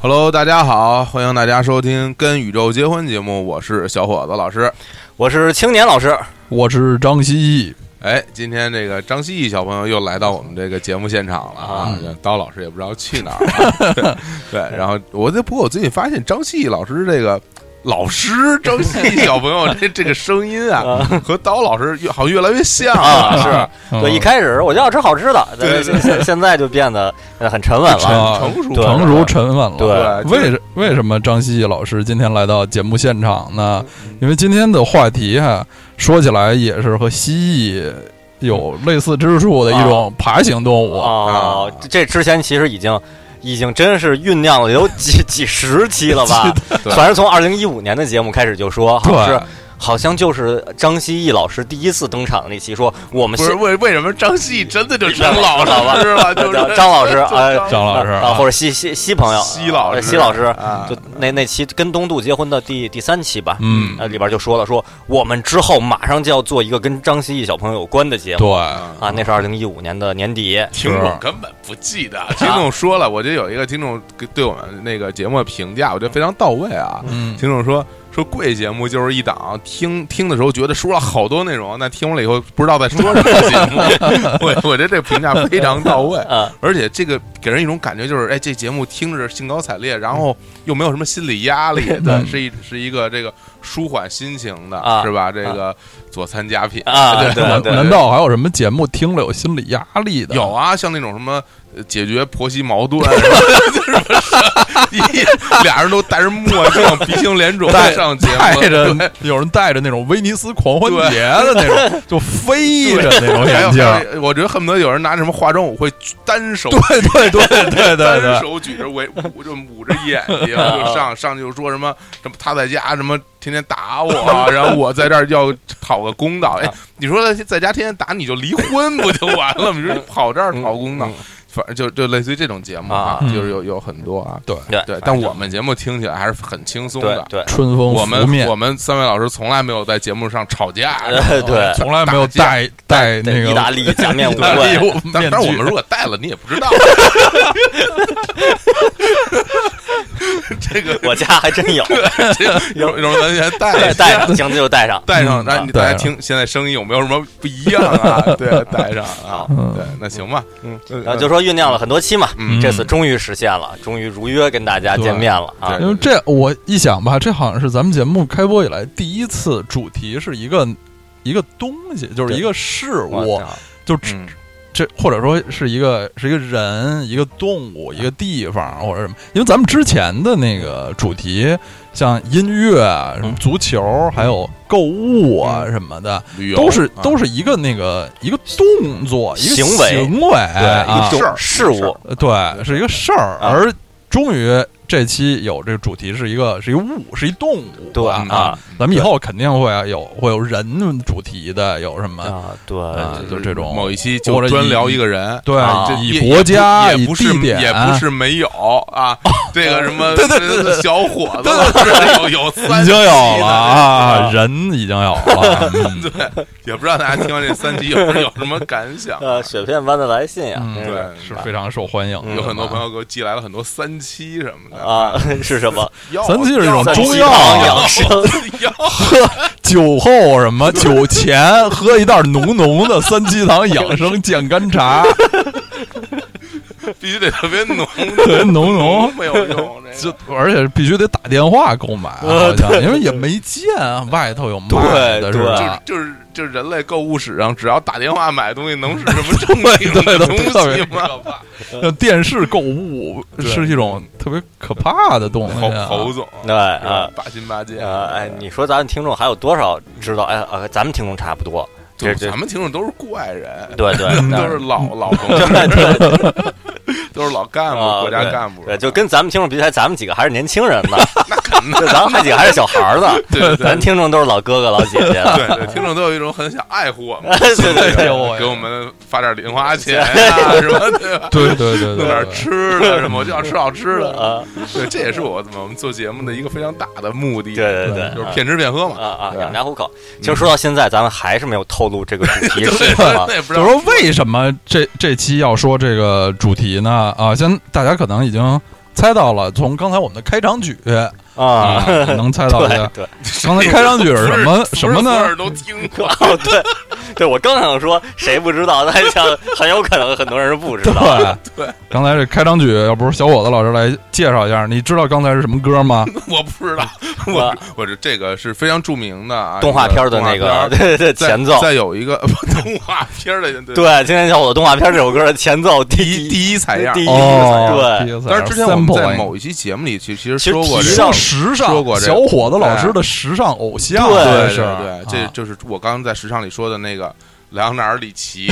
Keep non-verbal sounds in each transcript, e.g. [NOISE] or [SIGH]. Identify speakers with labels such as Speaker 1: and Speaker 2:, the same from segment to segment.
Speaker 1: Hello，大家好，欢迎大家收听《跟宇宙结婚》节目，我是小伙子老师。
Speaker 2: 我是青年老师，
Speaker 3: 我是张希，
Speaker 1: 哎，今天这个张希毅小朋友又来到我们这个节目现场了啊！刀老师也不知道去哪儿了、
Speaker 2: [LAUGHS]
Speaker 1: 对，对然后我这不过我最近发现张希毅老师这个老师张希毅小朋友这这个声音啊，和刀老师越好像越来越像
Speaker 2: 啊是对，一
Speaker 3: 嗯
Speaker 2: 开始我就要吃好吃的，
Speaker 1: 对对对
Speaker 2: 现现现在就变得呃很沉稳了。
Speaker 3: 啊
Speaker 1: 成熟
Speaker 2: 对
Speaker 3: 成熟沉稳了。
Speaker 2: 对
Speaker 1: 对
Speaker 3: 为什为什么张希老师今天来到节目现场呢？
Speaker 1: 嗯
Speaker 3: 因为今天的话题哈、说起来也是和蜥蜴有类似之处的一种爬行动物。
Speaker 2: 哦
Speaker 1: 啊，
Speaker 2: 这这之前其实已经已经真是酝酿了有几几十期了吧？
Speaker 1: 对
Speaker 2: 反正从二零一五年的节目开始就说，好像
Speaker 3: 对
Speaker 2: 是好像就是张希毅老师第一次登场的那期说我们
Speaker 1: 不是
Speaker 2: 现
Speaker 1: 为为什么张希毅真的就成老师了？就是
Speaker 2: 张张老师哎
Speaker 1: [LAUGHS] 就
Speaker 3: 张老师
Speaker 2: 啊
Speaker 3: 啊
Speaker 2: 或者西西西朋友
Speaker 1: 希老师
Speaker 2: 呃希老师
Speaker 1: 啊
Speaker 2: 就那那期跟东渡结婚的第第三期吧，
Speaker 3: 嗯，
Speaker 2: 呃，里边就说了，说我们之后马上就要做一个跟张希毅小朋友有关的节目
Speaker 3: 对，
Speaker 1: 嗯
Speaker 2: 啊，那是二零一五年的年底，
Speaker 1: 听众根本不记得，啊听众说了，我觉得有一个听众给对我们那个节目的评价，我觉得非常到位啊。
Speaker 3: 嗯，
Speaker 1: 听众说说贵节目就是一档听听的时候觉得说了好多内容，但听完了以后不知道在说什么节目。 [LAUGHS] 我我觉得这评价非常到位，
Speaker 2: 啊，
Speaker 1: 而且这个给人一种感觉就是，哎，这节目听着兴高采烈，然后又没有什么心理压力，对，
Speaker 3: 嗯
Speaker 1: 是一是一个这个舒缓心情的，
Speaker 2: 啊
Speaker 1: 是吧？这个佐餐佳品
Speaker 2: 啊
Speaker 1: 对
Speaker 2: 对
Speaker 1: 对
Speaker 3: 难
Speaker 1: 对
Speaker 3: 难道还有什么节目听了有心理压力的？
Speaker 1: 有啊，像那种什么呃解决婆媳矛
Speaker 3: [LAUGHS]
Speaker 1: 盾，什么就是 [LAUGHS] 一俩人都戴着墨镜，鼻青脸肿
Speaker 3: 带
Speaker 1: 上节目，
Speaker 3: 带
Speaker 1: 对
Speaker 3: 着有人带着那种威尼斯狂欢节的那种，就飞着那种
Speaker 1: 还有
Speaker 3: 眼镜。
Speaker 1: 还有我觉得恨不得有人拿什么化妆舞会单手
Speaker 3: 对对对对对
Speaker 1: 单
Speaker 3: 对，
Speaker 1: 手举着围捂着捂着眼
Speaker 3: [LAUGHS]
Speaker 1: 睛，就上上去就说什么什么他在家什么天天打
Speaker 3: [LAUGHS]
Speaker 1: 我，啊然后我在这儿要讨个公道。哎
Speaker 3: 嗯
Speaker 2: 啊，
Speaker 1: 你说在在家天天打你就离婚不就完
Speaker 3: [LAUGHS]
Speaker 1: 了吗？你说你跑这儿讨公道
Speaker 2: 嗯，
Speaker 1: 反正就就类似于这种节目
Speaker 2: 啊
Speaker 3: 嗯
Speaker 1: 就是有有很多啊。
Speaker 3: 对
Speaker 2: 对
Speaker 1: 对，但我们节目听起来还是很轻松
Speaker 2: 对
Speaker 1: 的。
Speaker 2: 对
Speaker 3: 春风
Speaker 1: 我
Speaker 3: 拂
Speaker 1: 们
Speaker 3: 面
Speaker 1: 我，们三位老师从来没有在节目上吵架，
Speaker 2: 呃对，
Speaker 3: 从来没有带带那个
Speaker 2: 意大利假面舞
Speaker 3: 大利
Speaker 2: 会， [LAUGHS]
Speaker 3: 有
Speaker 1: 哎但
Speaker 3: 面
Speaker 1: 但是
Speaker 3: 具
Speaker 1: 我们如果带了，你也不知道。这个
Speaker 2: 我家还真有，
Speaker 1: 有有咱先带
Speaker 2: 对，带上，行，那就带上。
Speaker 1: 带上，
Speaker 3: 嗯
Speaker 1: 那你大家
Speaker 3: 带上
Speaker 1: 听现在声音有没有什么不一样啊？对，带上啊，
Speaker 3: 嗯
Speaker 1: 对，那行吧，
Speaker 2: 嗯
Speaker 1: 嗯
Speaker 2: 然后就说酝酿了很多期嘛，
Speaker 1: 嗯
Speaker 2: 这次终于实现了，终于如约跟大家见面了啊
Speaker 1: 对！
Speaker 3: 因为这我一想吧，这好像是咱们节目开播以来第一次主题是一个一个东西，就是一个事物，
Speaker 2: 操
Speaker 3: 就只
Speaker 1: 嗯
Speaker 3: 这或者说是一个是一个人、一个动物、一个地方或者什么。因为咱们之前的那个主题，像音乐、啊什么足球，还有购物啊什么的，
Speaker 1: 旅游
Speaker 3: 都是
Speaker 1: 啊
Speaker 3: 都是一个那个一个动作，一个
Speaker 2: 行为
Speaker 3: 行为啊
Speaker 1: 一个事儿
Speaker 2: 事
Speaker 1: 一个事
Speaker 2: 物
Speaker 1: 儿
Speaker 3: 呃对，是一个事儿。
Speaker 2: 啊
Speaker 3: 而终于这期有这个主题是一个是一个物，是一动物，
Speaker 2: 对
Speaker 3: 啊。
Speaker 2: 啊
Speaker 3: 咱们以后肯定会啊有会有人主题的，有什么？
Speaker 2: 啊，对
Speaker 3: 啊
Speaker 1: 嗯
Speaker 3: 就这种
Speaker 1: 某一期就
Speaker 3: 或者
Speaker 1: 专
Speaker 3: 以
Speaker 1: 聊一个人，
Speaker 3: 对
Speaker 2: 啊，
Speaker 3: 这
Speaker 2: 这
Speaker 1: 也
Speaker 3: 以国家
Speaker 1: 也
Speaker 3: 以
Speaker 1: 不是也
Speaker 3: 地
Speaker 1: 不是
Speaker 3: 点哦
Speaker 1: 也不是没有啊，这个什么
Speaker 3: 对对对对
Speaker 1: 小伙子老师有有三
Speaker 3: 已经有
Speaker 1: 期呢
Speaker 3: 了啊，人已经有
Speaker 1: [LAUGHS]
Speaker 3: 了。嗯
Speaker 1: 对，也不知道大家听完这三集有没有什么感想。啊
Speaker 2: 呃，雪片般的来信呀，啊
Speaker 3: 嗯
Speaker 2: 真是
Speaker 1: 对
Speaker 3: 是非常受欢迎的，
Speaker 1: 嗯
Speaker 3: 啊
Speaker 1: 有很多朋友给我寄来了很多三七什么的
Speaker 2: 啊， [LAUGHS] 是什么？
Speaker 1: 药
Speaker 3: 三七是一种
Speaker 1: 药
Speaker 3: 中啊
Speaker 2: 药
Speaker 1: 药
Speaker 2: 养生
Speaker 1: 药
Speaker 3: 酒后什么酒前喝一袋浓浓的三七堂养生健肝茶， [LAUGHS]
Speaker 1: 必须得特别浓，
Speaker 3: [LAUGHS] 特别浓浓。
Speaker 1: 没有用。这
Speaker 3: 就
Speaker 1: 个
Speaker 3: 而且必须得打电话购买，
Speaker 2: 呃
Speaker 3: 好像因为也没见啊，外头有卖
Speaker 2: 对
Speaker 3: 的，是 [LAUGHS]
Speaker 2: 对
Speaker 3: 吧？
Speaker 1: 就是就是人类购物史上，只要打电话买东西，能是什
Speaker 3: [LAUGHS]
Speaker 1: 么正经的东西吗？
Speaker 3: 就电视购物
Speaker 1: 对
Speaker 3: 是一种特别可怕的东西
Speaker 1: 侯
Speaker 3: 啊，
Speaker 1: 侯总，
Speaker 2: 对啊，
Speaker 1: 八心八戒
Speaker 2: 呃，哎，你说咱们听众还有多少知道？哎，呃，咱们听众差不多，这这
Speaker 1: 咱，们听众都是怪人，
Speaker 2: 对对，
Speaker 1: [LAUGHS] 都
Speaker 2: 但
Speaker 1: 是老
Speaker 2: [LAUGHS]
Speaker 1: 老同志，
Speaker 2: 对对对
Speaker 1: [LAUGHS] 都是老干部，
Speaker 2: 啊
Speaker 1: 国家干部，
Speaker 2: 对，就跟咱们听众比起来，咱们几个还是年轻人呢，
Speaker 1: [LAUGHS] 那肯定
Speaker 2: 就咱们还几个还是小孩儿呢，
Speaker 1: 对对对
Speaker 2: 咱听众都是老哥哥老姐姐
Speaker 1: [LAUGHS]
Speaker 2: 的，
Speaker 1: 对对，听众都有一种很想爱护我们，
Speaker 2: [LAUGHS] 对对对
Speaker 3: 哎呦喂
Speaker 1: 给我们发点零花钱啊，是吧？对吧？
Speaker 3: 对对对
Speaker 1: 弄
Speaker 3: 对
Speaker 1: 点
Speaker 3: 对，
Speaker 1: 吃的什么，我就要吃好吃的。 [LAUGHS]
Speaker 2: 啊
Speaker 1: 对，这也是我我们做节目的一个非常大的目的，
Speaker 2: 对对对
Speaker 1: 就是骗吃骗喝嘛
Speaker 2: 啊。啊，
Speaker 1: 对
Speaker 2: 养家糊口。
Speaker 1: 嗯
Speaker 2: 其实说到现在，咱们还是没有透露这个主题是什么
Speaker 1: 那也不知
Speaker 3: 就
Speaker 1: 道
Speaker 3: 是说为什么这这期要说这个主题呢？啊，先大家可能已经猜到了，从刚才我们的开场曲
Speaker 1: 嗯
Speaker 2: 啊，
Speaker 3: 能猜到一
Speaker 2: 对
Speaker 3: 下。
Speaker 2: 对
Speaker 3: 刚才开场曲是什
Speaker 2: [LAUGHS]
Speaker 3: 么
Speaker 1: 不是
Speaker 3: 什么
Speaker 1: 不是所有
Speaker 3: 呢？
Speaker 1: 人都听过，
Speaker 2: 哦对对，我刚想说谁不知道，但是想很有可能很多人不知
Speaker 3: 对
Speaker 2: 道。
Speaker 1: 对，
Speaker 3: 刚才这开场曲，要不是小伙子老师来介绍一下，你知道刚才是什么歌吗？
Speaker 1: [LAUGHS] 我不知道，我
Speaker 2: 啊
Speaker 1: 只我这这个是非常著名的啊，
Speaker 2: 动画片的那
Speaker 1: 一动
Speaker 2: 个
Speaker 1: 画片儿，
Speaker 2: 对对对
Speaker 1: 再
Speaker 2: 前奏，
Speaker 1: 再有一个 [LAUGHS] 不动画片儿的对
Speaker 2: 对《青年小伙动画片》这首歌的前奏
Speaker 1: 第
Speaker 2: 第
Speaker 1: 一第一采样
Speaker 2: 第。一
Speaker 3: 哦，
Speaker 2: 对，
Speaker 3: 第一次
Speaker 1: 但是之前我们在
Speaker 3: sampling
Speaker 1: 某一期节目里其其实
Speaker 2: 其实
Speaker 1: 说过
Speaker 2: 提
Speaker 1: 这
Speaker 2: 到
Speaker 1: 个。
Speaker 3: 说哎时尚，
Speaker 1: 说过这哎
Speaker 3: 小伙子老师的时尚偶像，
Speaker 2: 对
Speaker 1: 对
Speaker 3: 是
Speaker 1: 对，这
Speaker 3: 啊
Speaker 1: 就是我刚刚在时尚里说的那个莱昂纳尔·里
Speaker 2: [LAUGHS]
Speaker 1: 奇，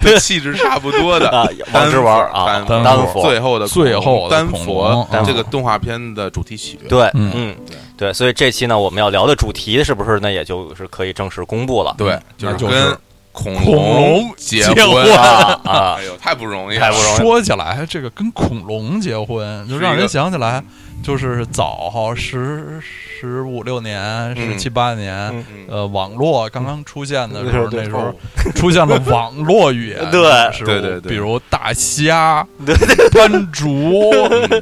Speaker 1: 这气质差不多的
Speaker 2: 啊王之玩啊，
Speaker 1: 丹
Speaker 3: 佛
Speaker 2: 丹
Speaker 3: 丹
Speaker 2: 佛，
Speaker 1: 最后的恐
Speaker 3: 最后的
Speaker 1: 丹
Speaker 3: 恐
Speaker 1: 佛
Speaker 3: 龙
Speaker 1: 这个
Speaker 2: 啊
Speaker 1: 动画片的主题曲，
Speaker 2: 对，
Speaker 3: 嗯
Speaker 2: 嗯，对，所以这期呢，我们要聊的主题是不是呢，也就是可以正式公布了？
Speaker 1: 对，就
Speaker 3: 那就是
Speaker 1: 跟恐
Speaker 3: 恐龙
Speaker 1: 结
Speaker 3: 结
Speaker 1: 婚
Speaker 3: 婚
Speaker 2: 啊啊
Speaker 1: 哎呦，太不容易了，
Speaker 2: 太不容易了
Speaker 3: 说起来，这个跟恐龙结婚，
Speaker 1: 是
Speaker 3: 就
Speaker 1: 一
Speaker 3: 让
Speaker 1: 个
Speaker 3: 人想起来，就是早十十五六年、十七八年
Speaker 2: 嗯，
Speaker 1: 嗯
Speaker 3: 呃，网络刚刚出现的时候，
Speaker 2: 对对
Speaker 3: 那时候出现了网络语言，
Speaker 2: 对
Speaker 3: 是
Speaker 1: 对对对
Speaker 3: 比如大虾、
Speaker 2: 对
Speaker 3: 斑
Speaker 1: [LAUGHS]
Speaker 3: 竹，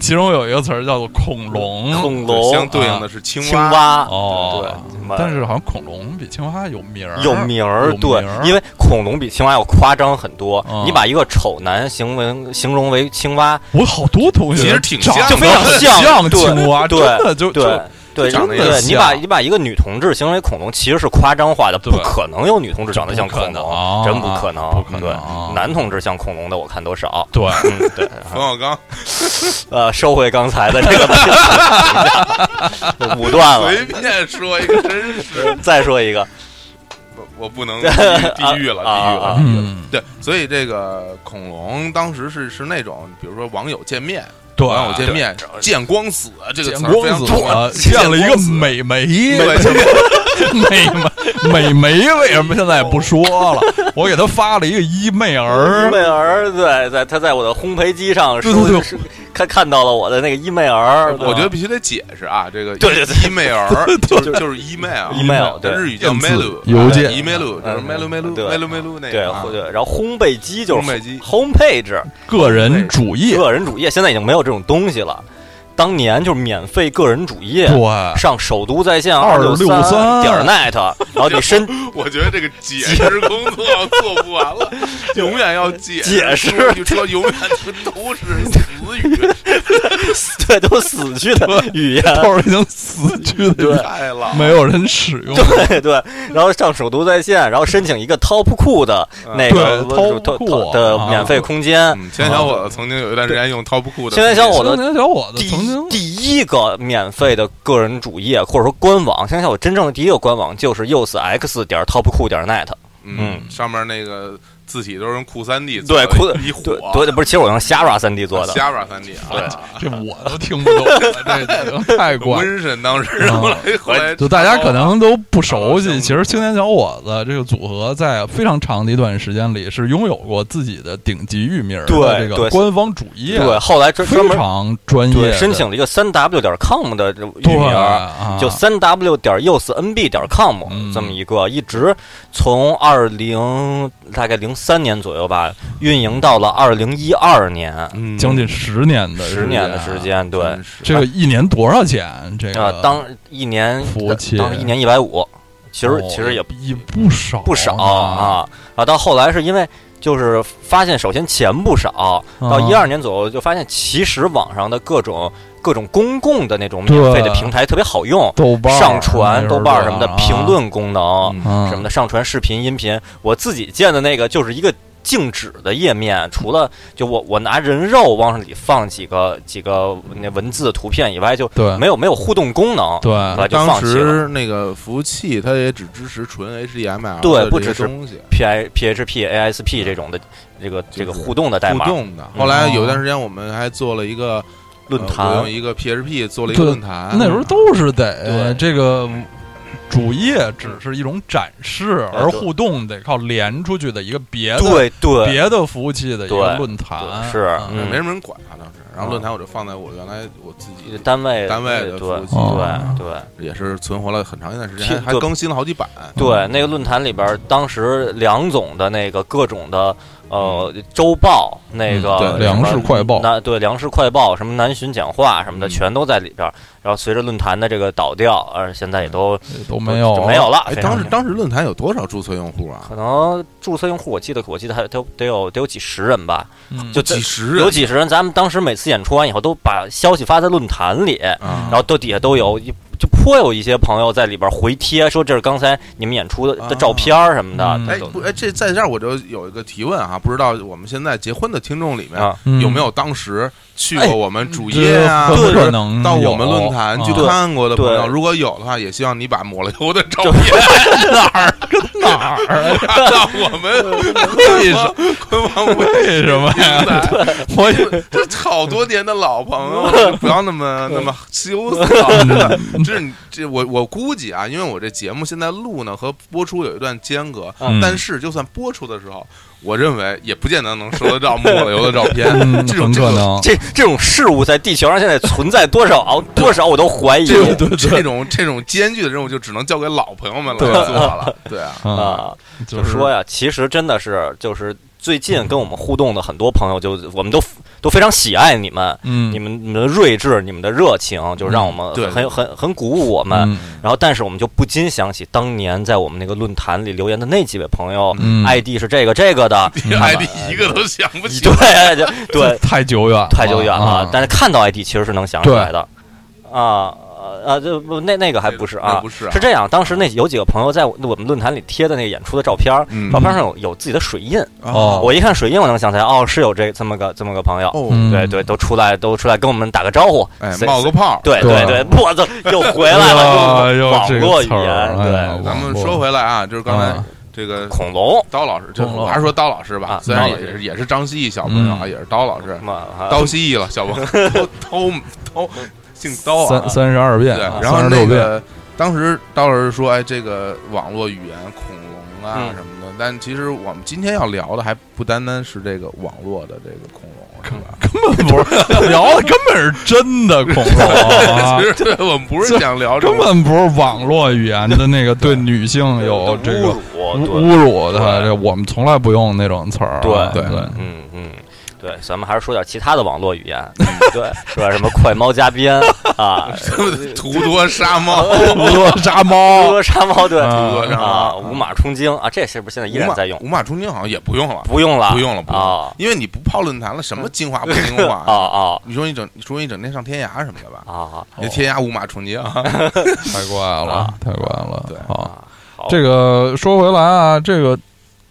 Speaker 3: 其中有一个词儿叫做嗯恐龙，
Speaker 2: 恐
Speaker 1: 对
Speaker 2: 龙
Speaker 1: 相对应的
Speaker 2: 啊
Speaker 1: 是青
Speaker 2: 青蛙，
Speaker 3: 哦
Speaker 2: 对对，
Speaker 3: 但是好像恐龙比青蛙有名儿，
Speaker 2: 有名儿，
Speaker 3: 有
Speaker 2: 对
Speaker 3: 名儿，
Speaker 2: 因为恐龙比青蛙要夸张很多
Speaker 3: 嗯。
Speaker 2: 你把一个丑男形容形容为青蛙，
Speaker 3: 我好多同学
Speaker 1: 其实挺
Speaker 3: 长
Speaker 1: 像
Speaker 3: 得
Speaker 1: 的非常
Speaker 3: 很
Speaker 2: 像
Speaker 3: 像
Speaker 2: 对
Speaker 3: 青蛙，
Speaker 2: 对
Speaker 3: 真的就就
Speaker 2: 对对，
Speaker 1: 长得也
Speaker 2: 对
Speaker 3: 像
Speaker 2: 你把你把一个女同志形容为恐龙，其实是夸张化的，
Speaker 3: 对
Speaker 2: 不可能有女同志长得像恐
Speaker 3: 不可能
Speaker 2: 龙
Speaker 3: 啊，
Speaker 2: 真不可能，
Speaker 3: 不可能啊
Speaker 2: 对，男同志像恐龙的我看都
Speaker 3: [LAUGHS]
Speaker 2: 少。
Speaker 3: 对。
Speaker 2: 嗯，对，
Speaker 1: 冯小刚
Speaker 2: 呃，收回刚才的这个武断了，
Speaker 1: [LAUGHS] 随便说一个，真是
Speaker 2: 再说一个，
Speaker 1: 我我不能地狱地狱了，
Speaker 2: 啊
Speaker 1: 地狱
Speaker 2: 啊
Speaker 1: 了
Speaker 2: 啊。
Speaker 3: 嗯，
Speaker 1: 对，所以这个恐龙当时是是那种，比如说网友见面，
Speaker 3: 对，
Speaker 1: 网友见面，见光死啊这个
Speaker 3: 见
Speaker 1: 词儿非常
Speaker 3: 光子
Speaker 1: 重要
Speaker 3: 了，见了一个美眉，
Speaker 1: 对，见
Speaker 3: [LAUGHS] 美眉美眉为什么现在不说了？我给她发了一个伊妹儿 [LAUGHS]
Speaker 2: 伊，妹儿，对，在他在我的烘焙机上
Speaker 3: 对对
Speaker 2: 收
Speaker 3: 对
Speaker 2: 是看看到了我的那个伊妹儿，
Speaker 1: 我觉得
Speaker 2: 得
Speaker 1: 必须得解释啊，这个
Speaker 2: 对对对
Speaker 1: email
Speaker 2: [LAUGHS]
Speaker 1: 就是就是 email
Speaker 2: email，对
Speaker 1: 日语叫
Speaker 3: 电子
Speaker 1: mail
Speaker 3: 邮件
Speaker 1: email 就是
Speaker 2: 嗯
Speaker 1: mail mail
Speaker 2: 对
Speaker 1: mail mail 那
Speaker 2: 对
Speaker 1: 个啊
Speaker 2: 对，然后烘焙机就是
Speaker 1: 烘焙机
Speaker 2: homepage
Speaker 3: 个人主义，
Speaker 2: 个人主页，现在已经没有这种东西了。当年就是免费个人主页，
Speaker 3: 对，
Speaker 2: 上首都在线
Speaker 3: 263
Speaker 2: 点儿 net，然后你 [LAUGHS] 申
Speaker 1: [LAUGHS] 我觉得这个解释工作做不完
Speaker 2: [LAUGHS]
Speaker 1: 了，永远要解
Speaker 2: 解
Speaker 1: 释
Speaker 2: 释，
Speaker 1: 说永远
Speaker 2: [LAUGHS]
Speaker 1: 都是死语，
Speaker 2: 对都死去的语言，
Speaker 3: 都是已经死去的人，
Speaker 1: 太老
Speaker 3: 没有人使用。
Speaker 2: [LAUGHS] 对对，然后上首都在线，然后申请一个 Top 酷的那个
Speaker 3: 对，Top
Speaker 2: 的
Speaker 3: 酷
Speaker 2: 的
Speaker 3: 啊
Speaker 2: 免费空间。
Speaker 1: 嗯，青年小伙子曾经有一段时间用 Top Cool 的，
Speaker 2: 青年小伙
Speaker 3: 青
Speaker 2: 子
Speaker 3: 年小伙子
Speaker 2: 第
Speaker 3: 曾
Speaker 2: 一
Speaker 3: 经
Speaker 2: 第一个免费的个人主页或者说官网，想想我真正的第一个官网就是 usx 点 topcool 点 net。
Speaker 1: 嗯，上面那个字体都是用酷三 D
Speaker 2: 对，酷
Speaker 1: 一
Speaker 2: 对
Speaker 1: 火，
Speaker 2: 对，不是，其实我用 Sara 三 D 做的。
Speaker 1: Java 三 D
Speaker 2: 对
Speaker 1: 啊，
Speaker 3: [LAUGHS] 这我都听不懂了， [LAUGHS] 这已经太怪了。
Speaker 1: 温神当时
Speaker 2: 嗯
Speaker 1: 后来后来
Speaker 3: 就大家可能都不熟悉
Speaker 1: 哦，
Speaker 3: 其实青年小伙子这个组合在非常长的一段时间里是拥有过自己的顶级域名儿的
Speaker 2: 对
Speaker 3: 这个
Speaker 2: 对
Speaker 3: 官方主页，
Speaker 2: 对，后来专专
Speaker 3: 非
Speaker 2: 门
Speaker 3: 常专业
Speaker 2: 对
Speaker 3: 的，
Speaker 2: 申请了一个三 w 点 com 的这域
Speaker 3: 对
Speaker 2: 名儿。
Speaker 3: 啊，
Speaker 2: 就三 w 点 usenb 点 com
Speaker 3: 嗯
Speaker 2: 这么一个，一直从二零大概零三年左右吧，运营到了二零一二年，
Speaker 1: 嗯
Speaker 3: 啊将近十年的
Speaker 2: 十年的时，间，对
Speaker 1: 真
Speaker 2: 啊、
Speaker 1: 是
Speaker 3: 这个一年多少钱？这个
Speaker 2: 当一年
Speaker 3: 服务器
Speaker 2: 当一年一百五，其实
Speaker 3: 哦
Speaker 2: 其实也
Speaker 3: 也不少
Speaker 2: 不少
Speaker 3: 啊，
Speaker 2: 啊，然后到后来是因为就是发现，首先钱不少，到
Speaker 3: 啊
Speaker 2: 一二年左右就发现，其实网上的各种各种公共的那种免费的
Speaker 3: 对
Speaker 2: 平台特别好用，
Speaker 3: 豆瓣儿
Speaker 2: 上传豆瓣儿什么的
Speaker 3: 啊
Speaker 2: 评论功能
Speaker 1: 嗯
Speaker 3: 啊
Speaker 2: 什么的，上传视频、音频。我自己建的那个就是一个静止的页面，除了就我我拿人肉往里放几个几个那文字图片以外，就
Speaker 3: 对
Speaker 2: 没有没有互动功能，
Speaker 3: 对
Speaker 2: 后来就
Speaker 1: 当
Speaker 2: 放弃了。
Speaker 1: 时那个服务器它也只支持纯 HDMI，
Speaker 2: 对
Speaker 1: 的
Speaker 2: 不
Speaker 1: 这些
Speaker 2: 支持
Speaker 1: 东西
Speaker 2: P I P H P A S P 这种的这个这个互动的代
Speaker 1: 互
Speaker 2: 码嗯
Speaker 1: 动的。后来有一段时间，我们还做了一个
Speaker 2: 论
Speaker 1: 呃我
Speaker 2: 坛
Speaker 1: 用，一个 PHP 做了一个
Speaker 3: 对
Speaker 1: 论坛。
Speaker 3: 那时候都是得
Speaker 2: 啊对
Speaker 3: 这个主页只是一种展示，
Speaker 2: 啊对
Speaker 3: 而互动得靠连出去的一个别的
Speaker 2: 对对
Speaker 3: 别的服务器的一个
Speaker 2: 对
Speaker 3: 论坛
Speaker 2: 对是
Speaker 3: 啊
Speaker 2: 嗯
Speaker 1: 没什么人管啊，当时。然后论坛我就放在我原来我自己
Speaker 2: 单位
Speaker 1: 单位的
Speaker 2: 对
Speaker 1: 服务
Speaker 2: 对
Speaker 1: 器，
Speaker 3: 哦
Speaker 2: 对。
Speaker 1: 也是存活了很长一段时间，
Speaker 2: 其
Speaker 1: 还还
Speaker 2: 对
Speaker 1: 更新了好几版。
Speaker 2: 对，那个论坛里边儿，当时梁总的那个各种的呃
Speaker 1: 嗯
Speaker 2: 周报那个
Speaker 3: 嗯对粮食快报
Speaker 2: 那对粮食快报什么南巡讲话什么的
Speaker 1: 嗯
Speaker 2: 全都在里边儿。然后随着论坛的这个倒掉，呃，现在也
Speaker 1: 嗯
Speaker 2: 都
Speaker 3: 都没有
Speaker 2: 就没有了。嗯
Speaker 1: 哎，
Speaker 2: 非常
Speaker 1: 当时
Speaker 2: 少
Speaker 1: 当时论坛有多少注册用户啊？
Speaker 2: 可能注册用户，我记得我记得还得得有得有几十人吧，
Speaker 3: 了
Speaker 1: 嗯几
Speaker 2: 就这
Speaker 1: 十人
Speaker 2: 有几十人。咱们当时每次演出完以后，都把消息发在论坛里，
Speaker 1: 啊
Speaker 2: 然后都底下都有，就颇有一些朋友在里边回贴，说这是刚才你们演出的
Speaker 1: 啊
Speaker 2: 的照片儿什么的。
Speaker 3: 嗯
Speaker 1: 哎不哎，这在这儿我就有一个提问啊，不知道我们现在结婚的听众里面、
Speaker 2: 啊
Speaker 1: 有没有当时去过我们主
Speaker 3: 主
Speaker 1: 页啊，
Speaker 3: 很
Speaker 1: 或
Speaker 3: 可
Speaker 1: 者
Speaker 3: 能
Speaker 1: 到
Speaker 3: 哎嗯有
Speaker 1: 我们论坛去
Speaker 3: 啊
Speaker 1: 看过的朋友？
Speaker 2: 对
Speaker 1: 如果有的话，也希望你把抹了油的
Speaker 3: [LAUGHS]
Speaker 1: 照
Speaker 2: 就
Speaker 1: 片
Speaker 2: [LAUGHS]
Speaker 3: 哪儿
Speaker 1: 啊
Speaker 3: 跟哪儿？
Speaker 1: 发 [LAUGHS] 到我
Speaker 3: [LAUGHS]
Speaker 1: 们
Speaker 3: 为什
Speaker 1: 官网微
Speaker 3: 为什么
Speaker 1: 信
Speaker 3: 呀？
Speaker 2: [LAUGHS]
Speaker 1: 来。
Speaker 3: 我以
Speaker 1: [LAUGHS] 这好多年的老朋
Speaker 3: [LAUGHS]
Speaker 1: 友了，不要那么那么羞涩啊，真的。
Speaker 3: 嗯
Speaker 1: [LAUGHS] 这你这我我估计啊，因为我这节目现在录呢和播出有一段间隔，
Speaker 3: 嗯
Speaker 1: 但是就算播出的时候，我认为也不见得能收得到莫了油的照片，[LAUGHS]
Speaker 3: 嗯
Speaker 1: 这种
Speaker 3: 很
Speaker 1: 这
Speaker 3: 可
Speaker 1: 种
Speaker 3: 能，
Speaker 2: 这这种事物在地球上现在存在多少啊多少，我都怀疑
Speaker 1: 这种
Speaker 3: 对对对
Speaker 1: 这种这种艰巨的任务，就只能交给老朋友们来
Speaker 3: 对
Speaker 1: 做了。
Speaker 3: [LAUGHS]
Speaker 1: 对啊，
Speaker 3: 嗯，
Speaker 2: 啊。
Speaker 3: 就
Speaker 2: 就是说呀，其实真的是就是最
Speaker 1: 嗯
Speaker 2: 近跟我们互动的很多朋友，就我们都都非常喜爱你们。
Speaker 3: 嗯，
Speaker 2: 你们你们的锐志，你们的热情，就让我们
Speaker 1: 嗯对
Speaker 2: 很很很鼓舞我们。啊
Speaker 3: 嗯
Speaker 2: 然后，但是我们就不禁想起当年在我们那个论坛里留言的那几位朋友、
Speaker 3: 嗯
Speaker 2: i d 是这个这个的， [LAUGHS]
Speaker 1: [LAUGHS] 你 ID 一个都想不起来。
Speaker 2: 对就
Speaker 1: [LAUGHS]
Speaker 2: 对，
Speaker 3: 太久远了，
Speaker 2: 太久远了
Speaker 3: 啊。
Speaker 2: 但是看到 ID 其实是能想起来的，啊啊，这不那那个还不是
Speaker 1: 那
Speaker 2: 啊
Speaker 1: 不，是啊
Speaker 2: 是这样，当时那有几个朋友在我我们论坛里贴的那个演出的照片儿，
Speaker 1: 嗯
Speaker 2: 照片上有有自己的水印，
Speaker 3: 哦
Speaker 2: 我一看水印，我能想起来，哦，是有这这么个这么个朋友，
Speaker 1: 哦，
Speaker 3: 嗯
Speaker 2: 对对，都出来都出来跟我们打个招呼，
Speaker 1: 哎，
Speaker 2: 谁
Speaker 1: 冒个泡。
Speaker 2: 对对对，
Speaker 1: [LAUGHS]
Speaker 2: 我操，又回来
Speaker 3: 哎
Speaker 2: 了，就
Speaker 3: 呦这
Speaker 2: 网
Speaker 3: 个
Speaker 2: 络语
Speaker 3: 词儿
Speaker 2: 言，
Speaker 3: 哎呀
Speaker 2: 对，
Speaker 1: 咱们说回来啊，就是刚才
Speaker 3: 啊
Speaker 1: 这个
Speaker 2: 恐龙
Speaker 1: 刀老师，就
Speaker 3: 孔老
Speaker 1: 还是说刀老师吧
Speaker 2: 啊，
Speaker 1: 虽然
Speaker 3: 刀老
Speaker 1: 也
Speaker 3: 师
Speaker 1: 是也是张希毅小朋友啊，
Speaker 3: 嗯
Speaker 1: 也是刀老师，
Speaker 2: 嘛，啊
Speaker 1: 刀希毅了，小朋友，
Speaker 3: [LAUGHS]
Speaker 1: 刀刀刀姓刀啊
Speaker 2: 哦
Speaker 3: 三，三十二变
Speaker 1: 对，，然
Speaker 3: 三
Speaker 1: 后
Speaker 3: 十
Speaker 1: 那
Speaker 3: 六变，
Speaker 1: 个当时刀老师说，哎，这个网络语言恐龙啊
Speaker 2: 嗯
Speaker 1: 什么的，但其实我们今天要聊的还不单单是这个网络的这个恐龙，是吧？。
Speaker 3: 根本不
Speaker 2: [LAUGHS]
Speaker 3: 是聊的，根本是真的恐龙啊
Speaker 1: [LAUGHS] 其实我们不是想聊这
Speaker 3: 根
Speaker 1: 个，
Speaker 3: 本不是网络语言的那个对女性有这个
Speaker 2: 侮辱，对，
Speaker 3: 侮辱的，这我们从来不用那种词儿啊。
Speaker 2: 对
Speaker 3: 对 [LAUGHS]
Speaker 1: 对
Speaker 2: 嗯嗯。对，咱们还是说点其他的网络语言， [LAUGHS] 对，是吧？什么快猫加鞭 [LAUGHS]
Speaker 1: [LAUGHS]
Speaker 2: 啊，
Speaker 1: 图多杀猫，
Speaker 2: 哦
Speaker 3: [LAUGHS] 扼杀猫
Speaker 1: 哦
Speaker 2: 鹅沙猫，对，
Speaker 3: 啊
Speaker 1: 鹅沙
Speaker 2: 啊，
Speaker 1: 猫
Speaker 2: 五马冲经啊，这是不是现在依
Speaker 1: 五
Speaker 2: 然
Speaker 1: 马
Speaker 2: 在用？
Speaker 1: 五马冲天好像也不用了，
Speaker 2: 不用了，
Speaker 1: 不用了，不用了
Speaker 2: 啊，嗯
Speaker 1: 因为你不泡论坛了，什么精华不精华
Speaker 2: [LAUGHS] 啊啊
Speaker 1: 你说你整，你说你整天上天涯什么的吧？
Speaker 2: 啊！
Speaker 1: 你天涯五马冲天
Speaker 2: 哦
Speaker 1: 啊！
Speaker 3: 太怪了
Speaker 2: 啊，
Speaker 3: 太怪了。
Speaker 1: 对
Speaker 3: 啊，
Speaker 2: 好
Speaker 3: 这个说回来啊，这个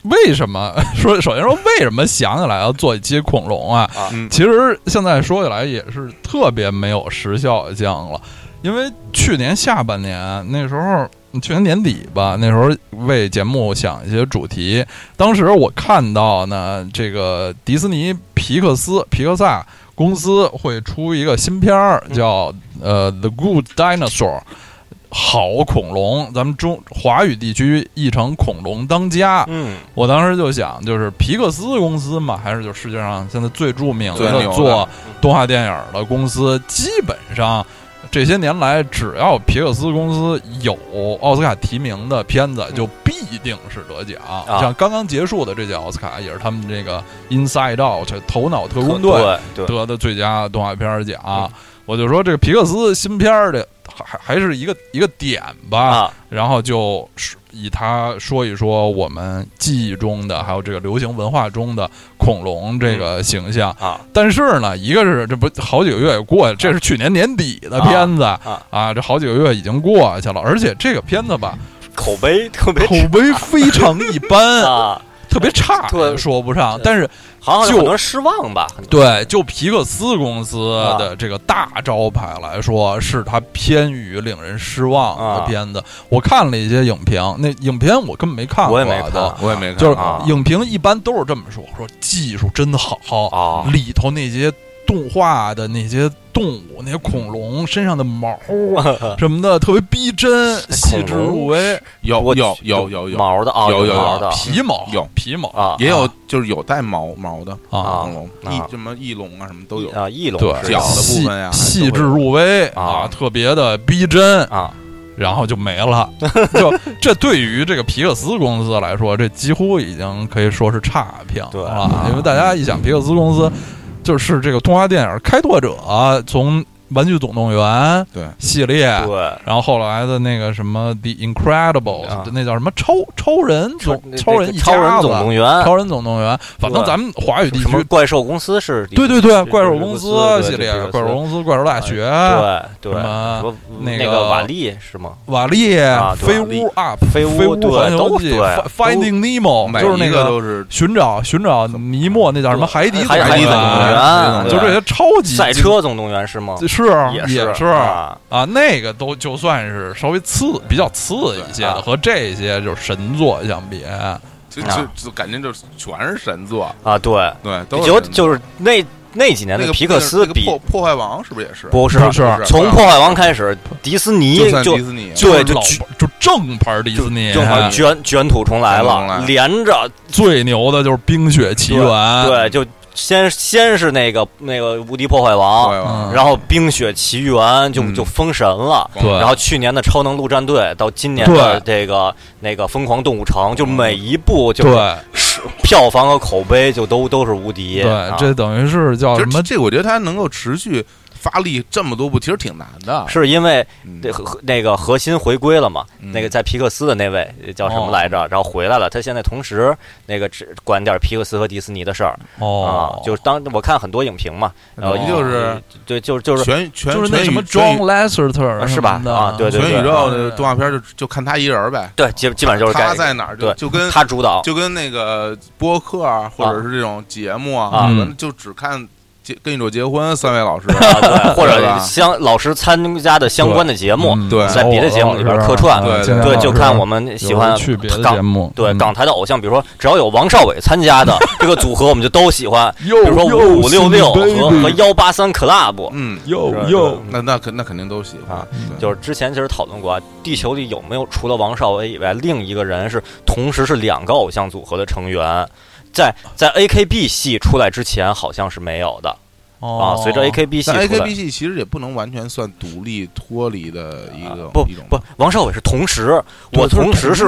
Speaker 3: 为什么 [LAUGHS] 说？首先说为什么想起来要做一期恐龙啊？
Speaker 2: 啊
Speaker 1: 嗯
Speaker 3: 其实现在说起来也是特别没有时效性了，因为去年下半年那时候。嗯去年年底吧，那时候为节目想一些主题，当时我看到呢，这个迪士尼皮克斯皮克萨公司会出一个新片儿，叫呃《The Good Dinosaur》。好恐龙，咱们中华语地区译成“恐龙当家”
Speaker 2: 嗯
Speaker 3: 我当时就想，就是皮克斯公司嘛，还是就世界上现在最著名
Speaker 1: 最牛的
Speaker 3: 做动画电影的公司，基本上这些年来，只要皮克斯公司有奥斯卡提名的片子，就必定是得奖。
Speaker 2: 啊
Speaker 3: 像刚刚结束的这届奥斯卡，也是他们这个《Inside Out》头脑特工队
Speaker 2: 对对
Speaker 3: 得的最佳动画片儿奖。
Speaker 2: 嗯
Speaker 3: 我就说这个皮克斯新片儿的还还还是一个一个点吧，
Speaker 2: 啊
Speaker 3: 然后就是以它说一说我们记忆中的，还有这个流行文化中的恐龙这个形象。
Speaker 2: 啊
Speaker 3: 但是呢，一个是这不好几个月也过去，这是去年年底的片子
Speaker 2: 啊
Speaker 3: 这好几个月已经过去了，而且这个片子吧，
Speaker 2: 口碑特别
Speaker 3: [LAUGHS] 口碑非常一般，
Speaker 2: 啊，
Speaker 3: 特别差，
Speaker 2: 对
Speaker 3: 说不上
Speaker 2: 对。
Speaker 3: 但是
Speaker 2: 好像
Speaker 3: 就
Speaker 2: 有很多人失望吧？很多
Speaker 3: 对，就皮克斯公司的这个大招牌来说，是它偏于令人失望的
Speaker 2: 啊
Speaker 3: 片子。我看了一些影评，那影片我根本没看
Speaker 2: 我
Speaker 3: 过，啊
Speaker 2: 也没看
Speaker 3: 都
Speaker 1: 我也没看，
Speaker 3: 就是
Speaker 2: 啊
Speaker 3: 影评一般都是这么说，说技术真好，
Speaker 2: 啊
Speaker 3: 里头那些动画的那些动物，那些恐龙身上的毛什么的，特别逼真，细致入微，
Speaker 1: 有
Speaker 2: 我
Speaker 1: 有有有有
Speaker 2: 毛的啊，
Speaker 1: 有有有
Speaker 2: 毛的
Speaker 3: 皮毛嗯
Speaker 1: 有
Speaker 3: 皮毛
Speaker 2: 啊，
Speaker 1: 也有，就是有带毛毛的
Speaker 3: 啊
Speaker 2: 啊
Speaker 1: 恐龙，
Speaker 2: 啊
Speaker 1: 翼什么翼龙啊什么都有。
Speaker 2: 啊，翼龙
Speaker 3: 对
Speaker 2: 是
Speaker 1: 脚的
Speaker 2: 有
Speaker 1: 部
Speaker 3: 细
Speaker 1: 分呀还都会
Speaker 3: 细致入微
Speaker 2: 啊
Speaker 3: 特别的逼真。
Speaker 2: 啊
Speaker 3: 然后就没了。 [LAUGHS] 就这对于这个皮克斯公司来说，这几乎已经可以说是差评
Speaker 2: 对
Speaker 3: 了，因为大家一想皮克斯公司就是这个动画电影开拓者，从《玩具总动员》
Speaker 1: 对
Speaker 3: 系列。
Speaker 2: 对，
Speaker 3: 然后后来的那个什么《The Incredible、
Speaker 2: 啊
Speaker 3: 那叫什么超超人总超人一
Speaker 2: 超
Speaker 3: 家
Speaker 2: 人
Speaker 3: 子
Speaker 2: 总动员，
Speaker 3: 超人总动员，反正
Speaker 2: 对
Speaker 3: 咱们华语地
Speaker 2: 什么
Speaker 3: 区，
Speaker 2: 怪兽公司是里
Speaker 3: 对
Speaker 2: 面？
Speaker 3: 对对，
Speaker 2: 是
Speaker 3: 怪兽
Speaker 2: 是
Speaker 3: 公
Speaker 2: 公司对
Speaker 3: 司
Speaker 2: 对
Speaker 3: 系列
Speaker 2: 皮克，斯
Speaker 3: 怪兽公司、怪兽大学、
Speaker 2: 对对，
Speaker 3: 什么那
Speaker 2: 那
Speaker 3: 个
Speaker 2: 瓦力是吗？
Speaker 3: 瓦力
Speaker 2: 啊、对
Speaker 3: 飞
Speaker 2: 瓦力
Speaker 3: 屋 up、
Speaker 2: 飞屋
Speaker 3: 屋
Speaker 2: 对
Speaker 3: 环游
Speaker 2: 都
Speaker 3: 记、
Speaker 2: 对
Speaker 3: Fi-
Speaker 2: 都
Speaker 3: Finding Nemo，
Speaker 1: 每
Speaker 3: 就是那
Speaker 1: 一个都
Speaker 2: 啊
Speaker 1: 是
Speaker 3: 寻找寻找尼莫，那叫什么海底
Speaker 2: 海
Speaker 1: 海底
Speaker 2: 总
Speaker 1: 总
Speaker 2: 动
Speaker 1: 动员
Speaker 2: 员，
Speaker 3: 就这些超级
Speaker 2: 赛车总动员是吗？
Speaker 3: 是
Speaker 2: 也
Speaker 3: 也是
Speaker 2: 啊，
Speaker 3: 啊，那个都就算是稍微次比较次一些
Speaker 2: 啊
Speaker 3: 的，和这些就是神作相比，
Speaker 1: 就就
Speaker 2: 啊
Speaker 1: 就感觉就是全是神作，
Speaker 2: 啊，对，
Speaker 1: 对，都是
Speaker 2: 就
Speaker 1: 神作
Speaker 2: 就是那那几年
Speaker 1: 那
Speaker 2: 的
Speaker 1: 个
Speaker 2: 皮克斯
Speaker 1: 那个
Speaker 2: 比
Speaker 1: 破破坏王是不是也是？啊
Speaker 2: 不是
Speaker 3: 不是
Speaker 2: 从破坏王开始，迪士尼
Speaker 1: 就算
Speaker 2: 就
Speaker 1: 迪士尼
Speaker 2: 对
Speaker 3: 就是
Speaker 2: 就
Speaker 3: 老
Speaker 2: 举
Speaker 3: 就正牌迪士尼，
Speaker 2: 就好像卷卷土重来
Speaker 1: 卷土重
Speaker 2: 了，
Speaker 1: 来
Speaker 2: 连着
Speaker 3: 最牛的就是《冰雪奇缘》，
Speaker 1: 啊
Speaker 2: 对，就先先是那个那个无敌破坏
Speaker 1: 破坏
Speaker 2: 王，
Speaker 1: 王，
Speaker 3: 嗯
Speaker 2: 然后冰雪奇缘就
Speaker 1: 嗯
Speaker 2: 就封神了。
Speaker 3: 对
Speaker 2: 然后去年的超能陆战队，到今年的这个那个疯狂动物城，就每一部就
Speaker 3: 对
Speaker 2: 是票房和口碑就都都是无敌。啊
Speaker 3: 对，这等于是叫
Speaker 1: 其
Speaker 3: 什
Speaker 1: 实
Speaker 3: 么？
Speaker 1: 这我觉得他能够持续发力这么多部，其实挺难的。
Speaker 2: 啊是因为
Speaker 1: 嗯
Speaker 2: 这核那个核心回归了嘛？
Speaker 1: 嗯
Speaker 2: 那个在皮克斯的那位呃叫什么
Speaker 3: 哦
Speaker 2: 来着？然后回来了，他现在同时那个只管点皮克斯和迪士尼的事儿啊
Speaker 3: 哦，，嗯
Speaker 2: 就是当我看很多影评嘛，然后
Speaker 1: 等于就是
Speaker 2: 对，就就是
Speaker 1: 全全
Speaker 3: 就是那
Speaker 1: 全
Speaker 3: 什么
Speaker 1: 宇全
Speaker 3: John Lasseter
Speaker 2: 啊是吧
Speaker 3: 什么的
Speaker 2: 啊对对
Speaker 1: 全
Speaker 2: 对
Speaker 1: 宇宙的动画片就就看他一人儿呗，
Speaker 2: 对，基基本上就是
Speaker 1: 他
Speaker 2: 这
Speaker 1: 在
Speaker 2: 个，
Speaker 1: 哪儿就
Speaker 2: 对
Speaker 1: 就跟
Speaker 2: 他主导，
Speaker 1: 就跟那个播客啊，或者是这种节目啊，
Speaker 3: 啊
Speaker 1: 可能就只看结跟你说结婚三位老
Speaker 2: [LAUGHS]
Speaker 1: 师，
Speaker 2: 啊，
Speaker 3: [LAUGHS]
Speaker 2: 对，或
Speaker 1: 对吧
Speaker 2: 者相老师参加的相关的节目，
Speaker 3: 嗯
Speaker 1: 对
Speaker 2: 在别的节目里边客串
Speaker 3: 啊
Speaker 1: 对
Speaker 3: 建良
Speaker 2: 对，
Speaker 3: 老
Speaker 2: 就
Speaker 3: 师
Speaker 2: 看我们喜欢
Speaker 3: 有去别的节
Speaker 2: 港。
Speaker 3: 目，
Speaker 2: 对
Speaker 3: 嗯
Speaker 2: 港台的偶像，比如说只要有王少伟参加的这个组合，我们就都喜欢。
Speaker 3: 比
Speaker 2: 比如
Speaker 3: [LAUGHS]
Speaker 2: 说五五六六和和幺八三 club，
Speaker 1: 嗯，
Speaker 2: 是
Speaker 3: 又
Speaker 2: 吧
Speaker 3: 又
Speaker 1: 那那肯那肯定都喜欢
Speaker 2: 啊，
Speaker 1: 对
Speaker 2: 就是之前其实讨论过啊，地球里有没有除了王少伟以外，另一个人是同时是两个偶像组合的成员？在在 A K B 系出来之前，好像是没有的
Speaker 3: 哦
Speaker 2: 啊。随着 A K B 系
Speaker 1: 但
Speaker 2: 出
Speaker 1: AKB
Speaker 2: 来，
Speaker 1: 系其实也不能完全算独立脱离的一个
Speaker 2: 呃啊不
Speaker 1: 一种
Speaker 2: 不，王少伟是同时，我同时是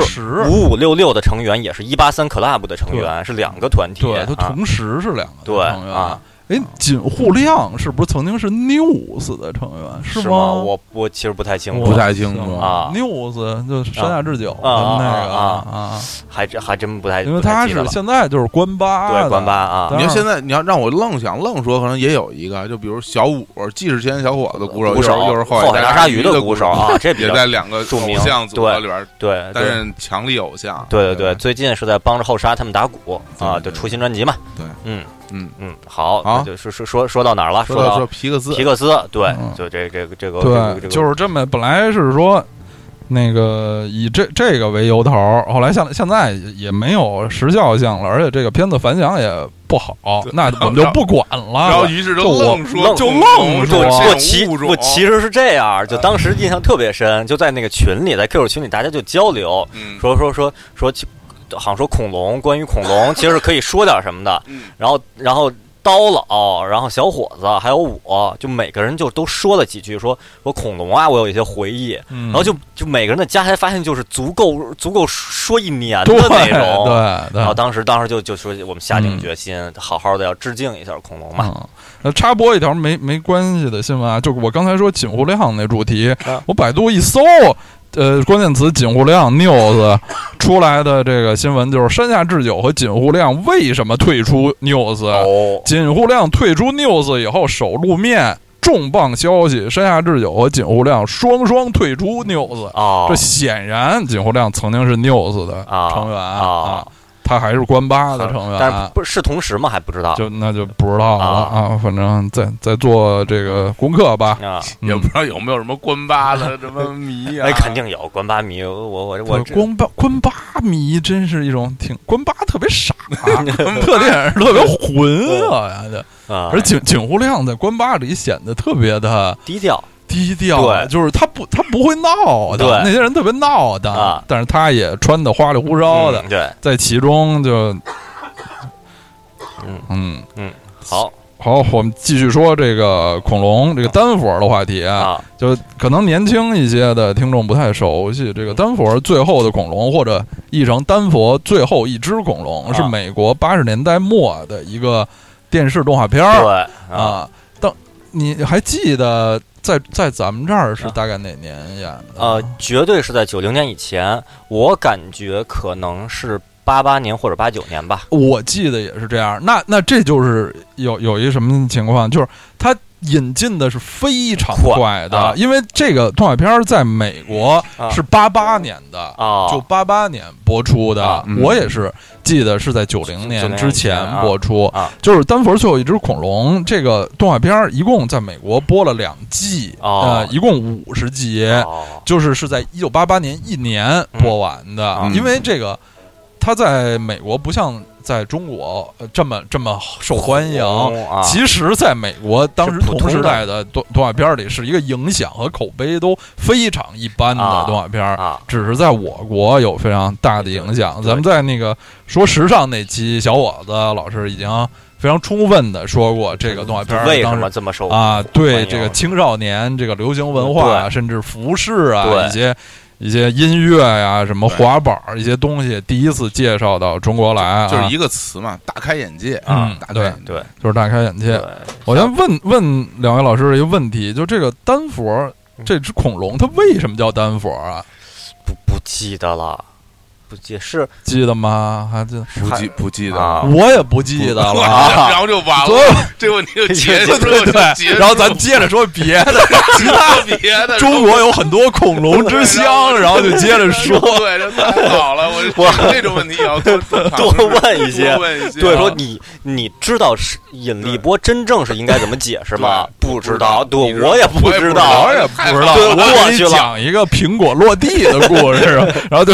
Speaker 2: 五五六六的成员，也是一八三 club 的成员，是两个团体。
Speaker 3: 对他
Speaker 2: 啊
Speaker 3: 同时是两个
Speaker 2: 对
Speaker 3: 成员
Speaker 2: 啊。
Speaker 3: 哎，锦户亮是不是曾经是 News 的成员？
Speaker 2: 是
Speaker 3: 吗？
Speaker 2: 我我其实不太清楚
Speaker 1: 不，太清楚
Speaker 2: 啊
Speaker 3: News 就山下智久
Speaker 2: 啊啊
Speaker 3: 他们那个
Speaker 2: 啊啊
Speaker 3: 啊，
Speaker 2: 还真还真不太，
Speaker 3: 因为
Speaker 2: 不太
Speaker 3: 他
Speaker 2: 记得
Speaker 3: 是
Speaker 2: 了
Speaker 3: 现在就是关八的
Speaker 2: 对关八啊，
Speaker 3: 当
Speaker 1: 你
Speaker 3: 然
Speaker 1: 要现在你要让我愣想愣说，可能也有一个，就比如小五，既是前小伙子鼓手，
Speaker 2: 鼓
Speaker 1: 又是
Speaker 2: 手
Speaker 1: 又是
Speaker 2: 后海
Speaker 1: 海
Speaker 2: 大
Speaker 1: 大
Speaker 2: 鲨鱼
Speaker 1: 鱼
Speaker 2: 的
Speaker 1: 的
Speaker 2: 鼓手啊这比
Speaker 1: [LAUGHS]
Speaker 2: 较
Speaker 1: 也在两个
Speaker 2: [LAUGHS] 著
Speaker 1: 偶
Speaker 2: 名
Speaker 1: 像组合里边
Speaker 2: 对
Speaker 1: 担
Speaker 2: 对。
Speaker 1: 任强力偶像。
Speaker 2: 对对
Speaker 1: 对
Speaker 2: 对，，最近是在帮着后沙他们打鼓
Speaker 1: 对
Speaker 2: 啊，
Speaker 1: 对
Speaker 2: 就
Speaker 1: 对
Speaker 2: 出新专辑嘛。
Speaker 1: 对，
Speaker 2: 嗯
Speaker 1: 嗯
Speaker 2: 嗯，好，
Speaker 1: 好
Speaker 2: 那就说说说说到哪儿了？
Speaker 1: 说到
Speaker 2: 到
Speaker 1: 说皮克斯，
Speaker 2: 皮克斯，对
Speaker 3: 嗯，
Speaker 2: 就这这个这个这个这
Speaker 3: 对，
Speaker 2: 个，
Speaker 3: 就是这么。本来是说那个以这这个为由头儿，后来现现在也没有时效性了，而且这个片子反响也不好，那我们就不管
Speaker 1: 然后
Speaker 3: 了。
Speaker 1: 于是
Speaker 3: 啊就我
Speaker 1: 愣说，
Speaker 2: 愣
Speaker 1: 就说
Speaker 3: 愣说
Speaker 1: 这种
Speaker 2: 我其
Speaker 1: 物种
Speaker 2: 我其实是这样，就当时印象特别深，就在那个群里，在 QQ 群里大家就交流，
Speaker 1: 嗯
Speaker 2: 说说说说，其好像说恐龙，关于恐龙其实是可以说点什么的
Speaker 1: 嗯。
Speaker 2: 然后然后刀老，然后小伙子，还有我，就每个人就都说了几句，说说恐龙啊，我有一些回忆。
Speaker 3: 然
Speaker 2: 然后就就每个人的加起来，发现就是足够足够说一年的
Speaker 3: 对
Speaker 2: 那种。
Speaker 3: [LAUGHS] 对嗯对
Speaker 2: 然后，当时当时就就说我们下定决心，好好的要致敬一下恐龙嘛。
Speaker 3: 嗯，呃，插播一条没没关系的新闻啊，就我刚才说锦户亮那主题，
Speaker 2: 啊
Speaker 3: 我百度一搜，呃，关键词锦户亮 news 出来的这个新闻就是山下智久和锦户亮为什么退出 news？、 [LAUGHS]
Speaker 2: 哦，
Speaker 3: 锦户亮退出 news 以后首露面，重磅消息，山下智久和锦户亮双双退出 news。
Speaker 2: 哦
Speaker 3: 这，显然锦户亮曾经是 news 的
Speaker 2: 啊
Speaker 3: 成员
Speaker 2: 啊
Speaker 3: 啊，他还是关八的成员，啊
Speaker 2: 但是不是同时吗？还不知道
Speaker 3: 就那就不知道了
Speaker 2: 啊
Speaker 3: 啊反正再再做这个功课吧。 [LAUGHS]
Speaker 2: 啊。
Speaker 1: 也
Speaker 3: 嗯
Speaker 1: 不知道有没有什么关八的什么迷
Speaker 3: [LAUGHS]
Speaker 1: 啊
Speaker 2: 哎，，肯定有关八迷，我我我这
Speaker 3: 关八关八迷真是一种挺关八特别
Speaker 2: [LAUGHS]
Speaker 3: 傻，特点特别
Speaker 2: 嗯
Speaker 3: 混好像的。
Speaker 2: 啊，
Speaker 3: 而景景户亮在关八里显得特别的
Speaker 2: 低调
Speaker 3: 低调，
Speaker 2: 对
Speaker 3: 就是他不他不会闹
Speaker 2: 对
Speaker 3: 的，那些人特别闹
Speaker 2: 啊嗯
Speaker 3: 的，但是他也穿的花里胡哨的
Speaker 2: 嗯，对，
Speaker 3: 在其中就，
Speaker 2: 嗯
Speaker 3: 嗯，
Speaker 2: 好，
Speaker 3: 好，我们继续说这个恐龙这个丹佛的话题啊，
Speaker 2: 啊，
Speaker 3: 就可能年轻一些的听众不太熟悉这个丹佛最后的恐龙，或者译成丹佛最后一只恐龙，
Speaker 2: 啊
Speaker 3: 是美国八十年代末的一个电视动画片儿
Speaker 2: 对啊，
Speaker 3: 啊。当你还记得在在咱们这儿
Speaker 2: 啊
Speaker 3: 是大概哪年演的？
Speaker 2: 呃，绝对是在九零年以前，我感觉可能是八八年或者八九年吧。
Speaker 3: 我记得也是这样。那那这就是有有一什么情况，就是它引进的是非常
Speaker 2: 快
Speaker 3: 快的，
Speaker 2: 啊
Speaker 3: 因为这个动画片儿在美国
Speaker 2: 啊
Speaker 3: 是八八年的。
Speaker 2: 啊，
Speaker 3: 就八八年播出的，
Speaker 2: 啊
Speaker 1: 嗯
Speaker 3: 我也是记得是在九零
Speaker 2: 90
Speaker 3: 年
Speaker 2: 年
Speaker 3: 之前
Speaker 2: 啊
Speaker 3: 播出。
Speaker 2: 啊
Speaker 3: 就是《丹佛最后一只恐龙》这个动画片，儿，一共在美国播了两季，
Speaker 2: 哦
Speaker 3: 呃，一共五十集。
Speaker 2: 哦
Speaker 3: 就是是在一九八八年一年播完的，
Speaker 1: 嗯
Speaker 3: 因为这个它在美国不像在中国呃这么这么受欢迎。
Speaker 2: 啊，
Speaker 3: 其实，在美国当时
Speaker 2: 是普通
Speaker 3: 同
Speaker 2: 的
Speaker 3: 时代的动动画片里，是一个影响和口碑都非常一般的
Speaker 2: 啊
Speaker 3: 动画片，
Speaker 2: 啊
Speaker 3: 只是在我国有非常大的影响。
Speaker 2: 对
Speaker 3: 咱们在那个说时尚那期，小伙子老师已经非常充分的说过这个动画片儿
Speaker 2: 啊为
Speaker 3: 当
Speaker 2: 什
Speaker 3: 时
Speaker 2: 么这么受
Speaker 3: 啊，
Speaker 2: 欢
Speaker 3: 对
Speaker 2: 迎
Speaker 3: 这个青少年这个流行文化啊，甚至服饰啊，一些一些音乐呀、什么
Speaker 1: 对
Speaker 3: 滑板儿一些东西，第一次介绍到中国来啊，
Speaker 1: 就是一个词嘛，大开眼界啊
Speaker 3: 嗯
Speaker 1: 大开
Speaker 3: 对
Speaker 1: 眼界。
Speaker 2: 对
Speaker 3: 就是大开眼界
Speaker 2: 对。，
Speaker 3: 我先问问两位老师一个问题，就这个丹佛这只恐龙，它为什么叫丹佛啊？
Speaker 2: 不不记得了，不记是
Speaker 3: 记得吗？还记得？
Speaker 1: 不记不记得
Speaker 2: 啊
Speaker 3: 我也不记得
Speaker 1: [LAUGHS]
Speaker 3: 了啊。 [LAUGHS]
Speaker 1: 然后就完
Speaker 3: 所
Speaker 1: 了，
Speaker 3: 以
Speaker 1: 这问题就
Speaker 3: [LAUGHS]
Speaker 1: 结
Speaker 2: 结
Speaker 1: 束
Speaker 2: 束
Speaker 1: 了
Speaker 2: 了。
Speaker 3: 对，然后咱接着说别的，
Speaker 1: 其他别的
Speaker 3: [LAUGHS] 中国有很多恐龙之 [LAUGHS] 乡，然后就接着说。
Speaker 1: 对，这太好了，我
Speaker 2: 我
Speaker 1: 这种问题也要多多尝
Speaker 2: 多
Speaker 1: 试
Speaker 2: 问一些
Speaker 1: 多。问一些。啊
Speaker 2: 对，说你你知道是引力波真正是应该怎么解释吗？
Speaker 1: 对
Speaker 2: 不
Speaker 1: 不
Speaker 2: 知道，
Speaker 1: 知道你
Speaker 2: 对
Speaker 1: 知道
Speaker 2: 也
Speaker 1: 我
Speaker 2: 不
Speaker 1: 也不知
Speaker 2: 知
Speaker 1: 道
Speaker 2: 道啊
Speaker 3: 我。也不知道，
Speaker 2: 对
Speaker 3: 我给
Speaker 2: 我去
Speaker 3: 你
Speaker 2: 了
Speaker 3: 讲一个苹果落地的故事，然后对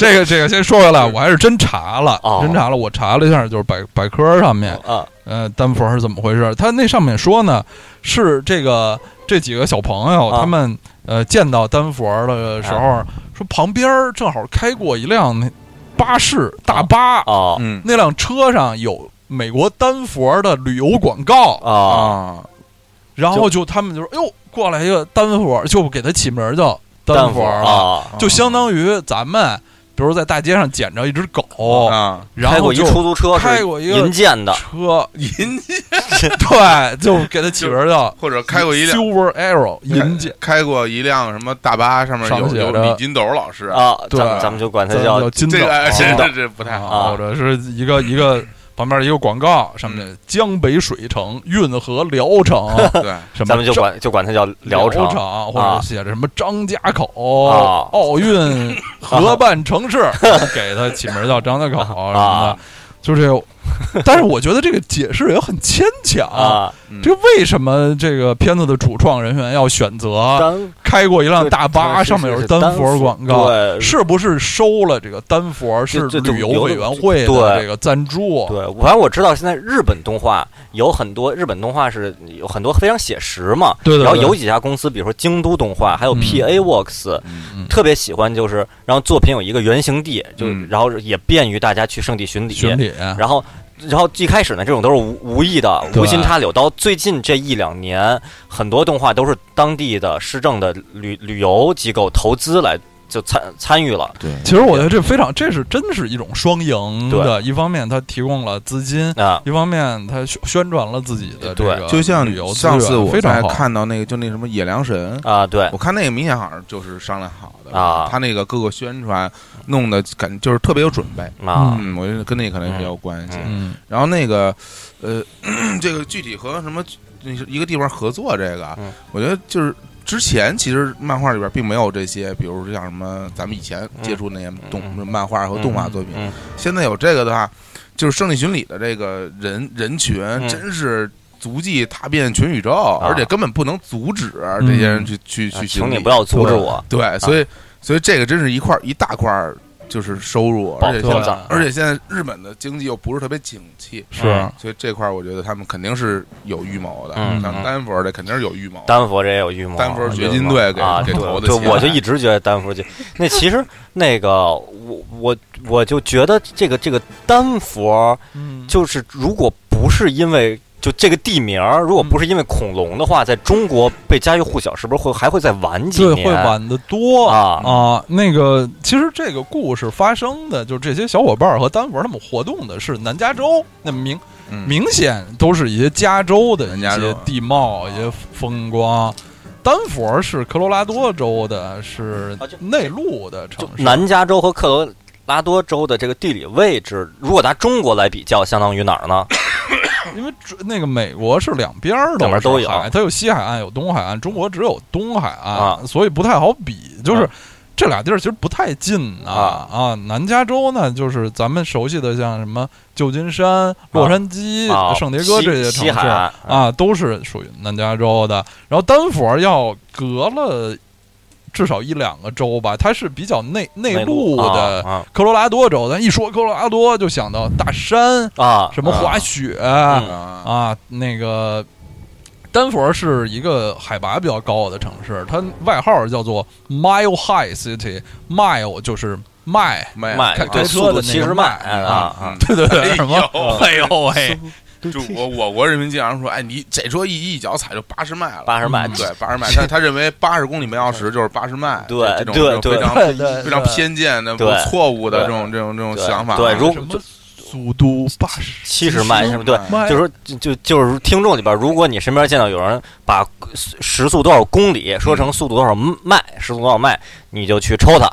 Speaker 3: 这个这个先说回来，我还是真查了，
Speaker 2: 哦
Speaker 3: 真查了，我查了一下，就是百百科上面，
Speaker 2: 啊
Speaker 3: 呃，丹佛是怎么回事？他那上面说呢，是这个这几个小朋友、
Speaker 2: 啊
Speaker 3: 他们呃见到丹佛的时候，
Speaker 2: 哦
Speaker 3: 说旁边儿正好开过一辆那巴士大巴，
Speaker 2: 哦
Speaker 1: 嗯
Speaker 3: 那辆车上有美国丹佛的旅游广告，
Speaker 2: 哦
Speaker 1: 啊，
Speaker 3: 然后就他们就说：“哎呦，过来一个丹佛，就给他起名儿叫
Speaker 2: 丹
Speaker 3: 佛
Speaker 2: 佛
Speaker 3: 了。
Speaker 2: 啊，
Speaker 3: 就相当于咱们，比如在大街上捡着一只狗，
Speaker 1: 啊，
Speaker 3: 然
Speaker 2: 开
Speaker 3: 后
Speaker 2: 过一
Speaker 3: 就
Speaker 2: 出租车
Speaker 3: 开
Speaker 2: 是
Speaker 3: 过一个
Speaker 2: 银建的
Speaker 3: 车，
Speaker 2: [LAUGHS]
Speaker 1: 银界
Speaker 3: 对，就给它起名儿叫
Speaker 1: 或者开过一辆
Speaker 3: Silver
Speaker 2: 哎
Speaker 3: Arrow 银剑，
Speaker 1: 开过一辆什么大巴，上面
Speaker 3: 上面
Speaker 1: 有
Speaker 3: 写
Speaker 1: 有
Speaker 3: 着
Speaker 1: 李金斗老师，
Speaker 2: 啊，
Speaker 3: 对
Speaker 2: 咱们咱们就管它
Speaker 3: 咱
Speaker 2: 叫
Speaker 3: 叫金
Speaker 1: 这
Speaker 3: 斗，
Speaker 1: 个 [LAUGHS] 这
Speaker 2: 金斗
Speaker 1: 这这不太好。
Speaker 3: 啊，或者是一个一个旁边一个广告，上
Speaker 2: 嗯
Speaker 3: 面江北水城、运河聊
Speaker 2: [LAUGHS]
Speaker 3: 城，
Speaker 1: 对，
Speaker 3: 什么
Speaker 2: 咱们就
Speaker 3: 张
Speaker 2: 管就管它叫
Speaker 3: 聊
Speaker 2: 聊城
Speaker 3: 或者写着什么张家口、
Speaker 2: 啊 [LAUGHS]
Speaker 3: 奥运合办城市，给它起名叫张家口什么的
Speaker 2: 啊，
Speaker 3: 就这个。
Speaker 2: [LAUGHS]
Speaker 3: 但是我觉得这个解释也很牵强。
Speaker 1: 嗯
Speaker 2: 啊。
Speaker 3: 这为什么这个片子的主创人员要选择
Speaker 2: 丹
Speaker 3: 开过一辆
Speaker 2: 对
Speaker 3: 大巴，
Speaker 2: 是是
Speaker 3: 上面有
Speaker 2: 是
Speaker 3: 丹
Speaker 2: 丹
Speaker 3: 佛
Speaker 2: 佛
Speaker 3: 广告？
Speaker 2: 对
Speaker 3: 是不是收了这个丹佛是
Speaker 2: 这这
Speaker 3: 旅游
Speaker 2: 旅游
Speaker 3: 委
Speaker 2: 的
Speaker 3: 员会的
Speaker 2: 对
Speaker 3: 这个赞助？
Speaker 2: 对，反正我知道现在日本动画有很多，日本动画是有很多非常写实嘛。
Speaker 3: 对对对
Speaker 2: 然后有几家公司，比如说京都动画，还有
Speaker 3: 嗯
Speaker 2: PA Works，、
Speaker 1: 嗯
Speaker 3: 嗯
Speaker 2: 特别喜欢就是让作品有一个原型地，就、
Speaker 1: 嗯
Speaker 2: 然后也便于大家去圣地巡礼。
Speaker 3: 巡礼
Speaker 2: 然后，然后一开始呢，这种都是无无意的、
Speaker 3: 对
Speaker 2: 无心插柳。到最近这一两年，很多动画都是当地的市政的旅旅游机构投资来就参参与了
Speaker 1: 对，
Speaker 3: 其实我觉得这非常，这是真是一种双赢的。一方面，它提供了资金；
Speaker 2: 啊。
Speaker 3: 一方面，它宣宣传了自己的这个
Speaker 2: 对
Speaker 1: 就像
Speaker 3: 旅游资
Speaker 1: 上
Speaker 3: 源
Speaker 1: 次我
Speaker 3: 非常
Speaker 1: 在
Speaker 3: 好。
Speaker 1: 看到那个，就那什么野良神，
Speaker 2: 啊，对，
Speaker 1: 我看那个明显好像就是商量好的
Speaker 2: 啊
Speaker 1: 他那个各个宣传弄的感就是特别有准备。
Speaker 2: 啊，
Speaker 1: 嗯，我觉得跟那可能也有关系。
Speaker 2: 嗯
Speaker 3: 嗯，
Speaker 1: 然后那个，呃， [CLEARS THROAT] 这个具体和什么一个地方合作，这个、啊
Speaker 2: 嗯
Speaker 1: 我觉得就是之前其实漫画里边并没有这些，比如像什么咱们以前接触那些动、
Speaker 2: 嗯嗯
Speaker 1: 漫画和动画
Speaker 3: 嗯
Speaker 1: 作品，
Speaker 2: 嗯
Speaker 1: 现在有这个的话，就是胜利巡礼的这个人人群
Speaker 2: 嗯
Speaker 1: 真是。足迹踏遍全宇宙，而且根本不能阻止这些人去、去
Speaker 2: 啊
Speaker 1: 去巡
Speaker 2: 请
Speaker 1: 礼。
Speaker 2: 你不要阻止我。啊
Speaker 1: 对，所以、所以这个真是一块儿一大块儿就是收入，啊而且
Speaker 2: 保
Speaker 1: 现
Speaker 2: 护
Speaker 1: 在
Speaker 2: 的
Speaker 1: 而且现在日本的经济又不是特别景气，
Speaker 3: 是
Speaker 2: 嗯
Speaker 1: 所以这块儿我觉得他们肯定是有预谋的。
Speaker 2: 嗯
Speaker 1: 像丹佛这肯定是有预谋的。
Speaker 2: 丹佛这也有预谋，啊
Speaker 1: 丹佛掘金
Speaker 2: 有
Speaker 1: 队
Speaker 2: 预谋
Speaker 1: 给
Speaker 2: 啊，
Speaker 1: 给
Speaker 2: 对
Speaker 1: 投的
Speaker 2: 对，
Speaker 1: 钱
Speaker 2: 我就一直觉得丹佛就那其
Speaker 1: [LAUGHS]
Speaker 2: 实那个我我我就觉得这个这个丹佛
Speaker 3: 嗯，
Speaker 2: 就是如果不是因为。就这个地名儿，如果不是因为恐龙的话，在中国被家喻户晓，是不是会还会再晚几
Speaker 3: 对，
Speaker 2: 年？
Speaker 3: 会晚得多
Speaker 2: 啊
Speaker 3: 那个，其实这个故事发生的，就是这些小伙伴儿和单佛他们活动的是南加州，那明
Speaker 1: 嗯
Speaker 3: 明显都是一些加州的
Speaker 1: 南
Speaker 3: 一
Speaker 1: 加州
Speaker 3: 些地貌、一些风光。丹佛是科罗拉多州的，是
Speaker 2: 啊就
Speaker 3: 内陆的城
Speaker 2: 就
Speaker 3: 市。
Speaker 2: 南加州和科罗拉多州的这个地理位置，如果拿中国来比较，相当于哪儿呢？
Speaker 3: 因为这那个美国是两边儿
Speaker 2: 两边儿都
Speaker 3: 是
Speaker 2: 有
Speaker 3: 海岸它有西海岸有东海岸，中国只有东海岸，
Speaker 2: 啊
Speaker 3: 所以不太好比。就是、
Speaker 2: 啊
Speaker 3: 这俩地儿其实不太近啊啊南加州呢，就是咱们熟悉的像什么旧金山、洛杉矶、
Speaker 2: 啊，
Speaker 3: 嗯圣迭戈这些
Speaker 2: 西西
Speaker 3: 城市
Speaker 2: 海岸
Speaker 3: 啊，都是属于南加州的。然后丹佛要隔了至少一两个州吧，它是比较内内陆的
Speaker 2: 啊
Speaker 3: 科罗拉多州。咱一说科罗拉多，就想到大山，
Speaker 2: 啊
Speaker 3: 什么滑雪。
Speaker 2: 嗯
Speaker 1: 啊
Speaker 3: 啊，那个丹佛是一个海拔比较高的城市，它外号叫做 Mile High City。Mile 就是迈，
Speaker 1: 卖
Speaker 2: 迈
Speaker 3: 开
Speaker 2: 对
Speaker 3: 开
Speaker 2: 速
Speaker 3: 车
Speaker 2: 度
Speaker 3: 的
Speaker 2: 七
Speaker 3: 那
Speaker 2: 十
Speaker 3: 个
Speaker 2: 迈
Speaker 3: 迈
Speaker 2: 啊
Speaker 3: 对对对，
Speaker 1: 哎
Speaker 3: 什么？
Speaker 1: 呦
Speaker 3: 哎呦喂，
Speaker 1: 就我我国人民经常说，哎，你这车一一脚踩就八十迈了，
Speaker 2: 八十迈，
Speaker 3: 嗯
Speaker 1: 对八十
Speaker 2: [LAUGHS]
Speaker 1: 迈，他他认为八十公里每小时就是八十迈，
Speaker 2: 对
Speaker 1: 这种
Speaker 2: 对
Speaker 1: 这种非
Speaker 2: 对
Speaker 1: 常
Speaker 3: 对对
Speaker 1: 非常偏见的、
Speaker 2: 对
Speaker 1: 错误的
Speaker 2: 对
Speaker 1: 这种这种这种
Speaker 2: 对
Speaker 1: 想法，啊
Speaker 2: 对
Speaker 1: [LAUGHS]
Speaker 2: 如
Speaker 3: 什么速度八十
Speaker 2: 七十迈是不是？对，
Speaker 3: 迈
Speaker 2: 就是说就就是听众里边，如果你身边见到有人把时速多少公里说成速度多少迈，时速多少迈，你就去抽他。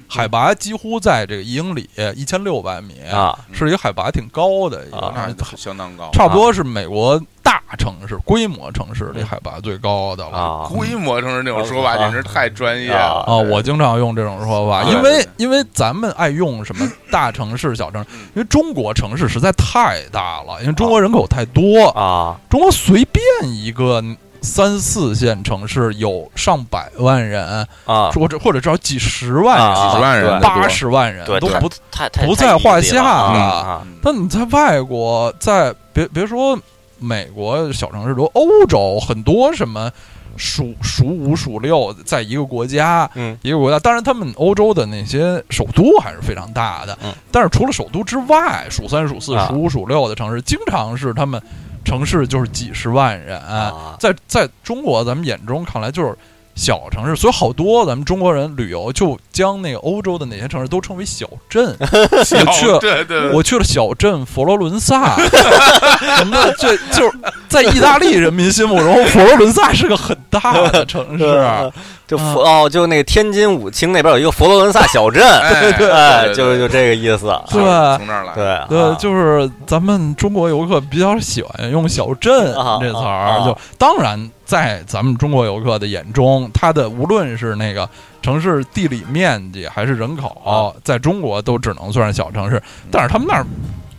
Speaker 3: 海拔几乎在这个一英里一千六百米，
Speaker 2: 啊，
Speaker 3: 是一个海拔挺高的一个，
Speaker 2: 啊
Speaker 1: 那相当高，
Speaker 3: 差不多是美国大城市规模城市里海拔最高的了。
Speaker 2: 嗯啊
Speaker 1: 规模城市那种说
Speaker 2: 啊
Speaker 1: 法简直太专业了
Speaker 3: 啊，我经常用这种说法，
Speaker 1: 对
Speaker 3: 因为
Speaker 1: 对
Speaker 3: 因为咱们爱用什么大城市、小城市，因为中国城市实在太大了，因为中国人口太多，
Speaker 2: 啊
Speaker 3: 中国随便一个三四线城市有上百万人，
Speaker 2: 啊，
Speaker 3: 或者或者至少几十万人，
Speaker 2: 啊
Speaker 1: 几十万
Speaker 2: 对
Speaker 1: 人，
Speaker 3: 八十万人
Speaker 2: 对
Speaker 3: 都
Speaker 2: 对
Speaker 3: 不。
Speaker 2: 太太
Speaker 3: 不在话下
Speaker 2: 啊
Speaker 3: 了
Speaker 2: 啊
Speaker 1: 嗯
Speaker 3: 但你在外国，在别别说美国小城市多，欧洲很多什么数数五数六，在一个国家，
Speaker 2: 嗯，
Speaker 3: 一个国家。当然，他们欧洲的那些首都还是非常大的，
Speaker 2: 嗯
Speaker 3: 但是除了首都之外，数三、数四、
Speaker 2: 啊
Speaker 3: 数五、数六的城市，经常是他们城市就是几十万人，
Speaker 2: 啊
Speaker 3: 在在中国咱们眼中看来就是。小城市，所以好多咱们中国人旅游就将那个欧洲的哪些城市都称为小
Speaker 2: [LAUGHS]
Speaker 3: 镇。我去了
Speaker 1: 哦对对，对
Speaker 3: 我去了小镇佛罗伦萨，什么的这就是在意大利人民心目中，佛罗伦萨是个很大的 [LAUGHS] 城市。啊
Speaker 2: [LAUGHS] 就
Speaker 3: 嗯
Speaker 2: 佛哦，就那个天津武清那边有一个佛罗伦萨小镇，
Speaker 1: 哎对
Speaker 2: 哎
Speaker 1: 对对
Speaker 2: 就
Speaker 1: 对
Speaker 2: 就这个意思，
Speaker 3: 对
Speaker 1: 从那儿来，
Speaker 2: 对啊
Speaker 3: 对，呃就是咱们中国游客比较喜欢用“小镇
Speaker 2: 啊”
Speaker 3: 这词
Speaker 2: 啊
Speaker 3: 儿
Speaker 2: 啊，
Speaker 3: 就当然在咱们中国游客的眼中，它的无论是那个城市地理面积还是人
Speaker 2: 啊嗯
Speaker 3: 口，在中国都只能算是小城市，但是他们那儿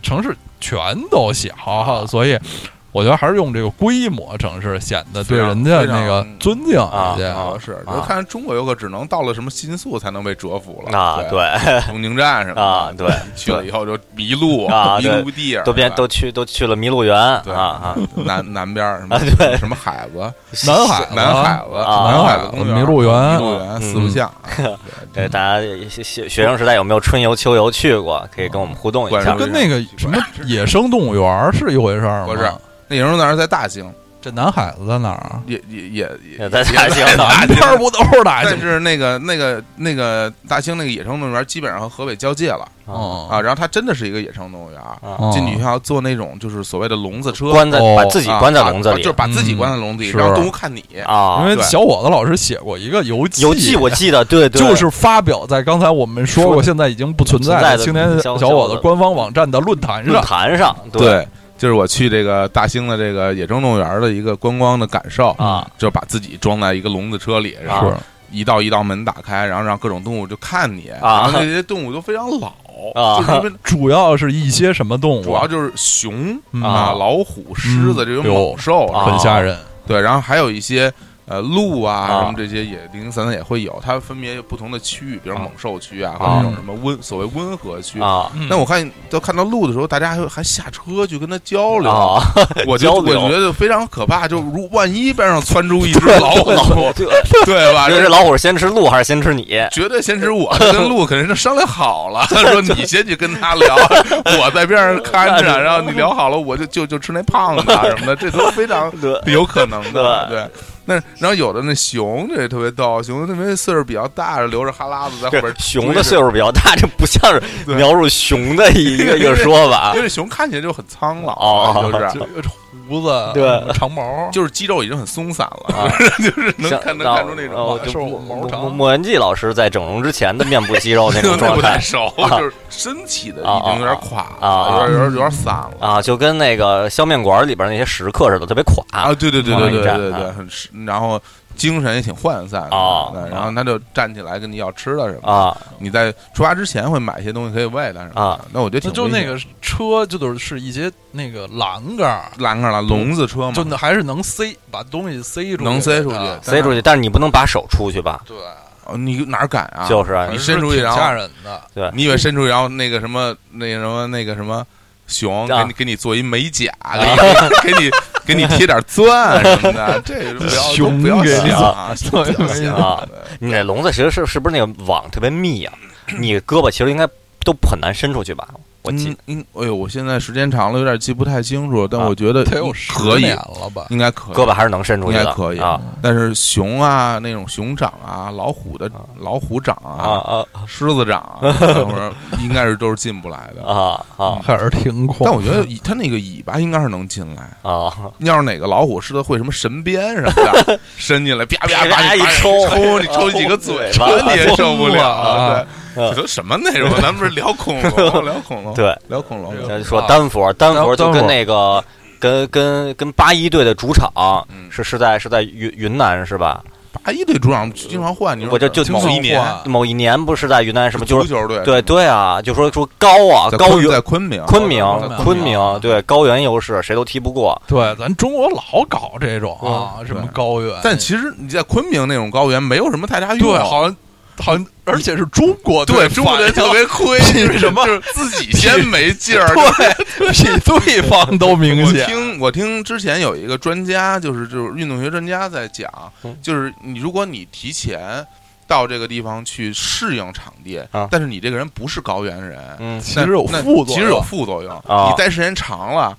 Speaker 3: 城市全都
Speaker 2: 啊
Speaker 3: 小，所以。我觉得还是用这个规模城市显得对
Speaker 1: 非常
Speaker 3: 人家
Speaker 1: 非常
Speaker 3: 那个尊敬一
Speaker 2: 啊
Speaker 3: 些。
Speaker 1: 啊是，
Speaker 2: 啊
Speaker 1: 就看中国游客只能到了什么新宿才能被折服了
Speaker 2: 啊
Speaker 1: 对
Speaker 2: 对
Speaker 1: 东京站什么的
Speaker 2: 啊对，
Speaker 1: 去了以后就迷路
Speaker 2: 啊
Speaker 1: 迷路地儿
Speaker 2: 都变
Speaker 1: 是吧
Speaker 2: 都去都去了麋鹿园啊
Speaker 1: 对
Speaker 2: 啊，
Speaker 1: 南南边儿什么
Speaker 2: 啊对
Speaker 1: 什么海子
Speaker 3: 南海子
Speaker 1: 南海子
Speaker 2: 啊嗯
Speaker 1: 南海子公园
Speaker 3: 麋鹿园
Speaker 1: 麋鹿园四不像啊
Speaker 2: 对大家学学学生时代有没有春游秋游去过？可以跟我们互动一下
Speaker 1: 管
Speaker 3: 跟那个什么野生动物园儿是一回事儿吗？
Speaker 1: 不是那野生那是在大兴
Speaker 3: 这南海子在哪儿啊？
Speaker 1: 也也也也
Speaker 2: 也 [LAUGHS] 在大兴
Speaker 3: 南边 [LAUGHS] 儿不都是大
Speaker 1: 但
Speaker 3: 兴？
Speaker 1: 是那个那个那个大兴那个野生动物园基本上和河北交界了
Speaker 3: 哦
Speaker 2: 啊
Speaker 1: 啊，然后它真的是一个野生动物园，
Speaker 2: 啊，
Speaker 1: 进去要坐那种就是所谓的笼子车，
Speaker 2: 关在
Speaker 3: 哦
Speaker 2: 把自己
Speaker 1: 啊
Speaker 2: 关在
Speaker 1: 啊
Speaker 2: 笼子
Speaker 1: 啊
Speaker 2: 里
Speaker 1: 就是把自己关在笼子里，
Speaker 3: 嗯
Speaker 1: 让
Speaker 3: 是
Speaker 1: 动物看你。
Speaker 3: 因
Speaker 2: 啊，
Speaker 3: 为
Speaker 1: 对
Speaker 3: 小伙子老师写过一个游记，
Speaker 2: 游记我记得对对，
Speaker 3: [LAUGHS] 就是发表在刚才我们说
Speaker 2: 说
Speaker 3: 过，
Speaker 2: 的
Speaker 3: 现在已经不存在
Speaker 2: 不存在
Speaker 3: 的
Speaker 2: 的
Speaker 3: 青年
Speaker 2: 小
Speaker 3: 小伙
Speaker 2: 小伙
Speaker 3: 子
Speaker 2: 子
Speaker 3: 官方网站的论坛
Speaker 2: 论
Speaker 3: 上。
Speaker 2: 坛上
Speaker 1: 对，就是我去这个大兴的这个野生动物园的一个观光的感受
Speaker 2: 啊，
Speaker 1: 就是把自己装在一个笼子车里，然后
Speaker 3: 是
Speaker 1: 一道一道门打开，然后让各种动物就看你，然
Speaker 2: 啊
Speaker 1: 后那些动物都非常老，
Speaker 2: 啊
Speaker 1: 就是
Speaker 2: [LAUGHS]
Speaker 1: 因为
Speaker 3: 主要是一些什么动
Speaker 1: 主
Speaker 3: 物
Speaker 1: 要
Speaker 3: 啊？
Speaker 1: 就是熊啊
Speaker 3: 嗯
Speaker 1: 老虎、狮子这种
Speaker 3: 嗯
Speaker 1: 猛兽，
Speaker 2: 啊
Speaker 3: 很吓人
Speaker 1: 对，然后还有一些呃鹿啊
Speaker 2: 啊
Speaker 1: 什么这些也零零散散也会有，它分别有不同的区域，比如
Speaker 2: 啊
Speaker 1: 猛兽区啊，或
Speaker 2: 啊
Speaker 1: 者那种什么温所谓温和区。
Speaker 3: 嗯
Speaker 2: 啊
Speaker 1: 那我看就看到鹿的时候，大家还还下车去跟它交流，
Speaker 2: 啊，
Speaker 1: 我就
Speaker 2: 交
Speaker 1: 我
Speaker 2: 流
Speaker 1: 觉得非常可怕。就如万一边上窜出一只老
Speaker 2: [LAUGHS] 老
Speaker 1: 虎，
Speaker 2: 这
Speaker 1: 对吧？
Speaker 2: 这是老虎先吃鹿还是先吃你？
Speaker 1: 绝对先吃我，跟鹿肯定是商量好了， [LAUGHS] 说你先去跟他聊，我在边上看
Speaker 2: [LAUGHS]
Speaker 1: 着，然后你聊好了，我就就就吃那胖子啊什么的，这都非常
Speaker 2: 对
Speaker 1: 有可能的，
Speaker 2: 对
Speaker 1: 对。那然后有的那熊这也特别逗，熊特别岁数比较大，留着哈喇子在后
Speaker 2: 这
Speaker 1: 边
Speaker 2: 熊的岁数比较大，这不像是
Speaker 1: 对
Speaker 2: 描述熊的一
Speaker 1: [LAUGHS]
Speaker 2: 个一个说法
Speaker 1: 因为熊看起来就很苍老，
Speaker 2: 哦
Speaker 1: 就是
Speaker 3: 就胡子，
Speaker 2: 对
Speaker 3: 长毛，
Speaker 1: 嗯就是肌肉已经很松散了，
Speaker 2: 啊。
Speaker 1: 就是能
Speaker 2: 像
Speaker 1: 看能
Speaker 2: 让
Speaker 1: 看出那种
Speaker 2: 哦
Speaker 3: 马
Speaker 2: 就
Speaker 3: 瘦
Speaker 2: 莫
Speaker 3: 毛
Speaker 2: 莫
Speaker 3: 长
Speaker 2: 莫莫文季老师在整容之前的面部肌肉那
Speaker 1: [LAUGHS]
Speaker 2: 种
Speaker 1: 那
Speaker 2: 状
Speaker 1: 不太
Speaker 2: 态
Speaker 1: 熟，
Speaker 2: 啊
Speaker 1: 就是身体的已经有点垮
Speaker 2: 啊啊
Speaker 1: 了，有点有点有点散了。
Speaker 2: 啊，就跟那个削面馆里边那些食客似的，特别垮
Speaker 1: 啊，对对对对
Speaker 2: 往那
Speaker 1: 对
Speaker 2: 一站
Speaker 1: 对对，
Speaker 2: 啊
Speaker 1: 很是，然后精神也挺涣散的，
Speaker 2: 哦
Speaker 1: 对然后他就站起来跟你要吃的什么，
Speaker 2: 啊
Speaker 1: 你在出发之前会买一些东西可以喂它什么的
Speaker 2: 啊，
Speaker 1: 那我觉得
Speaker 3: 那
Speaker 1: 挺
Speaker 3: 就
Speaker 1: 危
Speaker 3: 那
Speaker 1: 险
Speaker 3: 个车就都是一些那个栏杆儿，
Speaker 1: 栏杆了笼子车嘛
Speaker 3: 就，那还是能塞把东西塞出去的，
Speaker 1: 嗯能塞出去
Speaker 3: 啊
Speaker 2: 塞出去，但是你不能把手出去吧？
Speaker 3: 对，
Speaker 1: 哦你哪儿敢啊？
Speaker 2: 就是啊
Speaker 1: 你伸出去，
Speaker 3: 还是挺
Speaker 1: 然
Speaker 3: 吓
Speaker 1: 后
Speaker 3: 人的，
Speaker 1: 你以为伸出去，然后那个什么那个什么那个什么熊给
Speaker 2: 啊
Speaker 1: 你给你做一美甲，给你给你给你贴点钻什么的，这不要都
Speaker 3: 熊
Speaker 1: 不要
Speaker 3: 给
Speaker 2: 你
Speaker 1: 想啊，
Speaker 3: 啊
Speaker 1: 都不要想
Speaker 2: 啊
Speaker 1: 对
Speaker 2: 你那笼子其实是是不是那个网特别
Speaker 1: [CLEARS THROAT]
Speaker 2: 密啊？你胳膊其实应该都很难伸出去吧？我记
Speaker 1: 嗯嗯，哎呦，我现在时间长了有点记不太清楚，但
Speaker 2: 啊
Speaker 1: 我觉得
Speaker 3: 得有
Speaker 1: 应
Speaker 3: 十
Speaker 1: 可以
Speaker 3: 年，了吧？
Speaker 1: 应该可以
Speaker 2: 胳膊还是能伸出去
Speaker 1: 嗯应
Speaker 2: 的，
Speaker 1: 该可以
Speaker 2: 啊
Speaker 1: 但是熊啊，那种熊掌啊，老虎的
Speaker 2: 啊
Speaker 1: 老虎掌
Speaker 2: 啊
Speaker 1: 啊，
Speaker 2: 啊
Speaker 1: 狮子掌啊，等会儿应该是都是进不来的。
Speaker 2: 啊啊
Speaker 3: 还是挺恐，
Speaker 1: 但我觉得尾它那个尾巴应该是能进来，
Speaker 2: 啊！
Speaker 1: 要是哪个老虎狮子会什么神鞭什么
Speaker 2: [LAUGHS]
Speaker 1: 的伸进来，啪啪
Speaker 2: 啪
Speaker 1: 把你
Speaker 2: 一
Speaker 1: 把你
Speaker 2: 抽
Speaker 1: 抽你抽几个嘴
Speaker 2: 啊
Speaker 1: 巴，你也受不了
Speaker 3: 啊
Speaker 1: 对，
Speaker 2: 啊
Speaker 1: 这都什么内容？咱们不是聊恐龙，聊恐龙，
Speaker 2: [LAUGHS] 对，
Speaker 1: 聊恐龙，
Speaker 2: 咱说丹佛，丹佛就
Speaker 1: 呃啊丹
Speaker 2: 跟
Speaker 1: 佛
Speaker 2: 那个跟跟跟八一队的主场
Speaker 1: 嗯
Speaker 2: 是是在是在云云南是吧？
Speaker 1: 八一队主场经常换，你说
Speaker 2: 我就就
Speaker 1: 经常
Speaker 2: 某
Speaker 1: 一年
Speaker 3: 换
Speaker 2: 某一年不是在云南什么就
Speaker 1: 足
Speaker 2: 是
Speaker 1: 球队
Speaker 2: 对对啊，就说说高啊
Speaker 1: 在
Speaker 2: 高
Speaker 1: 昆
Speaker 2: 原
Speaker 1: 在昆明，啊
Speaker 2: 昆明
Speaker 3: 高原
Speaker 2: 昆
Speaker 3: 高
Speaker 2: 明
Speaker 3: 原
Speaker 2: 对高原优势谁都踢不过
Speaker 3: 对，咱中国老搞这种啊，什么高原，
Speaker 1: 嗯但其实你在昆明那种高原没有什么太大用，啊
Speaker 3: 对，好像好像，而且是中国
Speaker 1: 对中国人特别
Speaker 2: [LAUGHS]
Speaker 1: 亏，
Speaker 3: 为什么
Speaker 1: 就是自己先没劲儿。
Speaker 3: 对比对方都明
Speaker 1: 我
Speaker 3: 显，
Speaker 1: 听我听之前有一个专家，就是就是运动学专家在讲
Speaker 2: 嗯，
Speaker 1: 就是你如果你提前到这个地方去适应场地
Speaker 2: 啊，
Speaker 1: 但是你这个人不是高原人，
Speaker 2: 嗯
Speaker 3: 其
Speaker 1: 那
Speaker 3: 实有
Speaker 1: 那
Speaker 3: 副作用，
Speaker 1: 其实有副作用。
Speaker 2: 啊
Speaker 1: 你待时间长了，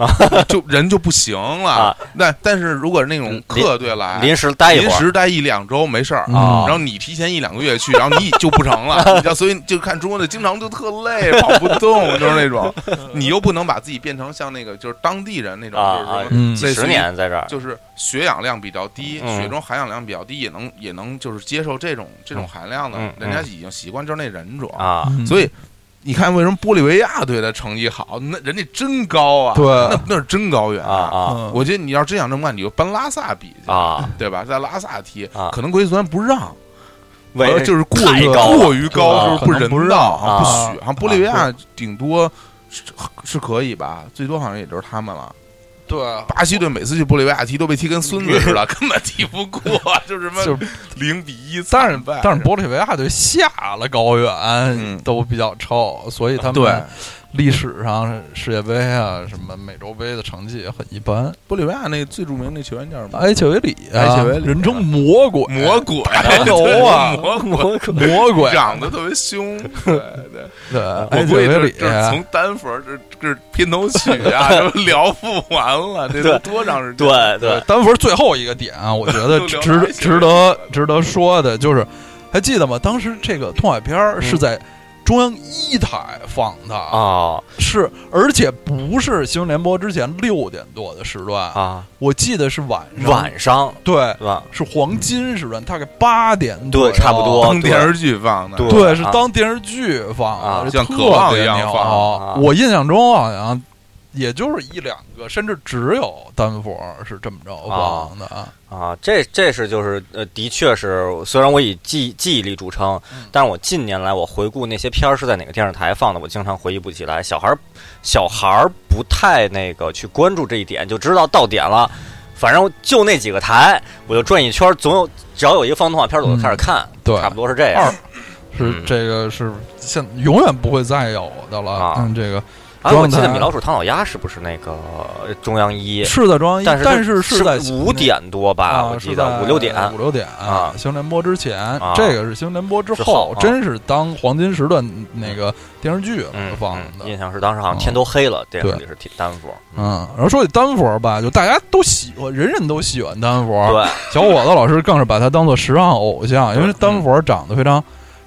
Speaker 1: 就人就不行了
Speaker 2: 啊。
Speaker 1: 那但是如果是那种
Speaker 2: 临
Speaker 1: 客队来，
Speaker 2: 临时待一
Speaker 1: 临
Speaker 2: 会儿
Speaker 1: 时待一两周没事儿
Speaker 3: 嗯
Speaker 2: 啊
Speaker 1: 然后你提前一两个
Speaker 2: [LAUGHS]
Speaker 1: 月去，然后你就不成了，你知道，所以就看中国队经常就特
Speaker 2: [LAUGHS]
Speaker 1: 累，跑不动，就是那种，你又不能把自己变成像那个就是当地人那种，
Speaker 2: 啊
Speaker 1: 就是
Speaker 2: 啊
Speaker 1: 说
Speaker 3: 嗯
Speaker 2: 几十年在这儿
Speaker 1: 就是血氧量比较低，
Speaker 2: 嗯
Speaker 1: 血中含氧量比较低，也能也能就是接受这种这种含量的
Speaker 2: 嗯，嗯
Speaker 1: 人家已经习惯就是那人种，
Speaker 2: 啊
Speaker 3: 嗯
Speaker 1: 所以。你看，为什么玻利维亚队的成绩好？那人家真高啊，
Speaker 3: 对
Speaker 1: 那那是真高原
Speaker 2: 啊！啊
Speaker 3: 嗯
Speaker 1: 我觉得你要真想这么干，你就搬拉萨比去，
Speaker 2: 啊！
Speaker 1: 对吧？在拉萨踢
Speaker 2: 啊，
Speaker 1: 可能国际足联不让，
Speaker 2: 为
Speaker 1: 呃就是过
Speaker 2: 太
Speaker 1: 于
Speaker 2: 高了
Speaker 1: 过于
Speaker 2: 啊
Speaker 1: 高，就是
Speaker 3: 可能不
Speaker 1: 人
Speaker 3: 让
Speaker 1: 道啊，不
Speaker 3: 啊
Speaker 1: 许啊。玻利维亚顶多是是可以吧，最多好像也就是他们了。
Speaker 3: 对，
Speaker 1: 巴西队每次去玻利维亚踢都被踢跟孙子似
Speaker 3: [LAUGHS]
Speaker 1: 的，根本踢不过，就是什
Speaker 3: 就
Speaker 1: 么零比一惨败。
Speaker 3: 但是玻利维亚队下了高原
Speaker 1: 嗯啊
Speaker 3: 都比较臭，所以他
Speaker 1: 对
Speaker 3: 们历史上世界杯啊、什么美洲杯的成绩也很一般。
Speaker 1: 玻利维亚那最著名那球员叫什么？
Speaker 3: 埃切维里啊，
Speaker 1: 埃切维里
Speaker 3: 人称魔鬼，
Speaker 1: 魔鬼，
Speaker 3: 哎牛啊
Speaker 1: [LAUGHS] 魔鬼。
Speaker 2: 我可
Speaker 3: 魔鬼，
Speaker 1: 长得特别
Speaker 3: [LAUGHS]
Speaker 1: 凶，对哎对，
Speaker 3: 对，
Speaker 1: 我
Speaker 3: 埃
Speaker 1: 估
Speaker 3: 切
Speaker 1: 计
Speaker 3: 维
Speaker 1: 这
Speaker 3: 里，啊
Speaker 1: 这从丹佛这这片头曲啊，什么聊不完了，这
Speaker 2: 对
Speaker 1: 都多长时间？
Speaker 2: 对对
Speaker 3: 呃丹佛最后一个点啊，我觉
Speaker 1: [LAUGHS]
Speaker 3: 得
Speaker 1: 都聊
Speaker 3: 值
Speaker 1: 埃切
Speaker 3: 得
Speaker 1: 维
Speaker 3: 值
Speaker 1: 里
Speaker 3: 得值得说的就是，还记得吗？当时这个动画片儿是在中央一台放的啊，
Speaker 2: 嗯啊
Speaker 3: 是而且不是新闻联播之前六点多的时段，
Speaker 2: 啊
Speaker 3: 我记得是晚上，
Speaker 2: 晚上
Speaker 3: 对，
Speaker 2: 是吧？
Speaker 3: 是黄金时段，大概八点左
Speaker 2: 对
Speaker 3: 右
Speaker 2: 差不多
Speaker 1: 当电视剧放的，
Speaker 2: 对
Speaker 3: 对，是
Speaker 2: 啊
Speaker 3: 当电视剧放的，
Speaker 2: 啊
Speaker 3: 这
Speaker 1: 像
Speaker 3: 特
Speaker 1: 渴望
Speaker 3: 别
Speaker 1: 一样
Speaker 3: 牛
Speaker 1: 放
Speaker 2: 啊
Speaker 3: 我印象中好像也就是一两个，甚至只有丹佛是这么着放的啊。
Speaker 2: 啊，这这是就是呃，的确是，虽然我以记记忆力著称，
Speaker 3: 嗯
Speaker 2: 但是我近年来我回顾那些片儿是在哪个电视台放的，我经常回忆不起来。小孩儿，小孩儿不太那个去关注这一点，就知道到点了，反正就那几个台，我就转一圈，总有只要有一个放动画片，我就开始看，
Speaker 3: 嗯对
Speaker 2: 差不多是这样
Speaker 3: 二。是
Speaker 2: 嗯
Speaker 3: 这个是现永远不会再有的了
Speaker 2: 啊。
Speaker 3: 嗯，这个
Speaker 2: 哎，
Speaker 3: 中央
Speaker 2: 我记得
Speaker 3: 台
Speaker 2: 米老鼠、唐老鸭是不是那个呃中央一？
Speaker 3: 是在中央一，
Speaker 2: 但是
Speaker 3: 但是
Speaker 2: 是
Speaker 3: 在
Speaker 2: 五点多吧，
Speaker 3: 啊，
Speaker 2: 我记
Speaker 3: 是
Speaker 2: 得
Speaker 3: 在
Speaker 2: 五六点。
Speaker 3: 五六点
Speaker 2: 啊
Speaker 3: 新闻联播之前，
Speaker 2: 啊
Speaker 3: 这个是新闻联播之
Speaker 2: 之后啊
Speaker 3: 真是当黄金时段那个电视剧
Speaker 2: 嗯，
Speaker 3: 放
Speaker 2: 嗯
Speaker 3: 的。
Speaker 2: 印象是当时好像天都黑了，电视里是单佛。
Speaker 3: 嗯，然后说起丹佛吧，就大家都喜欢，人人都喜欢丹佛。
Speaker 2: 对，
Speaker 3: 小伙子老师更是把他当做时尚偶像，因为
Speaker 2: 对
Speaker 3: 丹佛长得非常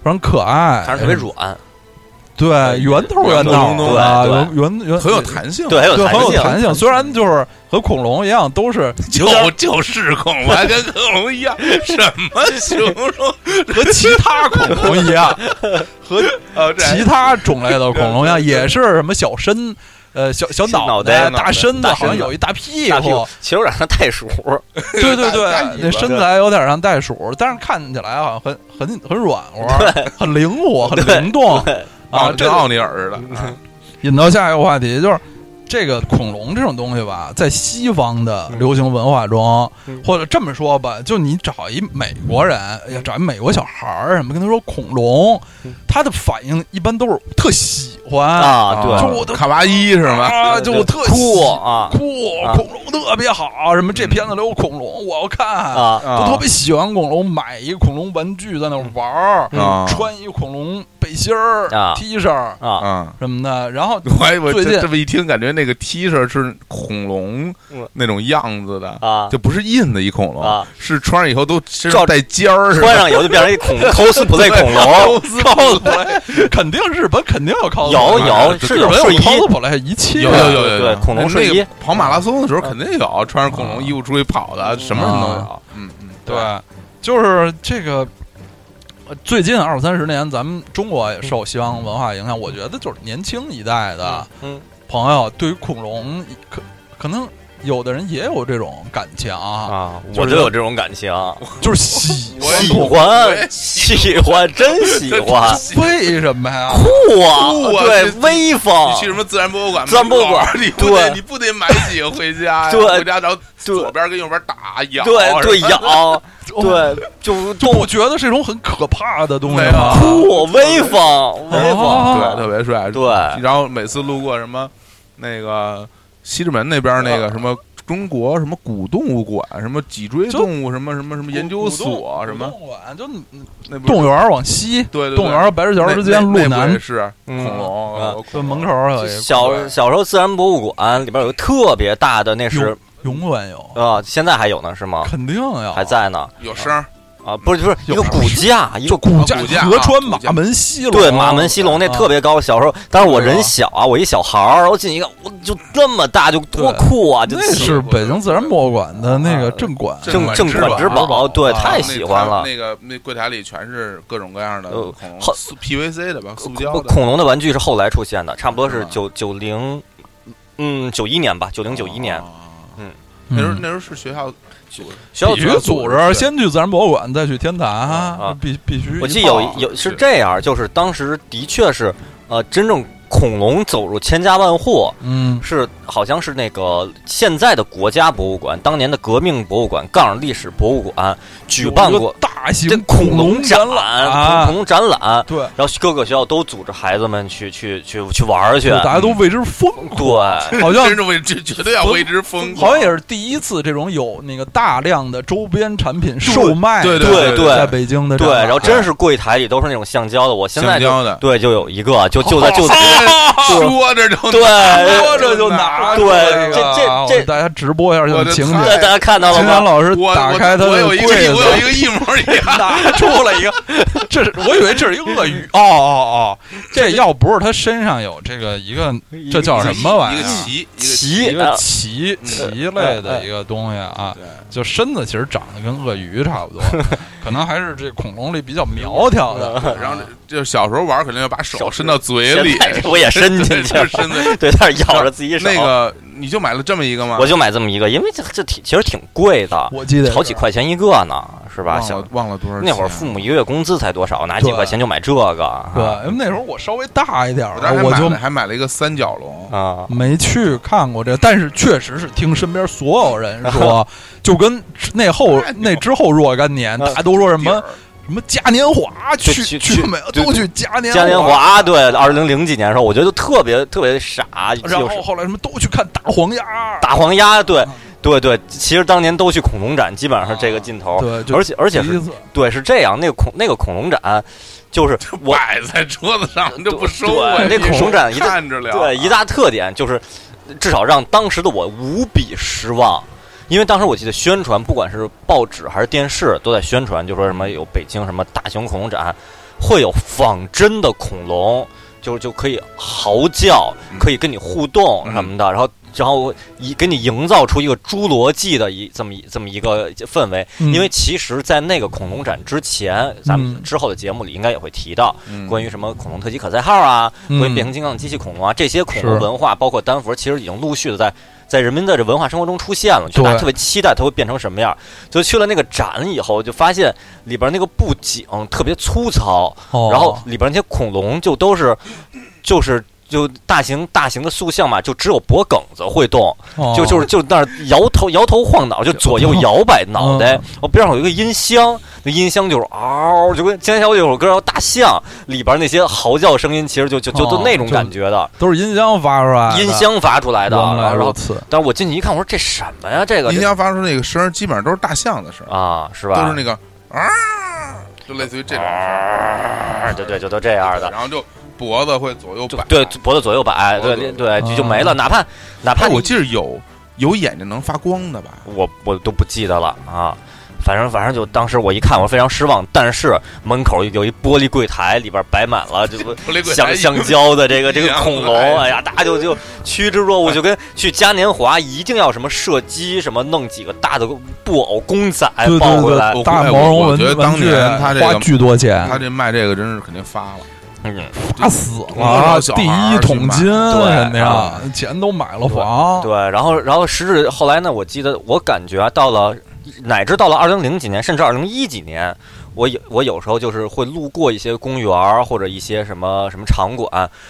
Speaker 3: 非常可爱，嗯
Speaker 2: 但是特别，软，
Speaker 3: 对，圆呃头圆脑
Speaker 1: 圆头
Speaker 3: 的啊，
Speaker 2: 对
Speaker 3: 圆圆圆
Speaker 1: 很有弹性，
Speaker 2: 对，很有
Speaker 3: 对，很有
Speaker 2: 性。
Speaker 3: 弹性。虽然就是和恐龙一样，都是
Speaker 1: 就就是恐龙，还跟恐龙一样，什么形容？
Speaker 3: 和其他恐龙一样，
Speaker 1: 和呃，
Speaker 3: [LAUGHS]
Speaker 1: 这
Speaker 3: 其他种类的恐龙呀，也是什么小身，呃，小小脑
Speaker 1: 小脑袋
Speaker 3: 大身子，
Speaker 2: 大身子
Speaker 3: 好像有一大屁
Speaker 2: 大屁股
Speaker 3: 股，，
Speaker 2: 其实有点像袋鼠，
Speaker 3: 对对对
Speaker 1: 大大尾，巴
Speaker 3: 那身材有点像袋鼠，但是看起来好像很很很软和，很灵活，很灵动
Speaker 2: 对
Speaker 3: 啊。
Speaker 1: 啊，
Speaker 3: 这
Speaker 1: 跟奥尼尔似的，
Speaker 3: 引到下一个话题，就是这个恐龙这种东西吧，在西方的流行文化中，或者这么说吧，就你找一美国人，哎呀，找一美国小孩儿什么，跟他说恐龙，他的反应一般都是特喜欢
Speaker 2: 啊对
Speaker 3: 就我都
Speaker 1: 卡哇伊是吗？
Speaker 3: 啊，就我特喜
Speaker 2: 酷啊
Speaker 3: 酷，
Speaker 2: 啊
Speaker 3: 恐龙特别好，什么这片子里有恐龙，我要看。
Speaker 2: 啊！
Speaker 1: 啊
Speaker 3: 都特别喜欢恐龙，买一恐龙玩具在那玩儿，
Speaker 1: 啊
Speaker 3: 穿一恐龙背心儿、
Speaker 2: 嗯啊
Speaker 3: T 恤儿
Speaker 2: 啊，
Speaker 1: 啊。
Speaker 3: 什么的，
Speaker 2: [LAUGHS]
Speaker 3: 然后
Speaker 1: 我还我
Speaker 3: 最近
Speaker 1: 这这么一听，感觉那个 T 恤是恐龙
Speaker 2: 嗯
Speaker 1: 那种样子的
Speaker 2: 啊
Speaker 1: 就不是印的一恐龙，
Speaker 2: 啊
Speaker 1: 是穿上以后都身
Speaker 2: 照
Speaker 1: 上带尖儿似的，
Speaker 2: 穿上以后就变成一恐 cosplay
Speaker 1: [LAUGHS]
Speaker 2: 恐龙，
Speaker 3: [LAUGHS] cosplay 肯定日本肯定有 cosplay，
Speaker 2: 有有
Speaker 1: 这
Speaker 2: 是
Speaker 3: 日本
Speaker 2: 睡
Speaker 3: 有
Speaker 2: 衣，
Speaker 3: cosplay 一切
Speaker 1: 有有有有
Speaker 2: 对
Speaker 1: 有
Speaker 2: 恐龙睡衣
Speaker 1: 哎那个跑马拉松的时候肯定有穿着恐龙衣服出去跑的，什么人都有
Speaker 3: 嗯啊。
Speaker 1: 嗯嗯，
Speaker 3: 对，就是这个。呃最近二三十年，咱们中国也受西方文化影响，我觉得就是年轻一代的
Speaker 2: 嗯，
Speaker 3: 朋友对于恐龙，可可能有的人也有这种感情
Speaker 2: 嗯
Speaker 3: 啊，
Speaker 2: 啊，
Speaker 3: 就
Speaker 2: 我
Speaker 3: 是
Speaker 2: 就有这种感情，
Speaker 3: 就
Speaker 1: [LAUGHS]
Speaker 3: 是喜
Speaker 1: 我也
Speaker 2: 喜
Speaker 1: 有我
Speaker 2: 欢
Speaker 1: 也，
Speaker 2: 喜欢，真喜欢
Speaker 1: [LAUGHS]
Speaker 3: [LAUGHS] 为什么呀？
Speaker 2: 酷啊
Speaker 1: 酷啊
Speaker 2: 对
Speaker 1: 这，
Speaker 2: 威
Speaker 1: 你
Speaker 2: 风，
Speaker 1: 去什么自然博物馆？
Speaker 2: 自然博物馆
Speaker 1: 你不得
Speaker 2: 对
Speaker 1: 你不得买几个回家呀？
Speaker 2: [LAUGHS] 对
Speaker 1: 回家然后
Speaker 2: 对
Speaker 1: 左边跟右边打咬，
Speaker 2: 对对
Speaker 1: 是 [LAUGHS] 吧，
Speaker 2: 咬，对就
Speaker 3: 就
Speaker 2: 动
Speaker 3: 我觉得是一种很可怕的东西
Speaker 1: 对
Speaker 3: 啊 [LAUGHS]
Speaker 1: 啊，
Speaker 2: 酷威风威
Speaker 3: 哦
Speaker 1: 对，
Speaker 2: 风，
Speaker 1: 特别帅，
Speaker 2: 对
Speaker 1: 然后每次路过什么那个西直门那边那个什么。中国什么古动物馆，什么脊椎
Speaker 3: 就
Speaker 1: 动物，什么什么什么研究
Speaker 3: 古
Speaker 1: 所，啊
Speaker 3: 动
Speaker 1: 什么
Speaker 3: 古动馆，就
Speaker 1: 那不是
Speaker 3: 动物园儿往西，
Speaker 1: 对对对
Speaker 3: 动物园儿和白石桥
Speaker 1: 那
Speaker 3: 之间路
Speaker 1: 那那不
Speaker 3: 南
Speaker 1: 也，是恐
Speaker 2: 嗯
Speaker 1: 龙，
Speaker 2: 啊
Speaker 1: 呃
Speaker 3: 就
Speaker 1: 恐龙
Speaker 3: 门口儿有一个
Speaker 2: 小小时候，自然博物馆里边有个特别大的，那是
Speaker 3: 永远有，
Speaker 2: 啊，现在还有呢，是吗？
Speaker 3: 肯定有，
Speaker 2: 还在呢
Speaker 1: 有声儿，
Speaker 2: 啊，不是，不是一
Speaker 3: 有
Speaker 2: 个骨架，一个骨
Speaker 3: 骨
Speaker 1: 架
Speaker 3: 架
Speaker 1: 啊
Speaker 3: 河川
Speaker 1: 骨
Speaker 3: 马
Speaker 1: 架
Speaker 3: 门西龙，
Speaker 2: 对马门西龙那特
Speaker 3: 别
Speaker 2: 别高。小时候，当时我
Speaker 3: 对啊
Speaker 2: 人小啊，我一小孩儿，然后进一个，我就这么大，就多
Speaker 3: 对
Speaker 2: 酷啊！就
Speaker 3: 那是北京自然博物馆的那个
Speaker 2: 啊
Speaker 3: 镇馆，
Speaker 1: 镇
Speaker 2: 正正
Speaker 1: 馆
Speaker 2: 馆
Speaker 1: 之
Speaker 2: 之
Speaker 3: 宝
Speaker 2: 宝，对，
Speaker 3: 啊
Speaker 2: 太
Speaker 1: 那
Speaker 2: 喜欢
Speaker 1: 他
Speaker 2: 了。
Speaker 1: 那个那柜台里全是各种各样的
Speaker 2: 呃
Speaker 1: 恐龙
Speaker 2: 好
Speaker 1: 塑，PVC 的吧，塑胶
Speaker 2: 恐
Speaker 1: 的。啊
Speaker 2: 恐龙的玩具是后来出现的，差不多
Speaker 1: 是
Speaker 2: 是
Speaker 1: 吗
Speaker 2: 九九零，嗯，九一年吧，九零九一年
Speaker 1: 哦。那时候
Speaker 3: 嗯。
Speaker 1: 那时候是学校组织，
Speaker 2: 学校
Speaker 3: 必须组织先去自然博物馆，再去天坛
Speaker 2: 啊，
Speaker 3: 必必须一套。
Speaker 2: 我记得有一有是这样，就是当时的确是，呃，真正恐龙走入千家万户，
Speaker 3: 嗯，
Speaker 2: 是好像是那个现在的国家博物馆，当年的革命博物馆杠历史博物馆举办
Speaker 3: 有一
Speaker 2: 过
Speaker 3: 个大型
Speaker 2: 这恐龙
Speaker 3: 龙
Speaker 2: 展
Speaker 3: 览
Speaker 2: 恐恐
Speaker 3: 啊，
Speaker 2: 龙展览，
Speaker 3: 对，
Speaker 2: 然后各个学校都组织孩子们去去去去玩儿去，
Speaker 3: 大家都为之
Speaker 2: [LAUGHS]
Speaker 3: 疯狂，
Speaker 2: 对，
Speaker 3: 好像
Speaker 1: 真是为绝绝对要为之疯狂，
Speaker 3: 好像也是第一次这种有那个大量的周边产品售卖，
Speaker 1: 对
Speaker 2: 对
Speaker 1: 对
Speaker 2: 对
Speaker 3: 在北京的
Speaker 2: 对，然后真
Speaker 3: 是
Speaker 2: 是柜台里都是那种橡胶的，我现在
Speaker 1: 橡
Speaker 2: 就
Speaker 1: 胶的，
Speaker 2: 对就有一个，就就在就
Speaker 1: 啊说着就
Speaker 2: 对，
Speaker 1: 哎
Speaker 3: 说着就拿出来
Speaker 2: 对
Speaker 3: 了
Speaker 2: 这这
Speaker 3: 啊我
Speaker 2: 这
Speaker 3: 给大家直播一下这
Speaker 1: 我
Speaker 3: 个
Speaker 1: 的
Speaker 3: 情
Speaker 1: 菜
Speaker 3: 景
Speaker 2: 大，大家看到了
Speaker 3: 青
Speaker 2: 吗
Speaker 3: 山？老师
Speaker 1: 我
Speaker 3: 打
Speaker 1: 我
Speaker 3: 开他
Speaker 1: 我
Speaker 3: 的
Speaker 1: 有一
Speaker 3: 柜
Speaker 1: 个
Speaker 3: 子，
Speaker 1: 我有一个一模一
Speaker 3: [LAUGHS]
Speaker 1: 样，
Speaker 3: 拿出来一个， [LAUGHS] 这是我以为这是一个鳄鱼，哦哦哦，这要不是他身上有这个一个这叫什么玩
Speaker 1: 一
Speaker 3: 意
Speaker 1: 个
Speaker 3: 儿？
Speaker 1: 旗，一个旗
Speaker 2: 奇
Speaker 3: 一个鳍
Speaker 1: 嗯
Speaker 3: 鳍类的一个东西啊，
Speaker 1: 对，
Speaker 3: 就身子其实长得跟鳄鱼差
Speaker 1: [LAUGHS]
Speaker 3: 不多，可能还是这恐龙里比较苗条的。
Speaker 1: 然后就小时候玩，肯定要把手
Speaker 2: 手
Speaker 1: 伸到嘴里，
Speaker 2: [LAUGHS] 现在我也伸
Speaker 1: 对
Speaker 2: 进去
Speaker 1: 就
Speaker 2: 了
Speaker 1: 是伸在
Speaker 2: 对，但是咬着自己手。
Speaker 1: 那个你就买了这么一个吗？
Speaker 2: 我就买这么一个，因为这这挺其实挺贵的，
Speaker 3: 我记得
Speaker 2: 好几块钱一个呢，是吧？
Speaker 1: 忘
Speaker 2: 想
Speaker 1: 了忘了多少钱。啊
Speaker 2: 那会
Speaker 3: 啊
Speaker 2: 儿父母一个月工资才多少，拿几块钱就买这个，
Speaker 3: 对
Speaker 2: 啊，
Speaker 3: 因为那时候我稍微大一点
Speaker 1: 我
Speaker 3: 儿
Speaker 1: 当时
Speaker 3: 了，
Speaker 1: 还
Speaker 3: 我
Speaker 1: 买
Speaker 3: 就
Speaker 1: 了还买了一个三角龙，
Speaker 2: 啊，
Speaker 3: [LAUGHS] 没去看过这，但是确实是听身边所有人
Speaker 2: [LAUGHS]
Speaker 3: 说，就跟那后
Speaker 1: 那你
Speaker 3: 那之后若干年，大家都说什
Speaker 1: 底
Speaker 3: 么
Speaker 1: 儿
Speaker 3: 什么嘉年华，
Speaker 2: 嗯就
Speaker 3: 去
Speaker 2: 去
Speaker 3: 去
Speaker 2: 去
Speaker 3: 美
Speaker 2: 对
Speaker 3: 都去嘉年
Speaker 2: 嘉年，华，对，二零零几年的时候，我觉得就特别特别傻，
Speaker 3: 然
Speaker 2: 就是
Speaker 3: 后后来什么都去看大黄鸭，
Speaker 2: 大黄鸭，对
Speaker 3: 嗯
Speaker 2: 对对，其实当年都去恐龙展，基本上是这个劲头，
Speaker 3: 对，就
Speaker 2: 而且而且
Speaker 3: 第
Speaker 2: 是
Speaker 3: 一次
Speaker 2: 对是这样，那个恐那个恐龙展就是我
Speaker 1: 摆在桌子上就不收啊！
Speaker 2: 对
Speaker 1: 你
Speaker 2: 那恐龙展一大
Speaker 1: 看着了，啊
Speaker 2: 对，一大特点就是，至少让当时的我无比失望，因为当时我记得宣传，不管是报纸还是电视，都在宣传，就说什么有北京什么大型恐龙展，会有仿真的恐龙，就就可以嚎叫
Speaker 1: 嗯，
Speaker 2: 可以跟你互动什么的，然后。然后一给你营造出一个侏罗纪的一这么一这么一个氛围，
Speaker 3: 嗯
Speaker 2: 因为其实，在那个恐龙展之前，咱们
Speaker 3: 嗯
Speaker 2: 之后的节目里应该也会提到，
Speaker 1: 嗯
Speaker 2: 关于什么恐龙特级可赛号啊，
Speaker 3: 嗯
Speaker 2: 关于变形金刚的机器恐龙啊，这些恐龙
Speaker 3: 是
Speaker 2: 文化，包括单佛，其实已经陆续的在在人们的这文化生活中出现了，就大家
Speaker 3: 对
Speaker 2: 特别期待它会变成什么样。就去了那个展以后，就发现里边那个布景特别粗糙，
Speaker 3: 哦
Speaker 2: 然后里边那些恐龙就都是就是。就大型大型的塑像嘛，就只有脖梗子会动，
Speaker 3: 哦
Speaker 2: 就就是就那儿摇头摇头晃脑，就左右摇摆脑袋
Speaker 3: 嗯。
Speaker 2: 我边上有一个音箱，那音箱就是嗷，就跟今天下午有首歌叫《大象》，里边那些嚎叫声音，其实就就就
Speaker 3: 哦
Speaker 2: 就那种
Speaker 3: 就
Speaker 2: 感觉的，
Speaker 3: 都是音箱发出来的，
Speaker 2: 音箱发出来的。啊
Speaker 3: 原来
Speaker 2: 然
Speaker 3: 如
Speaker 2: 后，
Speaker 3: 此，
Speaker 2: 但是我进去一看，我说这什么呀？这个
Speaker 1: 音
Speaker 2: 这
Speaker 1: 箱发出那个声儿，基本上都是大象的声儿，
Speaker 2: 啊，是
Speaker 1: 都
Speaker 2: 吧
Speaker 1: 是？那个啊，就类似于这种声儿
Speaker 2: 啊，对对，就都这样的。
Speaker 1: 然后就脖子会左右
Speaker 2: 就
Speaker 1: 摆，哎
Speaker 2: 对，脖子左右摆，
Speaker 1: 脖子
Speaker 2: 对
Speaker 1: 左
Speaker 3: 哦
Speaker 1: 右
Speaker 2: 对对，就就没了。哪怕哪怕
Speaker 1: 哎，我
Speaker 2: 你
Speaker 1: 记得有有眼睛能发光的吧？
Speaker 2: 我我都不记得了啊。反正反正就当时我一看，我非常失望。但是门口有一玻璃柜台，里边摆满
Speaker 1: [LAUGHS]
Speaker 2: 了就是
Speaker 1: 玻璃柜台
Speaker 2: 橡橡胶的这个这个恐龙，
Speaker 1: 一样
Speaker 2: 哎呀，大家就就趋之若鹜，就跟去嘉年华一定要什么射击，什么弄几个大的布偶公仔
Speaker 3: 对
Speaker 2: 抱回
Speaker 3: 对
Speaker 2: 来，
Speaker 3: 对，大
Speaker 1: 哎我
Speaker 3: 毛绒
Speaker 1: 我
Speaker 3: 文
Speaker 1: 觉得
Speaker 3: 文
Speaker 1: 当
Speaker 3: 具
Speaker 1: 年他这
Speaker 3: 花
Speaker 1: 个
Speaker 3: 巨多钱，
Speaker 1: 他这卖这个真是肯定发了，
Speaker 2: 嗯，
Speaker 3: 打死
Speaker 1: 多少
Speaker 3: 了，
Speaker 1: 小
Speaker 3: 第
Speaker 1: 孩
Speaker 3: 一
Speaker 1: 儿去
Speaker 3: 桶
Speaker 1: 买
Speaker 3: 金
Speaker 2: 对
Speaker 3: 人家
Speaker 2: 啊
Speaker 3: 钱都买了房，
Speaker 2: 对。然后然后时至后来呢，我记得我感觉啊到了乃至到了二零零几年，甚至二零一几年，我有我有时候就是会路过一些公园儿或者一些什么什么场馆，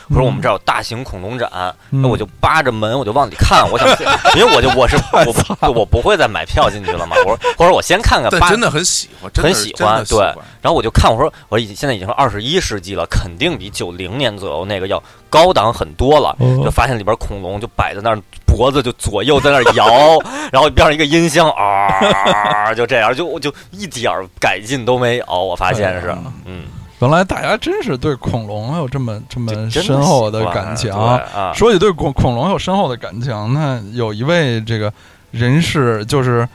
Speaker 2: 或者我们这儿有大型恐龙展，
Speaker 3: 嗯
Speaker 2: 那我就扒着门我就往里看，我想，因为我就我是我我不会再买票进去了嘛，我说或者我先看看
Speaker 1: 但
Speaker 2: 扒，
Speaker 1: 真的很喜欢，真的
Speaker 2: 呃很
Speaker 1: 是
Speaker 2: 喜
Speaker 1: 真的
Speaker 2: 欢
Speaker 1: 喜
Speaker 2: 对然后我就看我说我已经现在已经是二十一世纪了，肯定比九零年左右那个要高档很多了。就
Speaker 3: 哦
Speaker 2: 发现里边恐龙就摆在那儿，脖子就左右在那儿摇， [LAUGHS] 然后边上一个音箱啊，就这样，就我就一点儿改进都没有。我发现是
Speaker 3: 哎呀，
Speaker 2: 嗯，
Speaker 3: 原来大家真是对恐龙有这么这么
Speaker 2: 就真
Speaker 3: 深厚的感
Speaker 2: 喜
Speaker 3: 情。
Speaker 2: 欢对啊，
Speaker 3: 说起对恐恐龙有深厚的感情，那有一位这个人士就是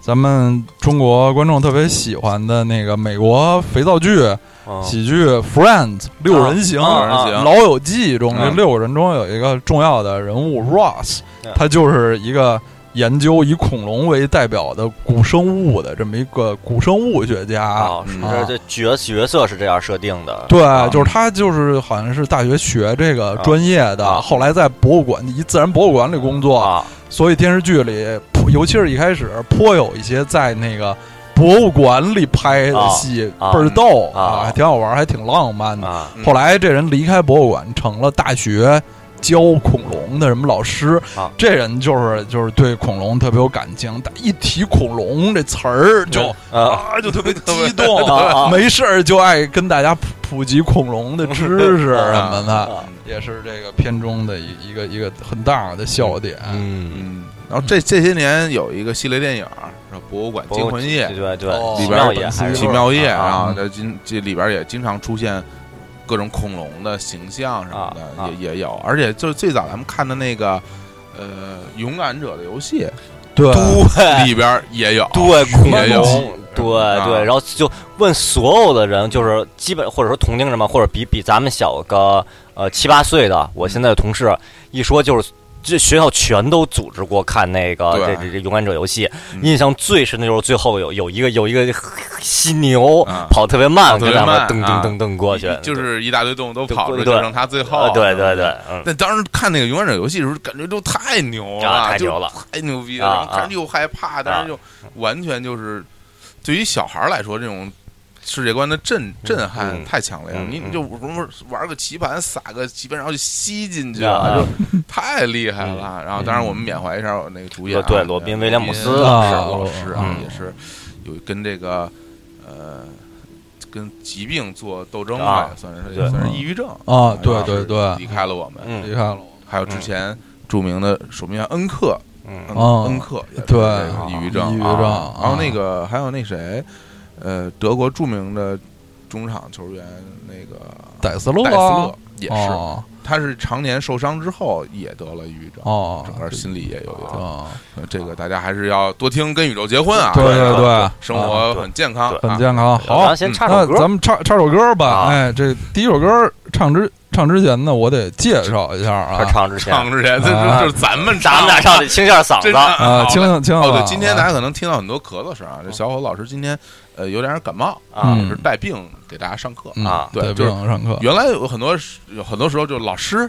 Speaker 3: 咱们中国观众特别喜欢的那个美国肥皂剧
Speaker 2: 嗯
Speaker 3: 喜剧《Friends》六人行，
Speaker 2: 啊
Speaker 1: 啊
Speaker 3: 《老友记》中这
Speaker 1: 嗯
Speaker 3: 六个人中有一个重要的人物 Ross，
Speaker 2: 嗯
Speaker 3: 他就是一个研究以恐龙为代表的古生物的这么一个古生物学家。
Speaker 2: 哦，是
Speaker 1: 嗯
Speaker 2: 这这角角色是这样设定的，
Speaker 3: 啊对
Speaker 2: 啊，
Speaker 3: 就是他，就是好像是大学学这个
Speaker 2: 啊
Speaker 3: 专业的，
Speaker 2: 啊
Speaker 3: 后来在博物馆一自然博物馆里工作，
Speaker 2: 啊，
Speaker 3: 所以电视剧里，颇尤其是一开始颇有一些在那个博物馆里拍的
Speaker 2: 啊
Speaker 3: 戏，
Speaker 2: 啊
Speaker 3: 倍儿逗
Speaker 2: 啊
Speaker 3: 还挺好玩，还挺浪漫的。
Speaker 2: 啊
Speaker 1: 嗯
Speaker 3: 后来这人离开博物馆，成了大学教恐龙的什么老师。
Speaker 2: 啊
Speaker 3: 这人就是就是对恐龙特别有感情，但一提恐龙这词儿就、
Speaker 2: 呃，
Speaker 3: 啊就特别激动，
Speaker 2: 啊啊
Speaker 3: 没事儿就爱跟大家普普及恐龙的知识什么的，
Speaker 2: 啊
Speaker 3: 也是这个片中的一一个一个很大的笑点。
Speaker 2: 嗯，
Speaker 1: [LAUGHS] 嗯，然后这这些年有一个系列电影儿是《博物馆惊魂夜
Speaker 2: 对》，对
Speaker 3: 哦
Speaker 1: 里
Speaker 2: 对，奇
Speaker 1: 边
Speaker 2: 妙也还是
Speaker 1: 奇妙夜
Speaker 2: 啊
Speaker 1: 啊
Speaker 3: 嗯，
Speaker 1: 这今这里边也经常出现各种恐龙的形象什么
Speaker 2: 啊啊
Speaker 1: 的，也也有，而且就是最早咱们看的那个。呃，勇敢者的游戏
Speaker 3: 对，
Speaker 2: 对
Speaker 1: 里边也
Speaker 3: 哦
Speaker 1: 有，
Speaker 2: 哎对恐
Speaker 1: 也有
Speaker 2: 龙，对
Speaker 1: 啊
Speaker 2: 对，然后就问所有的人，就是基本或者说同龄人嘛，或者比比咱们小个呃七八岁的，我现在的同事一说就是这学校全都组织过看那个
Speaker 1: 对
Speaker 2: 这这这勇敢者游戏，
Speaker 1: 嗯
Speaker 2: 印象最深的就是最后有有一个有一个犀牛
Speaker 1: 啊
Speaker 2: 跑特别慢，
Speaker 1: 跑特别
Speaker 2: 跟他们
Speaker 1: 慢
Speaker 2: 噔
Speaker 1: 啊
Speaker 2: 噔噔噔过去，
Speaker 1: 就是一啊大堆动物都跑出去，
Speaker 2: 对
Speaker 1: 就剩他最后
Speaker 2: 呃
Speaker 1: 了。
Speaker 2: 对对对，嗯，
Speaker 1: 但当时看那个《勇敢者游戏》的时候，感觉都太牛了，
Speaker 2: 啊太牛了
Speaker 1: 就太牛逼了。
Speaker 2: 啊
Speaker 1: 然后看着又害怕，但
Speaker 2: 啊
Speaker 1: 是又完全就是，对于小孩儿来说，这种世界观的震震撼
Speaker 2: 嗯
Speaker 1: 太强烈了。
Speaker 2: 嗯
Speaker 1: 你你
Speaker 2: 嗯
Speaker 1: 就玩玩个棋盘，撒个棋盘，然后就吸进去
Speaker 2: 啊嗯
Speaker 1: 了，
Speaker 2: 啊
Speaker 1: 就太厉害了。然后，当然我们缅怀一下我那个主演啊，
Speaker 2: 对罗宾威廉姆斯
Speaker 1: 罗宾
Speaker 3: 啊
Speaker 1: 老师啊，
Speaker 2: 嗯
Speaker 1: 也是有跟这个呃。跟疾病做斗争
Speaker 2: 啊
Speaker 1: 吧，也算是
Speaker 2: 对
Speaker 1: 算是抑郁症
Speaker 3: 啊对
Speaker 1: 然后哎是
Speaker 3: 对对
Speaker 1: 离开了我们，
Speaker 2: 嗯
Speaker 3: 离开了我。
Speaker 1: 还有之前著名的守门员恩克，
Speaker 2: 嗯
Speaker 1: 恩
Speaker 3: 哦
Speaker 1: 恩克也是这
Speaker 3: 对
Speaker 1: 个抑郁症，
Speaker 3: 抑郁症
Speaker 1: 啊
Speaker 3: 啊
Speaker 1: 然后那个还有那谁，呃，德国著名的中场球员那个
Speaker 3: 戴斯勒，
Speaker 1: 戴斯勒也是，
Speaker 3: 哦
Speaker 1: 他是常年受伤之后也得了抑郁症，
Speaker 3: 哦，
Speaker 1: 整个心理也有一个。
Speaker 3: 啊，
Speaker 1: 呃这个大家还是要多听《跟宇宙结婚》啊，
Speaker 3: 对
Speaker 1: 这
Speaker 3: 对
Speaker 1: 个
Speaker 3: 对，
Speaker 1: 生
Speaker 3: 啊
Speaker 1: 活很健康，
Speaker 3: 很
Speaker 1: 啊
Speaker 3: 健康。
Speaker 2: 咱
Speaker 3: 好
Speaker 2: 们，先
Speaker 1: 嗯
Speaker 2: 插
Speaker 3: 那
Speaker 2: 首歌，
Speaker 3: 咱们唱唱首歌吧。
Speaker 2: 啊
Speaker 3: 哎，这第一首歌唱之唱之前呢，我得介绍一下
Speaker 2: 快
Speaker 3: 啊
Speaker 2: 唱之前，
Speaker 1: 唱之前，这
Speaker 3: 啊
Speaker 1: 这就是咱们
Speaker 2: 咱们俩上得清一下嗓
Speaker 1: 真
Speaker 2: 子
Speaker 1: 的，
Speaker 3: 啊，
Speaker 1: 好
Speaker 3: 清清清
Speaker 1: 哦，
Speaker 3: 了
Speaker 1: 对
Speaker 3: 啊。，
Speaker 1: 今天大家可能听到很多咳嗽声啊，这
Speaker 3: 哦
Speaker 1: 小伙老师今天呃有点感冒
Speaker 2: 啊
Speaker 1: 也是带病给大家上课。
Speaker 3: 嗯
Speaker 2: 啊
Speaker 1: 对
Speaker 3: 对，不
Speaker 1: 就是
Speaker 3: 能上课，
Speaker 1: 原来有很多时有很多时候就是老师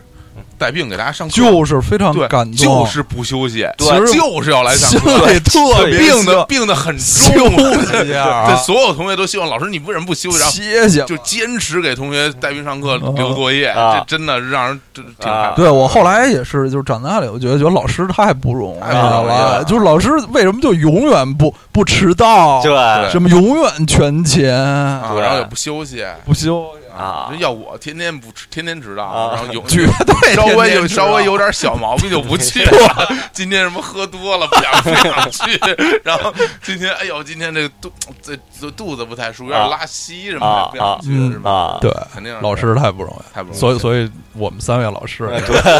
Speaker 1: 带病给大家上课，
Speaker 3: 嗯就是非常
Speaker 1: 对，
Speaker 3: 感动，
Speaker 1: 就是不休息，
Speaker 3: 其实
Speaker 1: 就是要来上
Speaker 3: 心
Speaker 1: 课。
Speaker 3: 里特别
Speaker 1: 病的病的很重，
Speaker 3: 休息啊
Speaker 1: [LAUGHS] 对，所有同学都希望老师你为什么不休息？然后
Speaker 3: 谢谢。
Speaker 1: 就坚持给同学带病上课
Speaker 3: 啊
Speaker 1: 留作业，
Speaker 2: 啊
Speaker 1: 这真的是让人这挺害怕。
Speaker 3: 对我后来也是，就是长大了以后，我觉得觉得老师太不容易
Speaker 1: 太不容易
Speaker 3: 了，啊
Speaker 1: 了
Speaker 3: 就是老师为什么就永远不不迟到，
Speaker 2: 对啊
Speaker 3: 什么永远全勤
Speaker 1: 啊，
Speaker 2: 对
Speaker 1: 然后也不休息啊
Speaker 3: 不休息，
Speaker 2: 啊
Speaker 1: 要我天天不吃天天迟到，
Speaker 2: 啊
Speaker 1: 然后有
Speaker 3: 绝对
Speaker 1: 稍微
Speaker 3: 天
Speaker 1: 有
Speaker 3: 天迟
Speaker 1: 稍
Speaker 3: 到
Speaker 1: 微有点小毛病就不去了。今天什么喝多了不想不想去，然后今天哎呦，今天这个肚这这肚子不太舒服，有点拉稀什么的，
Speaker 2: 啊
Speaker 1: 不想
Speaker 3: 嗯
Speaker 1: 去是吧？
Speaker 2: 啊，
Speaker 3: 对
Speaker 1: 肯定
Speaker 3: 老师太不容易。
Speaker 1: 太不容易，哎
Speaker 3: 所以，
Speaker 1: 以
Speaker 3: 所以我们三位老师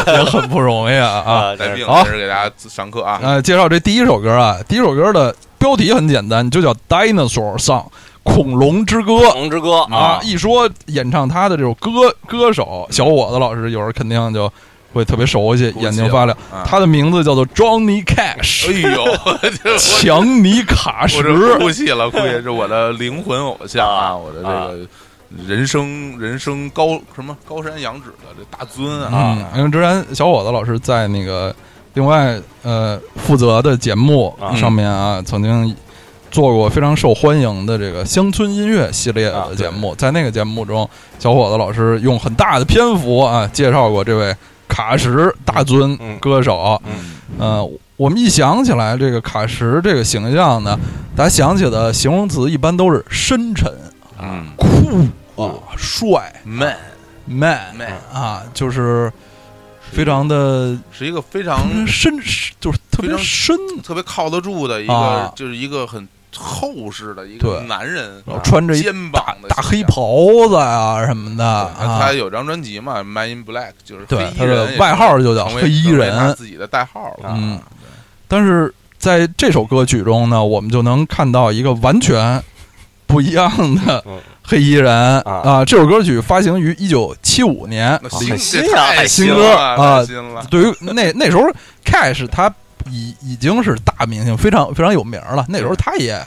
Speaker 3: 也很不
Speaker 1: [LAUGHS]
Speaker 3: 容易啊啊！
Speaker 2: 啊，
Speaker 1: 带
Speaker 2: 真是
Speaker 1: 病
Speaker 3: 好
Speaker 1: 也是给大家上课啊，
Speaker 3: 呃，介绍这第一首歌啊，第一首歌的标题很简单，就叫《Dinosaur Song》恐龙之歌
Speaker 2: 《龙之歌》
Speaker 3: 啊。一说演唱他的这首歌歌手小伙子老师，有人肯定就会特别熟悉，
Speaker 1: 估计
Speaker 3: 眼睛发亮。
Speaker 1: 嗯啊
Speaker 3: 他的名字叫做 Johnny
Speaker 1: 哎
Speaker 3: Cash，
Speaker 1: 呦，我这我
Speaker 3: 强尼卡什
Speaker 1: 我。这哭泣了，估计是我的灵魂偶像啊，
Speaker 2: 啊
Speaker 1: 我的这个。人生人生高什么高山仰止的这大尊啊
Speaker 3: 嗯，，因为之前小伙子老师在那个另外呃负责的节目
Speaker 2: 啊
Speaker 3: 上面啊，曾经做过非常受欢迎的这个乡村音乐系列
Speaker 2: 啊
Speaker 3: 的节目，在那个节目中，小伙子老师用很大的篇幅啊介绍过这位卡什大尊
Speaker 2: 嗯
Speaker 3: 歌手。
Speaker 1: 嗯
Speaker 3: 呃，我们一想起来这个卡什这个形象呢，大家想起的形容词一般都是深沉、
Speaker 1: 嗯
Speaker 3: 酷啊、帅、
Speaker 1: ，man
Speaker 3: man
Speaker 1: man
Speaker 3: 啊，就是非常的
Speaker 1: 是一个非
Speaker 3: 特
Speaker 1: 常
Speaker 3: 别深，就是特别
Speaker 1: 非常
Speaker 3: 深，
Speaker 1: 特别靠得住的一个，
Speaker 3: 啊
Speaker 1: 就是一个很厚实的一
Speaker 3: 对
Speaker 1: 个男人，
Speaker 3: 然后穿着一
Speaker 1: 啊肩膀的
Speaker 3: 大黑
Speaker 1: 形象。
Speaker 3: 袍子啊什么的
Speaker 1: 对他他
Speaker 3: 啊，
Speaker 1: 有张专辑嘛，《Man in Black》，就是黑
Speaker 3: 对，
Speaker 1: 衣
Speaker 3: 他
Speaker 1: 人也
Speaker 3: 的
Speaker 1: 是
Speaker 3: 外号就叫
Speaker 1: 成为
Speaker 3: 黑衣
Speaker 1: 成为啊他
Speaker 3: 人。
Speaker 1: 自己的代号了。
Speaker 3: 嗯，但是在这首歌曲中呢，我们就能看到一个完全不一样的
Speaker 2: 嗯
Speaker 3: 黑衣人
Speaker 2: 啊
Speaker 3: 啊。这首歌曲发行于一九七五年，
Speaker 1: 那
Speaker 2: 很
Speaker 1: 新
Speaker 2: 新啊
Speaker 1: 太
Speaker 2: 很
Speaker 3: 新
Speaker 1: 了
Speaker 3: 歌啊
Speaker 1: 太新了。
Speaker 3: 对于那那时候 Cash 他已已经是大明星，非常非常有名了。那时候他也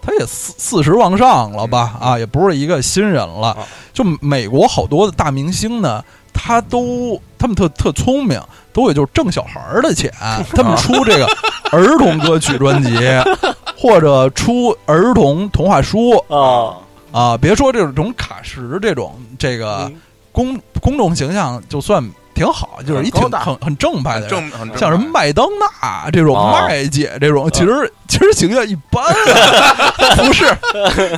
Speaker 3: 他也四四十往上了吧？啊，也不是一个新人了
Speaker 2: 啊。
Speaker 3: 就美国好多的大明星呢，他都他们特特聪明，都也就是挣小孩儿的钱，他们出这个儿童歌曲专辑，或者出儿童童话书
Speaker 2: 啊，
Speaker 3: 啊。别说这种卡什这种这个
Speaker 2: 嗯
Speaker 3: 公公众形象，就算挺好，就是
Speaker 1: 很
Speaker 3: 一
Speaker 1: 高
Speaker 3: 挺
Speaker 1: 大
Speaker 3: 很很正派
Speaker 1: 很
Speaker 3: 的人。
Speaker 1: 正很正
Speaker 3: 哎像什么麦当娜这种、
Speaker 2: 哦
Speaker 3: 麦姐这种，其
Speaker 1: 嗯
Speaker 3: 实其实形象一般、啊， [LAUGHS] 不是？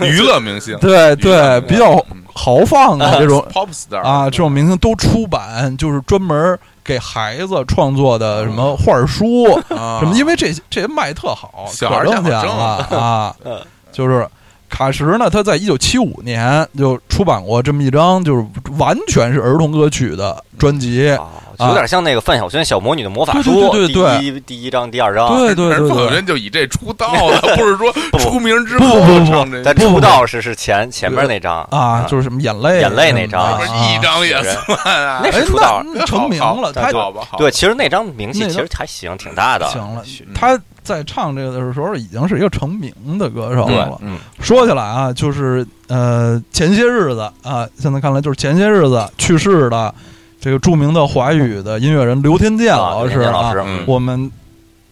Speaker 1: 娱乐明星，
Speaker 3: 对
Speaker 1: 娱
Speaker 3: 对
Speaker 1: 乐，明星
Speaker 3: 比较豪放
Speaker 1: 嗯
Speaker 3: 啊，这种
Speaker 1: pop star
Speaker 3: 啊，这种明星都出版，就是专门给孩子创作的什
Speaker 1: 嗯
Speaker 3: 么画书
Speaker 1: 啊
Speaker 3: 什么，因为这这些卖特好，
Speaker 1: 小孩
Speaker 3: 可
Speaker 1: 儿
Speaker 3: 挣
Speaker 1: 现在好
Speaker 3: 钱
Speaker 1: 挣
Speaker 3: 了啊
Speaker 2: 嗯，
Speaker 3: 就是。卡什呢，他在一九七五年就出版过这么一张，就是完全是儿童歌曲的专辑，
Speaker 2: 啊有点像那个范晓萱《小魔女的魔法书》
Speaker 3: 哎对对对对
Speaker 2: 第一第一章、第二章，
Speaker 3: 对对
Speaker 1: 但是
Speaker 3: 对
Speaker 1: 范晓
Speaker 3: 对，
Speaker 1: 萱就以这出道的，不是说
Speaker 2: 不
Speaker 1: 出名之
Speaker 3: 不
Speaker 1: 后
Speaker 3: 不不
Speaker 1: 唱这
Speaker 2: 在
Speaker 1: 歌，
Speaker 2: 出道是是前前面那张
Speaker 3: 啊，就是什么眼泪
Speaker 2: 眼泪那张
Speaker 3: 啊
Speaker 1: 不是一张也
Speaker 2: 是
Speaker 1: 算啊
Speaker 2: 那。
Speaker 3: 哎
Speaker 2: 是出道
Speaker 3: 那那成名了，他
Speaker 1: 好吧，好吧
Speaker 2: 对，其实那张名气
Speaker 3: 那
Speaker 2: 其
Speaker 3: 张
Speaker 2: 实还行，挺大的。
Speaker 3: 行了
Speaker 2: 是，
Speaker 3: 他在唱这个的时候已经是一个成名的歌手
Speaker 2: 对
Speaker 3: 了，。
Speaker 1: 嗯，
Speaker 3: 说起来啊，就是呃，前些日子啊，现在看来就是前些日子去世的这个著名的华语的音乐人刘天健
Speaker 2: 啊
Speaker 3: 老师
Speaker 2: 任贤老
Speaker 3: 啊，
Speaker 2: 师，
Speaker 1: 嗯
Speaker 3: 我们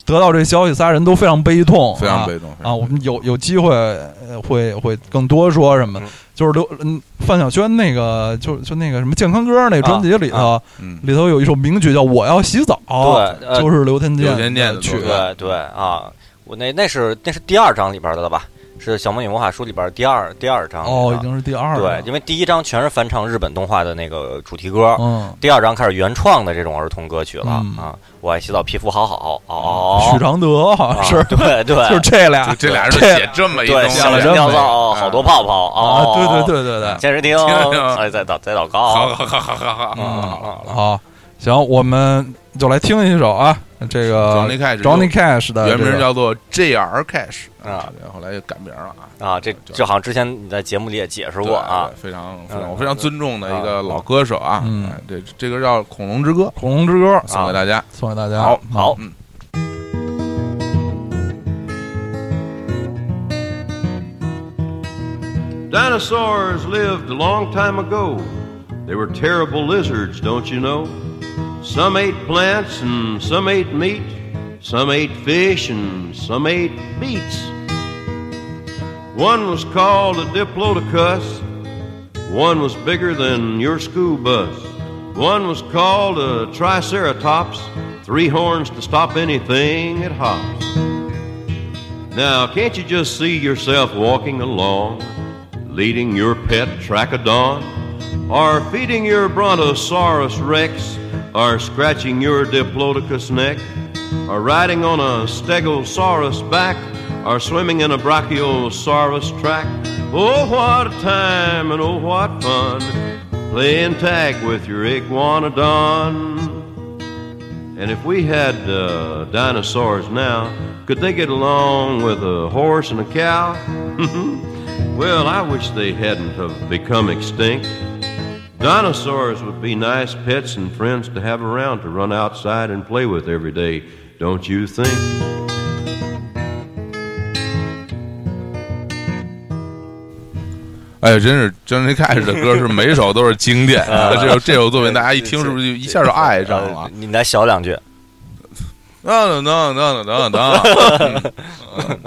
Speaker 3: 得到这消息，仨人都非常悲痛，
Speaker 1: 非常
Speaker 3: 啊
Speaker 1: 被动
Speaker 3: 啊，我们有有机会呃会会更多说什么的
Speaker 2: 嗯，
Speaker 3: 就是刘嗯范晓萱那个就就那个什么健康歌那专辑里头，
Speaker 1: 嗯，
Speaker 3: 里头有一首名曲叫《我要洗澡》，
Speaker 2: 对呃
Speaker 3: 就是刘天健
Speaker 1: 刘天健
Speaker 3: 的
Speaker 1: 的
Speaker 3: 曲
Speaker 1: 作品
Speaker 2: 对对啊，我那那是那是第二章里边的了吧？是《小魔女魔法书》里边第二第二章
Speaker 3: 哦，
Speaker 2: 那
Speaker 3: 已
Speaker 2: 个
Speaker 3: 经是第二了，
Speaker 2: 对，因为第一章全是翻唱日本动画的那个主题歌，
Speaker 3: 嗯，
Speaker 2: 第二章开始原创的这种儿童歌曲了
Speaker 3: 嗯
Speaker 2: 啊！我爱洗澡，皮肤好好哦，
Speaker 3: 许常德好像
Speaker 2: 啊
Speaker 3: 是，
Speaker 2: 对对，
Speaker 3: [LAUGHS] 就是这俩
Speaker 1: 就这俩人
Speaker 3: 这
Speaker 1: 写这么一
Speaker 2: 啊对，
Speaker 1: 东西，
Speaker 2: 想
Speaker 3: 真
Speaker 2: 人
Speaker 3: 没
Speaker 2: 尿道好多泡泡
Speaker 3: 嗯啊，
Speaker 2: 哦，
Speaker 3: 对对对对对，
Speaker 2: 健身厅，
Speaker 1: 嗯
Speaker 2: 哎，在祷在祷
Speaker 1: 好
Speaker 2: 告，
Speaker 1: 好好好好好
Speaker 2: 嗯
Speaker 1: 好好，
Speaker 2: 好
Speaker 3: 好，行，我们就来听一首啊，这个
Speaker 1: Johnny Cash
Speaker 3: Johnny Cash 的
Speaker 1: 原
Speaker 3: 这
Speaker 1: 名
Speaker 3: 个
Speaker 1: 叫做 J.R. Cash
Speaker 2: 啊，
Speaker 1: 后来又改名了啊。
Speaker 2: 啊，这这好像之前你在节目里也解释过啊
Speaker 1: 对，非常非常
Speaker 2: 嗯
Speaker 1: 我非常尊重的一个
Speaker 2: 嗯
Speaker 1: 老歌手啊，
Speaker 3: 嗯
Speaker 1: 哎这这歌叫《恐龙之歌》，
Speaker 3: 《恐龙之歌》，
Speaker 1: 送
Speaker 2: 啊
Speaker 1: 给大家。
Speaker 3: 送给大家。
Speaker 1: 好
Speaker 3: 嗯
Speaker 2: 好
Speaker 1: 嗯
Speaker 4: Dinosaurs lived a long time ago. They were terrible lizards, don't you know? Some ate plants and some ate meat. Some ate fish and some ate beets. One was called a diplodocus. One was bigger than your school bus. One was called a triceratops. Three horns to stop anything that hops. Now, can't you just see yourself walking along, leading your pet trachodon, or feeding your brontosaurus rex, or scratching your diplodocus neck, or riding on a stegosaurus back, or swimming in a brachiosaurus track? Oh, what a time and oh, what fun playing tag with your iguanodon. And if we had uh, dinosaurs now, could they get along with a horse and a cow? [LAUGHS] well, I wish they hadn't have become extinct. Dinosaurs would be nice pets and friends to have around to run outside and play with every day, don't you think?
Speaker 1: 哎，真是 Johnny Cash 的歌是每首都是经典
Speaker 2: 嗯
Speaker 1: 的，这首这首作品大家一听是不是就一下就爱上
Speaker 2: 呃
Speaker 3: 啊
Speaker 1: 了？
Speaker 2: 你来小两句，
Speaker 1: 当当当当当
Speaker 2: [LAUGHS]
Speaker 1: 当，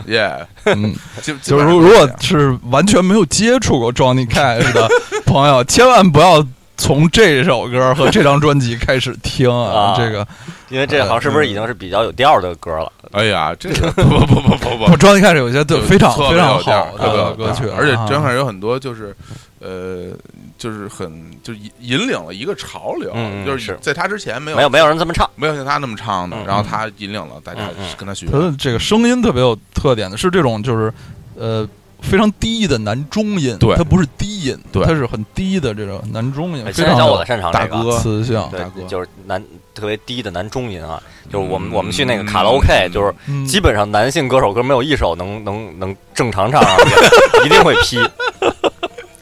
Speaker 1: 耶！ [LAUGHS]
Speaker 3: 嗯，
Speaker 1: 就
Speaker 3: 就
Speaker 1: 就是
Speaker 3: 如如果是完全没有接触过 Johnny
Speaker 1: [LAUGHS]
Speaker 3: Cash 的朋友，千万不要从这首歌和这张专辑开始听
Speaker 2: 啊
Speaker 3: 啊，这个
Speaker 2: 因为这好像是不是已经是比较有调儿的歌了？
Speaker 3: 呃
Speaker 1: 哎呀，这个不不不不不
Speaker 3: 我 Johnny Cash 有些对
Speaker 1: 就
Speaker 3: 非常
Speaker 1: 特
Speaker 3: 非
Speaker 1: 别
Speaker 3: 常
Speaker 1: 有调儿
Speaker 3: 好
Speaker 1: 特别有
Speaker 3: 的歌
Speaker 1: 调儿
Speaker 3: 曲，
Speaker 1: 而且
Speaker 3: 啊
Speaker 1: Johnny Cash 有很多就是呃，就是很就是引引领了一个潮流
Speaker 2: 嗯，嗯
Speaker 1: 就是
Speaker 2: 是
Speaker 1: 在他之前没有
Speaker 2: 没有没有人这么唱，
Speaker 1: 没有像他那么唱的，
Speaker 2: 嗯
Speaker 1: 然后他引领了大家
Speaker 2: 嗯嗯
Speaker 1: 跟他学。
Speaker 3: 他的这个声音特别有特点的，是这种就是呃非常低的男中音，
Speaker 1: 对
Speaker 3: 它不是低音，
Speaker 1: 对
Speaker 3: 它是很低的这种男中音，
Speaker 2: 哎
Speaker 3: 非
Speaker 2: 现在
Speaker 3: 常
Speaker 2: 小伙子
Speaker 3: 有
Speaker 2: 擅长
Speaker 1: 大
Speaker 2: 这个
Speaker 1: 哥。
Speaker 3: 磁性。
Speaker 1: 大哥
Speaker 2: 啊对，就是男特别低的男中音啊，就是我们
Speaker 1: 嗯
Speaker 2: 我们去那个卡拉 OK，就是
Speaker 3: 嗯
Speaker 2: 基本上男性歌手歌没有一首能能能正常唱啊上去， [LAUGHS] 一定会劈，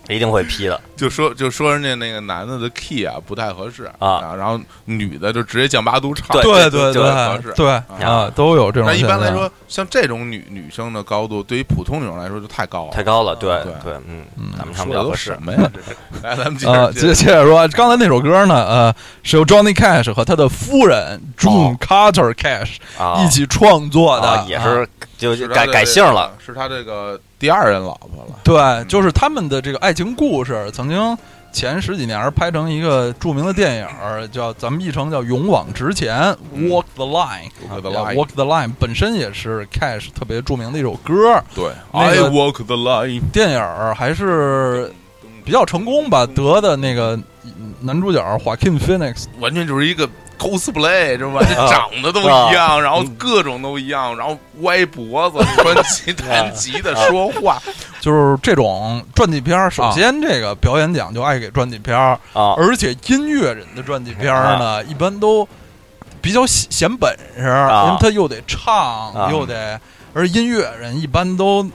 Speaker 2: 一定会劈的。
Speaker 1: 就说就说人家那个男的的 key 啊不太合适
Speaker 2: 啊，
Speaker 1: 然后女的就直接降八度唱。
Speaker 2: 对就
Speaker 3: 对对
Speaker 2: 就
Speaker 1: 合适
Speaker 3: 对对啊，都有这种
Speaker 1: 那
Speaker 3: 现
Speaker 1: 一
Speaker 3: 象。
Speaker 1: 般来说，像这种女女生的高度，对于普通女生来说就太高了。
Speaker 2: 太高了，对
Speaker 1: 对
Speaker 2: 对，嗯
Speaker 3: 嗯，
Speaker 2: 咱们
Speaker 1: 说
Speaker 2: 唱比
Speaker 1: 的
Speaker 2: 较
Speaker 1: 都
Speaker 2: 合适
Speaker 1: 什。
Speaker 2: [LAUGHS]
Speaker 1: 么呀？来，咱们接
Speaker 2: 啊
Speaker 1: 着
Speaker 3: 呃，接
Speaker 1: 接
Speaker 3: 接着说，刚才那首歌呢，呃，是由 Johnny Cash 和他的夫
Speaker 2: 哦
Speaker 3: 人 June Carter Cash
Speaker 2: 啊，
Speaker 3: 一起创作的，
Speaker 2: 啊也
Speaker 3: 啊
Speaker 2: 是就就
Speaker 1: 着
Speaker 2: 改改姓了，，
Speaker 1: 是他这个第二任老婆了。
Speaker 3: 对，就是他们的这个爱情故事，曾经前十几年拍成一个著名的电影儿，叫咱们译成叫《勇往直前》（Walk the Line）。
Speaker 1: 嗯 Walk the
Speaker 3: 啊
Speaker 1: line
Speaker 3: Walk the Line 本身也是 Cash 特别著名的一首歌儿，
Speaker 1: 对
Speaker 3: 那
Speaker 1: ，I
Speaker 3: 个
Speaker 1: walk the line。
Speaker 3: 电影儿还是比较成功吧，得的那个男主角 Joaquin Phoenix
Speaker 1: 完全就是一个 cosplay，知道吧？这
Speaker 2: 啊
Speaker 1: 长得都一样，然后各种都一样，然后歪脖子、穿吉弹吉的说话，
Speaker 3: 就是这种传记片儿，首先这个表演奖就爱给传记片儿，
Speaker 2: 啊，
Speaker 3: 而且音乐人的传记片儿呢，一般都比较显显本事，
Speaker 2: 啊
Speaker 3: 因为他又得唱，
Speaker 2: 啊
Speaker 3: 又得，而音乐人一般都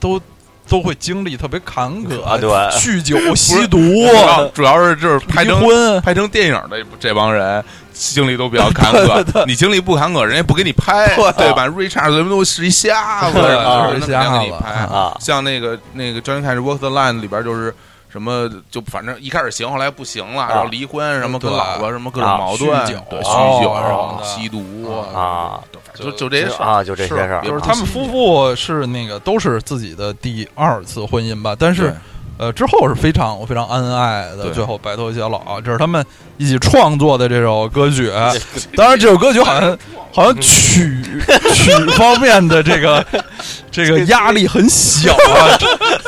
Speaker 3: 都都会经历特别坎坷，
Speaker 2: 啊对
Speaker 3: 酗酒、吸毒、
Speaker 1: 主
Speaker 3: 啊
Speaker 1: 要主要是就是拍
Speaker 3: 离
Speaker 1: 成
Speaker 3: 婚，
Speaker 1: 拍成电影的这帮人经历都比较坎
Speaker 2: [LAUGHS]
Speaker 1: 坷，你经历不坎坷，人家不给你拍，对吧？Richard 什么都是一瞎子，
Speaker 2: 啊
Speaker 1: 就是那么样给你拍
Speaker 2: 啊
Speaker 1: 像那个那个《Johnny Cash Walk the Line》里边就是。什么就反正一开始行，后来不行了，然后离婚，什么跟
Speaker 3: 对
Speaker 1: 老婆什么各种
Speaker 2: 啊
Speaker 1: 矛盾，
Speaker 3: 酗酒
Speaker 1: 对�ļ酒，
Speaker 3: 哦
Speaker 1: 然后
Speaker 3: 对
Speaker 1: 吸毒
Speaker 2: 啊，
Speaker 1: 就就这些事儿
Speaker 2: 啊，就这些事儿
Speaker 1: 是
Speaker 3: 就是他们夫妇是那个都是自己的第二次婚姻吧，但是
Speaker 1: 对
Speaker 3: 呃之后是非常非常恩爱的，
Speaker 1: 对
Speaker 3: 最后白头偕老，啊这是他们一起创作的这首歌曲。
Speaker 2: 这
Speaker 3: 当然，这首歌曲好像好像
Speaker 1: [LAUGHS]
Speaker 3: 曲曲方面的这个这个压力很
Speaker 2: [LAUGHS]
Speaker 3: 小啊，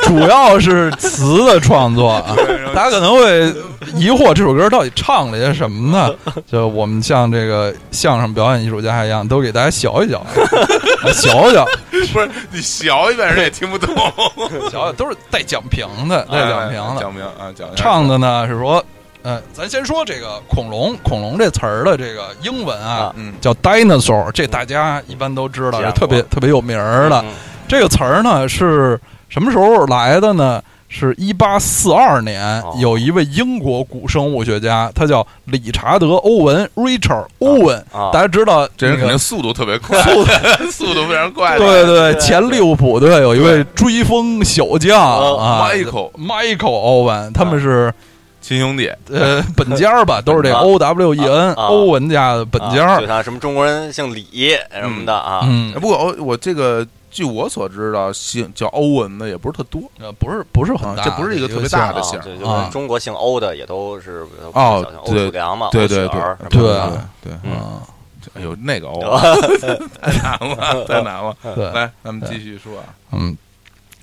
Speaker 3: 主要是词的创作啊。大家可能会疑惑这首歌到底唱了些什么呢？就我们像这个相声表演艺术家一样，都给大家小一小，小一小。
Speaker 1: [LAUGHS] 不是你小一遍人也听不
Speaker 2: [LAUGHS]
Speaker 1: 懂，
Speaker 3: 小小都是带奖评的，
Speaker 2: 哎
Speaker 3: 带奖评的。
Speaker 1: 讲评啊，讲
Speaker 3: 唱的呢是说，呃，咱先说这个恐龙，恐龙这词儿的这个英文啊
Speaker 2: 啊，
Speaker 1: 嗯
Speaker 3: 叫 dinosaur，这大家一般都知道，
Speaker 2: 见
Speaker 3: 是
Speaker 2: 过
Speaker 3: 特别特别有名儿的。
Speaker 2: 嗯
Speaker 3: 这个词儿呢是什么时候来的呢？是一八四二年
Speaker 2: 哦，
Speaker 3: 有一位英国古生物学家，他叫理查德·欧文 （Richard Owen）。
Speaker 2: 啊
Speaker 3: 大家知道
Speaker 1: 这人
Speaker 3: 那
Speaker 1: 肯
Speaker 3: 个
Speaker 1: 定速度特别快， [LAUGHS] 速度非常快，
Speaker 3: 对对，
Speaker 2: 对
Speaker 3: 前利物浦队有一位追风小将啊
Speaker 1: 哦，Michael
Speaker 3: Michael 欧文，他们是
Speaker 1: 亲兄弟，
Speaker 3: 呃本家
Speaker 1: [LAUGHS]
Speaker 3: 儿吧，都是这
Speaker 2: 啊
Speaker 3: O W E N
Speaker 2: 啊
Speaker 3: 欧文家的本家
Speaker 2: 啊
Speaker 3: 儿
Speaker 2: 就。像什么中国人姓李什么的啊，
Speaker 3: 嗯，
Speaker 1: 哎不过我我这个据我所知道，姓叫欧文的也不是特多，
Speaker 3: 呃不是不是很
Speaker 1: 啊
Speaker 3: 大，
Speaker 1: 这不是一个特别
Speaker 3: 项
Speaker 1: 大
Speaker 2: 啊
Speaker 1: 的姓儿
Speaker 2: 对，就
Speaker 3: 啊
Speaker 2: 是中国姓欧的也都是比如
Speaker 1: 哦
Speaker 2: 像欧
Speaker 1: 对
Speaker 2: 楚良嘛，
Speaker 1: 对
Speaker 2: 欧
Speaker 1: 对
Speaker 2: 雪
Speaker 1: 对
Speaker 2: 儿什么
Speaker 3: 对
Speaker 2: 的
Speaker 3: 啊
Speaker 1: 对，
Speaker 2: 嗯
Speaker 3: 啊，
Speaker 1: 哎呦那个
Speaker 2: [LAUGHS]
Speaker 1: 欧文太难了，太难了，
Speaker 2: 嗯
Speaker 3: 对，
Speaker 1: 来咱们继续说啊，
Speaker 3: 嗯，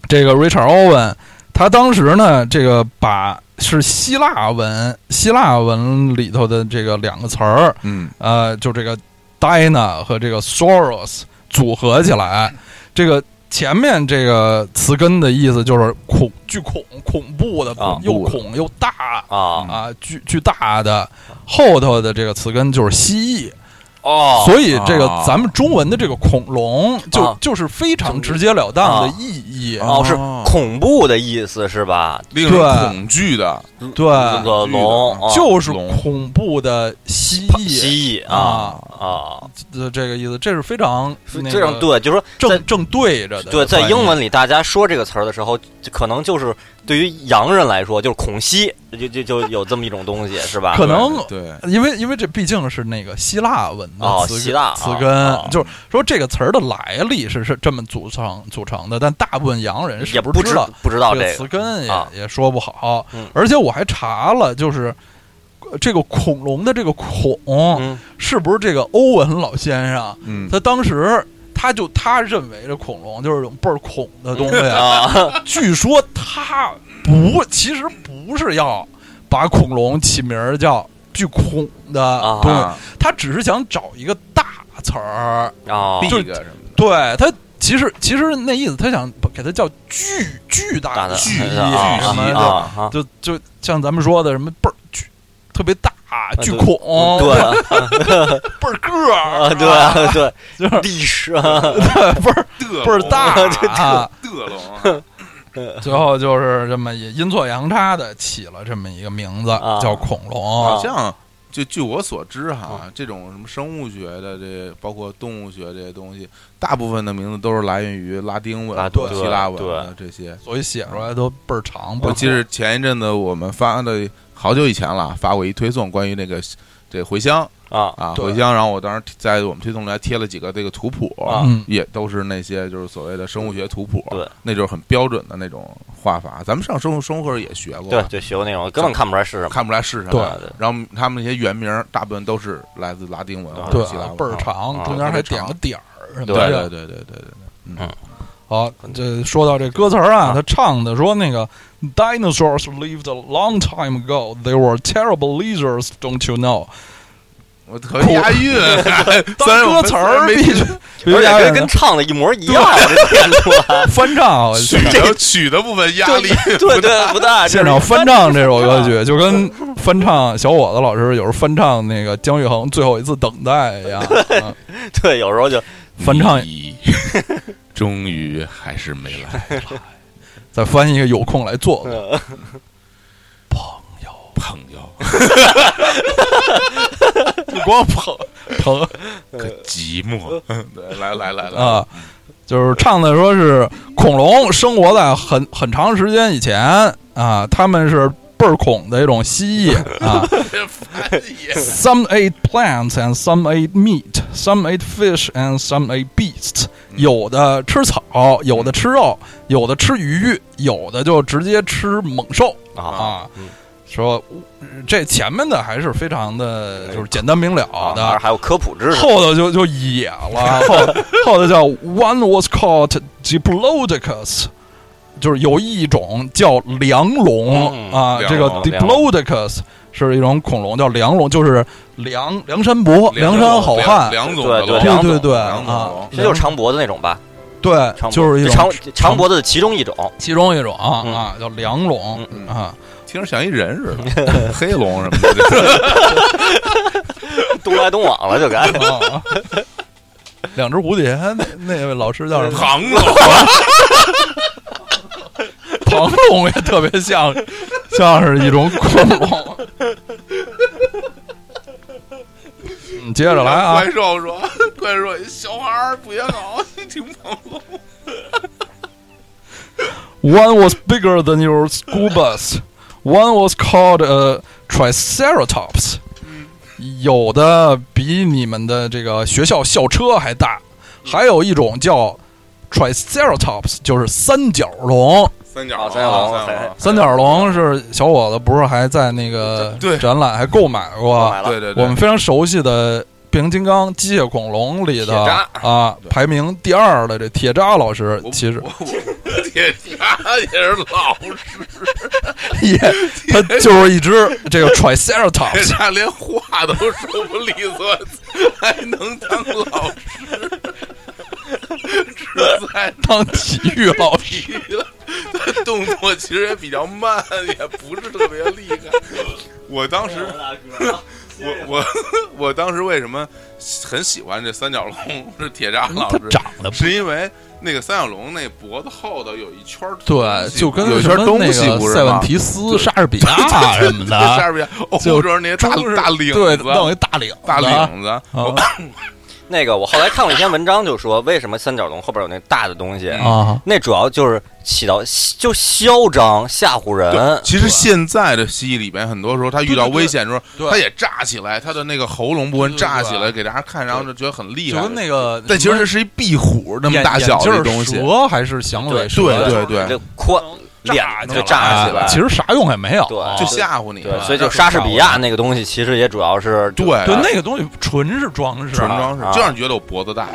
Speaker 3: 这个 Richard Owen，他当时呢，这个把是希腊文希腊文里头的这个两个词儿，
Speaker 1: 嗯
Speaker 3: 呃，就这个 Dina 和这个 Soros 组合起来，这个前面这个词根的意思就是恐巨恐恐怖的，
Speaker 2: 啊
Speaker 3: 又
Speaker 1: 恐怖的
Speaker 3: 恐又大
Speaker 2: 啊
Speaker 3: 啊，巨巨大的。后头的这个词根就是蜥蜴，
Speaker 2: 哦，
Speaker 3: 所以这个
Speaker 1: 啊
Speaker 3: 咱们中文的这个恐龙就、
Speaker 2: 啊
Speaker 3: 就是非常直截了当的意义。
Speaker 1: 啊
Speaker 2: 哦是
Speaker 1: 哦
Speaker 2: 恐怖的意思是吧？
Speaker 1: 令人恐惧的，
Speaker 3: 对
Speaker 2: 这个龙啊
Speaker 3: 就是
Speaker 1: 龙
Speaker 3: 恐怖的蜥蜴
Speaker 2: 蜥蜴啊
Speaker 3: 啊，
Speaker 2: 啊，
Speaker 3: 这这个意思，这是非常那
Speaker 2: 这样
Speaker 3: 个
Speaker 2: 对，就是说在
Speaker 3: 正正对着的。
Speaker 2: 对，在
Speaker 3: 翻译
Speaker 2: 英文里，大家说这个词儿的时候，就可能就是对于洋人来说，就是恐蜥，就就就有这么一种东西，是吧？
Speaker 3: 可能
Speaker 1: 对，
Speaker 3: 因为因为这毕竟是那个希腊文的
Speaker 2: 哦
Speaker 3: 词根
Speaker 2: 希腊啊
Speaker 3: 词根，
Speaker 2: 哦
Speaker 3: 就是说这个词儿的来历是是这么组成组成的，但大部分洋人
Speaker 2: 也
Speaker 3: 是
Speaker 2: 不
Speaker 3: 知
Speaker 2: 知
Speaker 3: 道
Speaker 2: 不知道
Speaker 3: 这
Speaker 2: 这
Speaker 3: 词
Speaker 2: 个
Speaker 3: 根也、
Speaker 2: 啊
Speaker 3: 也说不好
Speaker 2: 嗯。
Speaker 3: 而且我还查了，就是呃这个恐龙的这个恐、
Speaker 2: 嗯
Speaker 3: 是不是这个欧文老先生？
Speaker 1: 嗯，
Speaker 3: 他当时他就他认为这恐龙就是种倍儿恐的东西，
Speaker 2: 啊，
Speaker 3: [LAUGHS] 据说他不，其实不是要把恐龙起名儿叫巨恐的
Speaker 2: 啊
Speaker 3: 东西，
Speaker 1: 啊
Speaker 3: 他只是想找一个大词儿， [LAUGHS]
Speaker 2: 啊
Speaker 1: ，B
Speaker 3: 就
Speaker 1: 个
Speaker 3: 是
Speaker 1: 什么
Speaker 3: 对他。其实其实那意思，他想给他叫巨巨大
Speaker 2: 大
Speaker 3: 的
Speaker 2: 的
Speaker 3: 蜥蜴
Speaker 2: 啊
Speaker 3: 什么
Speaker 1: 蜥蜴
Speaker 3: 的，
Speaker 2: 啊啊，
Speaker 3: 就就像咱们说的什么倍儿巨，特别大巨恐，
Speaker 2: 啊对啊
Speaker 3: 倍儿个 [LAUGHS] 儿，
Speaker 2: 对啊对，
Speaker 3: 就是 [LAUGHS]
Speaker 2: 历史啊
Speaker 3: 倍儿
Speaker 1: 的，
Speaker 3: 倍儿 [LAUGHS] 大啊，
Speaker 1: 的龙，
Speaker 3: 最后就是这么也阴错阳差的起了这么一个名字，
Speaker 2: 啊嗯
Speaker 3: 叫恐龙。
Speaker 1: 好像。就据我所知哈，这种什么生物学的这，包括动物学这些东西，大部分的名字都是来源于拉丁文、
Speaker 2: 拉
Speaker 1: 和
Speaker 2: 对
Speaker 1: 希腊文
Speaker 2: 对
Speaker 1: 的这些。
Speaker 3: 所以写出来都倍儿长，倍
Speaker 1: 我
Speaker 3: 儿
Speaker 1: 记得前一阵子我们发的好久以前了，发过一推送关于那个这茴香
Speaker 2: 啊
Speaker 1: 啊，
Speaker 3: 对
Speaker 1: 茴香。然后我当时在我们推送里还贴了几个这个图谱，
Speaker 2: 啊
Speaker 3: 嗯
Speaker 1: 也都是那些就是所谓的生物学图谱，
Speaker 2: 对，
Speaker 1: 那就是很标准的那种画法。咱们上生物生物课也学过，
Speaker 2: 对，就学过那种，根本看不出来是什么。
Speaker 1: 看不出来是什
Speaker 3: 对
Speaker 1: 么。然后他们那些原名儿大部分都是来自拉丁文啊或
Speaker 3: 对
Speaker 1: 者希腊文，
Speaker 3: 倍儿长，
Speaker 2: 啊
Speaker 3: 中间还点个点儿什么
Speaker 1: 对
Speaker 2: 对
Speaker 1: 对
Speaker 3: 的。
Speaker 1: 对对对对，
Speaker 3: 好，这说到这歌词儿啊，
Speaker 2: 啊
Speaker 3: 他唱的说那个
Speaker 1: [LAUGHS]
Speaker 3: Dinosaurs lived a long time ago, they were terrible lizards, don't you know？
Speaker 1: 我可以押韵， [LAUGHS] 虽然我
Speaker 3: 当歌
Speaker 1: 们
Speaker 3: 词儿
Speaker 1: 没
Speaker 3: [LAUGHS] 必须必须
Speaker 2: 而
Speaker 3: 押
Speaker 2: 且
Speaker 3: 韵。
Speaker 2: 跟跟唱的一模一样，这念出来
Speaker 3: [LAUGHS] 翻
Speaker 1: [LAUGHS]
Speaker 3: 唱，啊
Speaker 1: 曲的曲的部分压力
Speaker 2: 对对，不大。
Speaker 3: 现场翻唱这首歌曲，就跟翻唱小伙子老师有时候翻唱那个姜育恒《最后一次等待》一样，啊
Speaker 2: 对，有时候就
Speaker 3: 翻唱
Speaker 1: 你终于还是没
Speaker 3: [LAUGHS]
Speaker 1: 来，
Speaker 3: 再翻一个有空来做做。
Speaker 1: 朋友，
Speaker 3: 不光捧捧
Speaker 1: 可寂寞。对来来来来，
Speaker 3: 啊，就是唱的说是恐龙生活在很很长时间以前啊，他们是倍儿恐的一种蜥蜴
Speaker 2: [LAUGHS]
Speaker 3: 啊。
Speaker 1: 翻译
Speaker 3: Some ate plants and some ate meat. Some ate fish and some ate beasts.
Speaker 2: 嗯
Speaker 3: 有的吃草，有的吃肉，有的吃鱼，有的就直接吃猛兽
Speaker 2: 啊，
Speaker 3: 啊
Speaker 2: 嗯。
Speaker 3: 说这前面的还是非常的，就是简单明了的，
Speaker 2: 哎啊还有科普知识，
Speaker 3: 后头就就野
Speaker 1: [LAUGHS]
Speaker 3: 了，后后头叫 One was called Diplodocus，就是有一种叫梁龙、
Speaker 2: 嗯
Speaker 3: 啊，
Speaker 1: 梁
Speaker 3: 这个
Speaker 1: 龙
Speaker 3: Diplodocus 是一种恐龙，叫梁龙，就是梁梁山伯、
Speaker 1: 梁
Speaker 3: 山好汉，
Speaker 1: 梁梁总
Speaker 2: 对
Speaker 1: 的
Speaker 2: 对
Speaker 1: 龙，
Speaker 2: 梁
Speaker 3: 对对
Speaker 2: 总
Speaker 3: 对
Speaker 1: 梁总
Speaker 3: 啊，
Speaker 2: 这就是长脖子那种吧？
Speaker 3: 对
Speaker 2: 长，脖
Speaker 3: 就是一
Speaker 2: 这
Speaker 3: 种
Speaker 2: 长长脖子的其中 [LAUGHS] 一种。
Speaker 3: 其中一种啊
Speaker 2: 嗯
Speaker 3: 啊，叫梁龙
Speaker 2: 嗯
Speaker 1: 嗯
Speaker 3: 啊，
Speaker 1: 听着像一人似的，黑龙什么的。
Speaker 3: [LAUGHS]
Speaker 1: [LAUGHS]
Speaker 2: 东来东往了就该。 [LAUGHS]
Speaker 3: 啊两只蝴蝶， [LAUGHS] 那那位老师叫什么？
Speaker 1: 唐总，
Speaker 3: [LAUGHS] 庞龙也特别像，像是一种恐龙。嗯，接着来啊
Speaker 1: 怪！兽说，怪兽说 [LAUGHS] 小孩儿 [LAUGHS] 不也好，挺朋友。
Speaker 3: One was bigger than your school bus. One was called a triceratops. 有的比你们的这个学校校车还大，还有一种叫 triceratops，就是三角龙。
Speaker 1: 三角
Speaker 2: 啊三角龙三
Speaker 3: 三角龙是小伙子不是还在那个
Speaker 1: 对
Speaker 3: 展览还购买过
Speaker 2: 购？买了
Speaker 1: 对对对，
Speaker 3: 我们非常熟悉的《变形金刚：机械恐龙》里
Speaker 1: 铁
Speaker 3: 的
Speaker 1: 渣
Speaker 3: 啊，
Speaker 1: 对
Speaker 3: 排名第二的这铁渣老师，
Speaker 1: 我
Speaker 3: 其实
Speaker 1: 我我铁侠也 [LAUGHS] 是老实，
Speaker 3: 也他就是一只这个 Triceratops
Speaker 1: 他连话都说不利索，还能当老师， [LAUGHS] 实在
Speaker 3: 当体育老师。
Speaker 1: 皮了。他动作其实也比较慢，也不是特别厉害。
Speaker 3: [LAUGHS]
Speaker 1: 我当时，我我我当时为什么很喜欢这三角龙？是铁渣老
Speaker 3: 他
Speaker 1: 师，
Speaker 3: 长得
Speaker 1: 是因为那个三角龙那脖子后头有一圈儿
Speaker 3: 对
Speaker 1: 东，西
Speaker 3: 就跟
Speaker 1: 有一
Speaker 3: 什
Speaker 1: 圈
Speaker 3: 么
Speaker 1: 东
Speaker 3: 那
Speaker 1: 西
Speaker 3: 个
Speaker 1: 不是
Speaker 3: 塞万
Speaker 1: 吗
Speaker 3: 提斯、莎士比亚什么
Speaker 1: 下
Speaker 3: 的，
Speaker 1: 边儿欧
Speaker 3: 就
Speaker 1: 洲那大
Speaker 3: 就是
Speaker 1: 大领
Speaker 3: 对，
Speaker 1: 子，哦
Speaker 3: 弄一大领子
Speaker 1: 大领子，
Speaker 3: 啊
Speaker 2: 那个我后来看过一篇文章，就说为什么三角龙后边有那大的东西，
Speaker 3: 啊，
Speaker 2: 那主要就是起到就嚣张吓唬人
Speaker 1: 对，。其实现在的蜥蜴里边，很多时候它遇到危险的时
Speaker 3: 嗯对对
Speaker 1: 候，它也炸起来，它的那个喉咙部分炸起
Speaker 3: 对对
Speaker 1: 来，
Speaker 3: 对
Speaker 1: 给大家看，然后就觉得很厉
Speaker 3: 就
Speaker 1: 害。
Speaker 3: 跟那个，
Speaker 1: 但其实是一壁虎那么大小的东西，
Speaker 3: 蛇还是响尾蛇，
Speaker 1: 对对对
Speaker 2: 这宽脸就炸起来。
Speaker 3: 其实啥用也没有，
Speaker 2: 对
Speaker 1: 就吓唬你
Speaker 2: 对
Speaker 1: 了。，
Speaker 2: 所以就莎士比亚那个东西，其实也主要是
Speaker 1: 对
Speaker 3: 对那个东西纯是装饰
Speaker 1: 哎纯
Speaker 3: 啊。
Speaker 1: 装
Speaker 2: 啊
Speaker 1: 饰，就让你觉得我脖子大，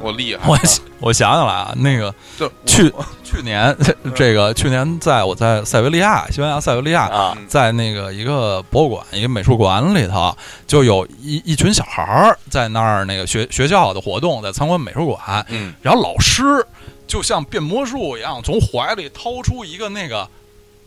Speaker 1: 我厉害。
Speaker 3: 我想我想想来啊，那个
Speaker 1: 就我
Speaker 3: 去去年 [LAUGHS] 这个去年在我在塞维利亚，西班牙塞维利亚，
Speaker 2: 啊，
Speaker 3: 在那个一个博物馆、一个美术馆里头，就有一一群小孩儿在那儿那个学学校的活动，在参观美术馆，
Speaker 1: 嗯，
Speaker 3: 然后老师就像变魔术一样，从怀里掏出一个那个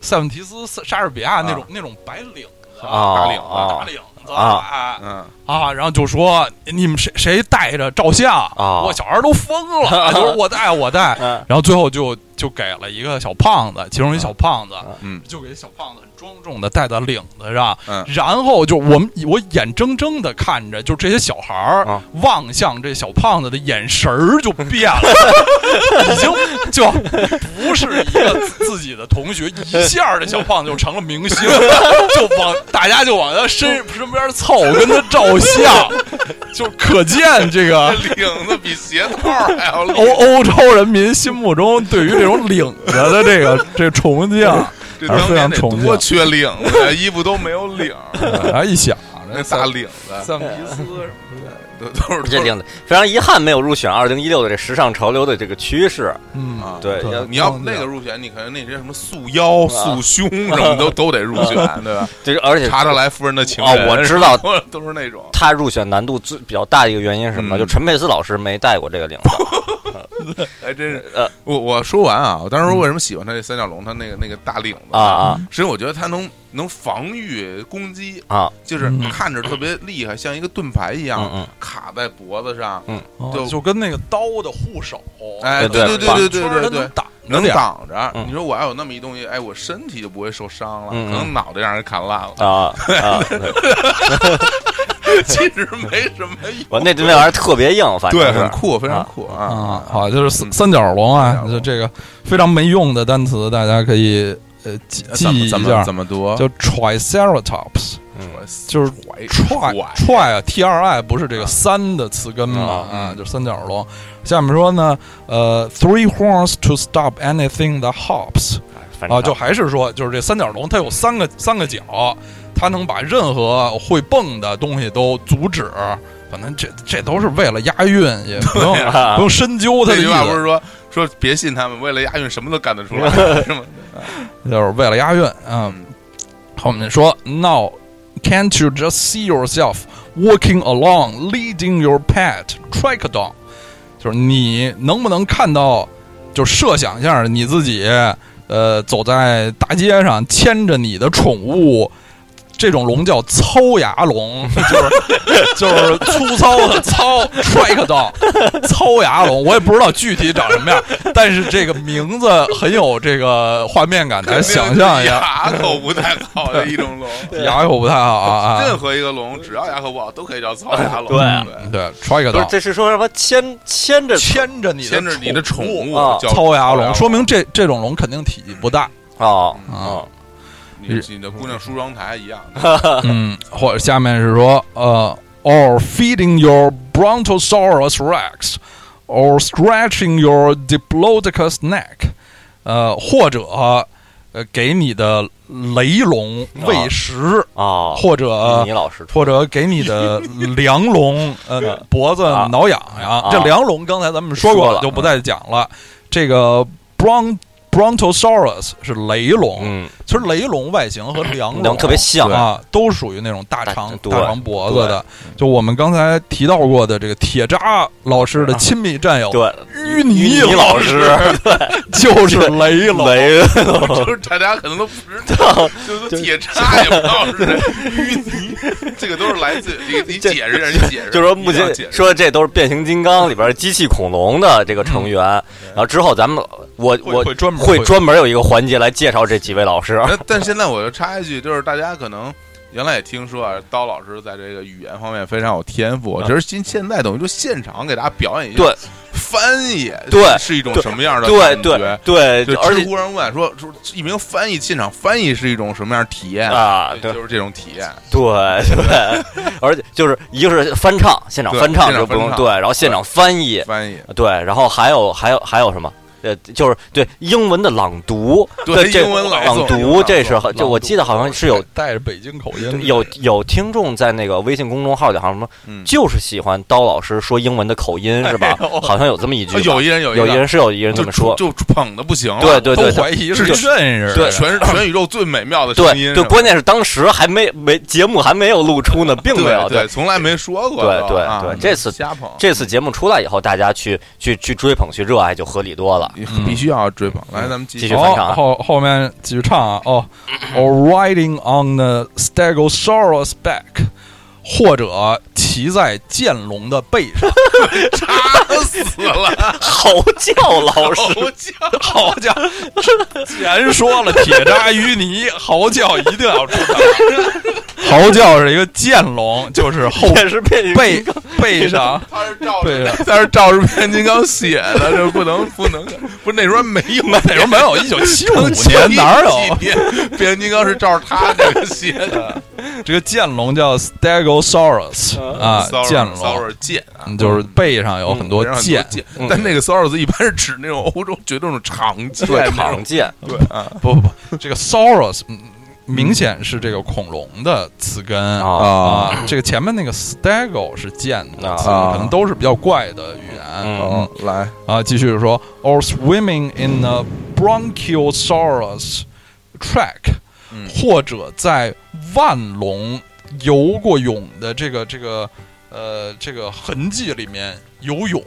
Speaker 3: 塞万提斯、莎莎士比亚那种、那种白领子
Speaker 2: 啊
Speaker 1: 打领子
Speaker 3: 大
Speaker 2: 啊
Speaker 3: 领子
Speaker 2: 啊 [LAUGHS]
Speaker 1: 嗯，
Speaker 3: 啊，然后就说你们谁谁带着照相
Speaker 2: 啊
Speaker 3: 我小孩都疯
Speaker 2: [LAUGHS]
Speaker 3: 了，就说我带我带，
Speaker 2: 嗯
Speaker 3: 然后最后就就给了一个小胖子，其中一小胖子，
Speaker 1: 嗯
Speaker 3: 就给小胖子很庄重的戴在领子上，
Speaker 1: 嗯
Speaker 3: 然后就我们我眼睁睁的看着，就这些小孩儿、
Speaker 2: 啊
Speaker 3: 望向这小胖子的眼神儿就变了，已经就不是一个自己的同学，一下儿这小胖子就成了明星，就往大家就往他身身边凑，跟他照相，就可见这个
Speaker 1: 这领子比鞋套还要厉
Speaker 3: 欧
Speaker 2: 哦
Speaker 1: 害，
Speaker 3: 欧洲人民心目中对于这种领子的这个这崇敬，
Speaker 1: 这
Speaker 3: 还
Speaker 1: 当
Speaker 3: 是非
Speaker 1: 年
Speaker 3: 常
Speaker 1: 得
Speaker 3: 崇敬哎
Speaker 1: 多。缺领
Speaker 2: [LAUGHS]
Speaker 1: 子，呀，衣服都没有领儿，
Speaker 3: 然后一想，啊
Speaker 1: 那大领子。
Speaker 3: 桑皮斯什么的，
Speaker 1: 都都是
Speaker 2: 这令非常遗憾没有入选二零一六的这时尚潮流的这个趋势。
Speaker 3: 嗯
Speaker 1: 啊，
Speaker 2: 对
Speaker 3: 对
Speaker 2: 要
Speaker 1: 你要那个入选，你可能那些什么束
Speaker 2: 啊
Speaker 1: 腰、束胸什么都都得入
Speaker 2: [LAUGHS]
Speaker 1: 选，对吧？
Speaker 2: 对，而且
Speaker 1: 查德莱夫人的情
Speaker 2: 哦
Speaker 1: 人， [LAUGHS]
Speaker 2: 我知道，
Speaker 1: 都是那种。
Speaker 2: 他入选难度最比较大的一个原因是什
Speaker 1: 嗯
Speaker 2: 么？就陈佩斯老师没带过这个领
Speaker 1: [LAUGHS]
Speaker 2: 子。
Speaker 1: 还哎真是
Speaker 2: 呃，
Speaker 1: 我我说完啊，我当时为什么喜欢他这三角龙，他那个那个大领子
Speaker 2: 啊啊，
Speaker 1: 是因为我觉得他能能防御攻击，
Speaker 2: 啊，
Speaker 1: 就是
Speaker 3: 嗯
Speaker 1: 看着特别厉害，像一个盾牌一
Speaker 2: 嗯
Speaker 1: 样
Speaker 2: 嗯，
Speaker 1: 卡在脖子上，
Speaker 3: 哦
Speaker 1: 就
Speaker 3: 就跟那个刀的护手，
Speaker 1: 哎，
Speaker 2: 对
Speaker 1: 对
Speaker 2: 把
Speaker 1: 对对
Speaker 3: 圈
Speaker 1: 对
Speaker 3: 儿它
Speaker 1: 对
Speaker 3: 能
Speaker 1: 对，
Speaker 3: 挡着
Speaker 1: 能
Speaker 3: 点儿，
Speaker 1: 挡着。
Speaker 2: 嗯
Speaker 1: 你说我要有那么一东西，哎，我身体就不会受伤了，
Speaker 2: 嗯嗯
Speaker 1: 可能脑袋让人砍烂了，
Speaker 2: 啊啊！对
Speaker 1: [LAUGHS] 其实没什么用。
Speaker 2: 我那那玩意儿特别硬，反正
Speaker 1: 对，
Speaker 2: 是
Speaker 1: 很酷，非常酷
Speaker 3: 啊
Speaker 1: 啊！，
Speaker 3: 好，就是三三角龙啊，
Speaker 1: 嗯
Speaker 3: 就这个非常没用的单词，大家可以呃记记
Speaker 1: 怎
Speaker 3: 忆
Speaker 1: 么
Speaker 3: 一
Speaker 1: 怎么
Speaker 3: 下，
Speaker 1: 怎么读？嗯
Speaker 3: 叫 Triceratops，就是
Speaker 1: 揣
Speaker 3: 踹
Speaker 1: 揣
Speaker 3: 踹啊，T R I 不是这个
Speaker 1: 啊
Speaker 3: 三的词根嘛
Speaker 1: 嗯
Speaker 3: 啊，就是三角龙。下面说呢，呃，three horns to stop anything that hops
Speaker 2: 反正
Speaker 3: 啊，就还是说就是这三角龙它有三个三个角，它能把任何会蹦的东西都阻止。反正这这都是为了押韵，也不用、不用深究它
Speaker 1: 啊这
Speaker 3: 的意
Speaker 1: 句话不
Speaker 3: 思，
Speaker 1: 是说说别信他们，为了押韵什么都干得出来，是吗？
Speaker 3: 就是为了押韵啊。后面说，Now can't you just see yourself walking along, leading your pet track down？就是你能不能看到，就设想一下你自己，呃，走在大街上牵着你的宠物。这种龙叫糙牙龙，就是 [LAUGHS] 就是粗糙的糙 track down，糙牙龙，我也不知道具体长什么样，但是这个名字很有这个画
Speaker 1: [LAUGHS]
Speaker 3: 面感，大家想象一下，
Speaker 1: 牙口不太好的一
Speaker 3: [LAUGHS]
Speaker 1: 种龙，
Speaker 3: 牙口不太好
Speaker 1: [LAUGHS]
Speaker 3: 啊
Speaker 1: 任
Speaker 3: 啊！
Speaker 1: 何一个啊龙只要牙口不好都可以叫糙牙龙，
Speaker 2: 对
Speaker 1: 对，
Speaker 3: [LAUGHS] 对，啊揣个
Speaker 2: 不是
Speaker 3: 刀，
Speaker 2: 这是说什么牵牵着
Speaker 3: 牵着你的
Speaker 1: 牵着你的宠物
Speaker 2: 啊
Speaker 1: 叫
Speaker 3: 糙牙
Speaker 1: 龙，
Speaker 3: 龙，说明这这种龙肯定体积不大。
Speaker 2: 哦
Speaker 3: 啊
Speaker 2: 哦
Speaker 1: 你你的姑娘梳妆台
Speaker 3: [LAUGHS]
Speaker 1: 一样，
Speaker 2: [LAUGHS]
Speaker 3: 嗯，或者下面是说呃，or feeding your Brontosaurus rex。or stretching your diplodocus neck，呃，或者呃，给你的雷龙喂食，
Speaker 2: 哦，
Speaker 3: 或者呃
Speaker 2: 你老师
Speaker 3: 或者给你的梁龙，
Speaker 2: [LAUGHS]
Speaker 3: 呃，脖子挠痒痒。
Speaker 2: 啊
Speaker 3: 这梁龙刚才咱们说过
Speaker 2: 说了嗯
Speaker 3: 就不再讲了。这个 bron brontosaurus 是雷龙，
Speaker 2: 嗯
Speaker 3: 其实雷龙外形和梁龙
Speaker 2: 能特别像
Speaker 3: 啊，都属于那种大
Speaker 2: 大
Speaker 3: 长
Speaker 2: 哎对
Speaker 3: 大长脖子的。就我们刚才提到过的这个铁渣老师的亲密战
Speaker 1: 哦
Speaker 3: 友
Speaker 2: 啊对
Speaker 3: 淤泥
Speaker 2: 你老
Speaker 3: 师，
Speaker 2: 师
Speaker 3: 就是雷龙。
Speaker 2: 雷
Speaker 1: 就是 [LAUGHS] 大家可能都不知
Speaker 3: [LAUGHS]
Speaker 1: 道，就是都铁叉也不知道是淤泥，这个都是来自
Speaker 3: [LAUGHS]
Speaker 1: 你你
Speaker 2: 这
Speaker 1: 解释一下，你解释，
Speaker 2: [LAUGHS] 就说目
Speaker 1: 你要
Speaker 2: 前
Speaker 1: 解释
Speaker 2: 说这都是变形金刚里边机器恐龙的这个成员，
Speaker 1: 嗯
Speaker 2: 然后之后咱们我
Speaker 3: 会
Speaker 2: 我
Speaker 3: 会专门
Speaker 2: 会专门有一个环节来介绍这几位老师。
Speaker 1: 那但现在我就插一句，就是大家可能原来也听说啊，刀老师在这个语言方面非常有天赋。我觉得今现在等于就现场给大家表演一下
Speaker 2: 嗯对
Speaker 1: 翻译，
Speaker 2: 对
Speaker 1: 是一种什么样的
Speaker 2: 对
Speaker 1: 感
Speaker 2: 对
Speaker 1: 觉？
Speaker 2: 对，
Speaker 1: 就
Speaker 2: 而
Speaker 1: 知
Speaker 2: 且
Speaker 1: 乎上问说说一名翻译现场翻译是一种什么样的体验？
Speaker 2: 啊，对
Speaker 1: 对，就是这种体验。
Speaker 2: 对
Speaker 1: [LAUGHS]
Speaker 2: 对，而且就是一个是翻唱，现场
Speaker 1: 对
Speaker 2: 翻唱
Speaker 1: 现场
Speaker 2: 就不用
Speaker 1: 翻唱
Speaker 2: 对，然后现场翻译
Speaker 1: 翻译
Speaker 2: 对，然后还有还有还有什么？呃，就是对英文的朗读，
Speaker 1: 对
Speaker 2: 这
Speaker 1: 英文朗
Speaker 2: 朗
Speaker 1: 诵英文
Speaker 2: 读，
Speaker 1: 朗
Speaker 2: 这是
Speaker 1: 诵
Speaker 2: 很就我记得好像是有
Speaker 3: 带着北京口音，
Speaker 2: 有有听众在那个微信公众号里好像什么，
Speaker 1: 嗯
Speaker 2: 就是喜欢刀老师说英文的口音是吧？ [LAUGHS] 好像有这么一句
Speaker 1: 啊
Speaker 2: 吧，
Speaker 1: 有一人有一
Speaker 2: 有一
Speaker 1: 个
Speaker 2: 人是有一人这
Speaker 1: 就
Speaker 2: 么说，
Speaker 1: 就捧的不行了，
Speaker 2: 对对
Speaker 3: 都
Speaker 2: 对
Speaker 3: 怀疑
Speaker 1: 是
Speaker 3: 是啊认识
Speaker 2: 对
Speaker 3: 的
Speaker 1: 全是全宇宙最美妙的声音是
Speaker 2: 对，对，
Speaker 1: 吧
Speaker 2: 关键是当时还没没节目还没有露出呢，并没有
Speaker 1: 对对，从来没说过
Speaker 2: 对
Speaker 1: 都
Speaker 2: 对
Speaker 1: 啊
Speaker 2: 对这次
Speaker 1: 瞎捧
Speaker 2: 这次节目出来以后，大家去去去追捧、去热爱就合理多
Speaker 1: [LAUGHS]
Speaker 2: 了。
Speaker 1: 必须要追捧。来，咱们继续
Speaker 2: 继续翻唱
Speaker 3: 好
Speaker 2: 啊
Speaker 3: 后后面继续唱啊，哦，or riding on the stegosaurus back，或者骑在剑龙的背上，
Speaker 1: 插死了。
Speaker 2: 嚎叫老 [LAUGHS] 师，
Speaker 1: 吼叫，
Speaker 3: 嚎叫。既然说了铁渣淤泥，嚎叫一定要出场。嚎叫是一个剑龙，就是后
Speaker 2: 也是变形
Speaker 3: 背背上
Speaker 1: 他是照
Speaker 3: 背上
Speaker 1: 着，他是照着变形金刚写的，这不能不能，不是那时候没有，那
Speaker 3: [LAUGHS] 那时候没有一九七五年哪有？
Speaker 1: 变形金刚是照着他这个写的
Speaker 3: 这个剑龙叫 stegosaurus [LAUGHS] 啊，
Speaker 1: ，sorry，
Speaker 3: 剑龙
Speaker 1: sorry，剑啊。
Speaker 3: 就是背上有很多
Speaker 1: 非常
Speaker 3: 剑。
Speaker 1: 剑
Speaker 2: 嗯，
Speaker 1: 但那个 sorry 字一般是指那种欧洲绝对那种长剑，
Speaker 2: [LAUGHS] 对常见，
Speaker 1: 对啊，
Speaker 3: 不不不，这个 Soros，嗯明显是这个恐龙的词根
Speaker 2: 啊
Speaker 1: 啊
Speaker 3: 啊，这个前面那个 stego 是剑的词，
Speaker 1: 啊
Speaker 3: 可能都是比较怪的语
Speaker 2: 嗯
Speaker 3: 言。
Speaker 1: 哦，来，
Speaker 3: 啊，继续说，or swimming in a bronchiosaurus track，、或
Speaker 2: 嗯
Speaker 3: 者在万龙游过泳的这个这个呃这个痕迹里面游泳，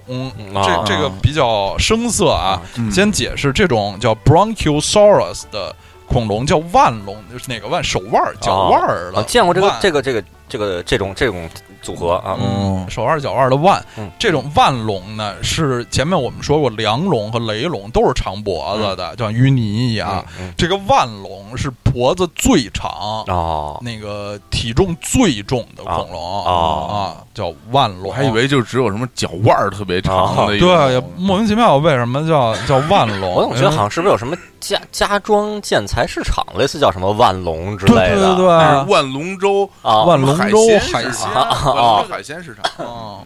Speaker 2: 啊
Speaker 3: 这这个比较生涩啊。
Speaker 1: 嗯
Speaker 3: 先解释这种叫 bronchiosaurus 的恐龙叫腕龙，就是哪个腕？手腕儿、脚腕儿了、
Speaker 2: 啊，见过这个
Speaker 3: 腕
Speaker 2: 这个这个这个这种这种组合啊，
Speaker 1: 嗯
Speaker 3: 手腕儿脚腕儿的腕，
Speaker 2: 嗯
Speaker 3: 这种腕龙呢，是前面我们说过，梁龙和雷龙都是长脖子的，就像淤泥一样。
Speaker 2: 嗯
Speaker 3: 这个腕龙是脖子最长、
Speaker 2: 哦，
Speaker 3: 那个体重最重的恐龙
Speaker 2: 啊啊
Speaker 3: 啊叫腕龙。
Speaker 1: 我还以为就只有什么脚腕儿特别长的一种，
Speaker 3: 啊对，也莫名其妙为什么叫叫腕龙？
Speaker 2: 我总觉得好像是不是有什么家家装建材市场，类似叫什么万隆之
Speaker 3: 对
Speaker 2: 类
Speaker 3: 对
Speaker 2: 的
Speaker 3: 对对，
Speaker 1: 哎万隆洲
Speaker 2: 啊，
Speaker 3: 万隆
Speaker 1: 海
Speaker 3: 州
Speaker 1: 鲜
Speaker 3: 海
Speaker 1: 市
Speaker 3: 鲜
Speaker 1: 场，
Speaker 2: 啊
Speaker 1: 万隆洲海鲜市场
Speaker 3: 啊，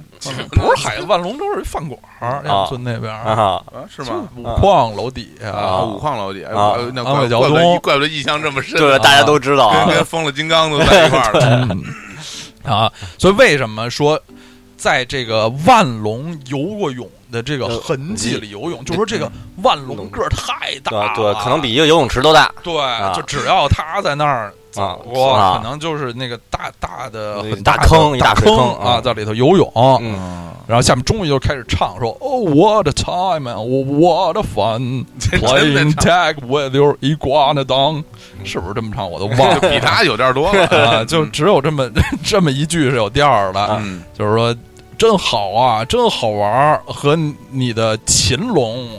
Speaker 3: 不是海，万隆州是饭馆儿，
Speaker 2: 啊
Speaker 3: 杨村那边儿，
Speaker 2: 啊，
Speaker 1: 啊，是吗？
Speaker 3: 五矿楼底下
Speaker 2: 啊
Speaker 1: 五矿老底，哎
Speaker 2: 啊
Speaker 1: 哎那
Speaker 3: 安
Speaker 1: 怪怪
Speaker 3: 慰胶
Speaker 1: 不得
Speaker 3: 东
Speaker 1: 怪不得印象这么深，啊
Speaker 2: 对，大家都知道
Speaker 1: 跟
Speaker 2: 啊，
Speaker 1: 跟疯了金刚都在一块儿了，
Speaker 3: 啊，所以为什么说在这个万龙游过泳的这
Speaker 2: 呃
Speaker 3: 个痕迹里游泳，就说这个万龙个儿太大
Speaker 2: 对
Speaker 3: 了，
Speaker 2: 嗯啊对，可能比一个游泳池都大
Speaker 3: 对，就只要他在那儿
Speaker 2: 啊
Speaker 3: 过，可
Speaker 2: 啊，
Speaker 3: 能就是那个大大的
Speaker 2: 那
Speaker 3: 很
Speaker 2: 大
Speaker 3: 的
Speaker 2: 坑一
Speaker 3: 大
Speaker 2: 大水坑
Speaker 3: 啊，
Speaker 2: 啊
Speaker 3: 在里头游泳，
Speaker 2: 嗯，
Speaker 3: 然后下面终于就开始唱说，Oh what a time and what
Speaker 2: [LAUGHS]
Speaker 3: a fun
Speaker 1: 这真的
Speaker 3: playing
Speaker 1: 长
Speaker 3: tag with your iguanodon，是不是这么唱？我都忘
Speaker 2: [LAUGHS]
Speaker 1: 就
Speaker 3: 了
Speaker 1: 比他有点儿多了。
Speaker 3: 啊，就只有这么 [LAUGHS] 这么一句是有调儿的，
Speaker 2: 啊
Speaker 1: 嗯，
Speaker 3: 就是说真好啊，真好玩儿，和你的秦
Speaker 2: [LAUGHS]
Speaker 3: 龙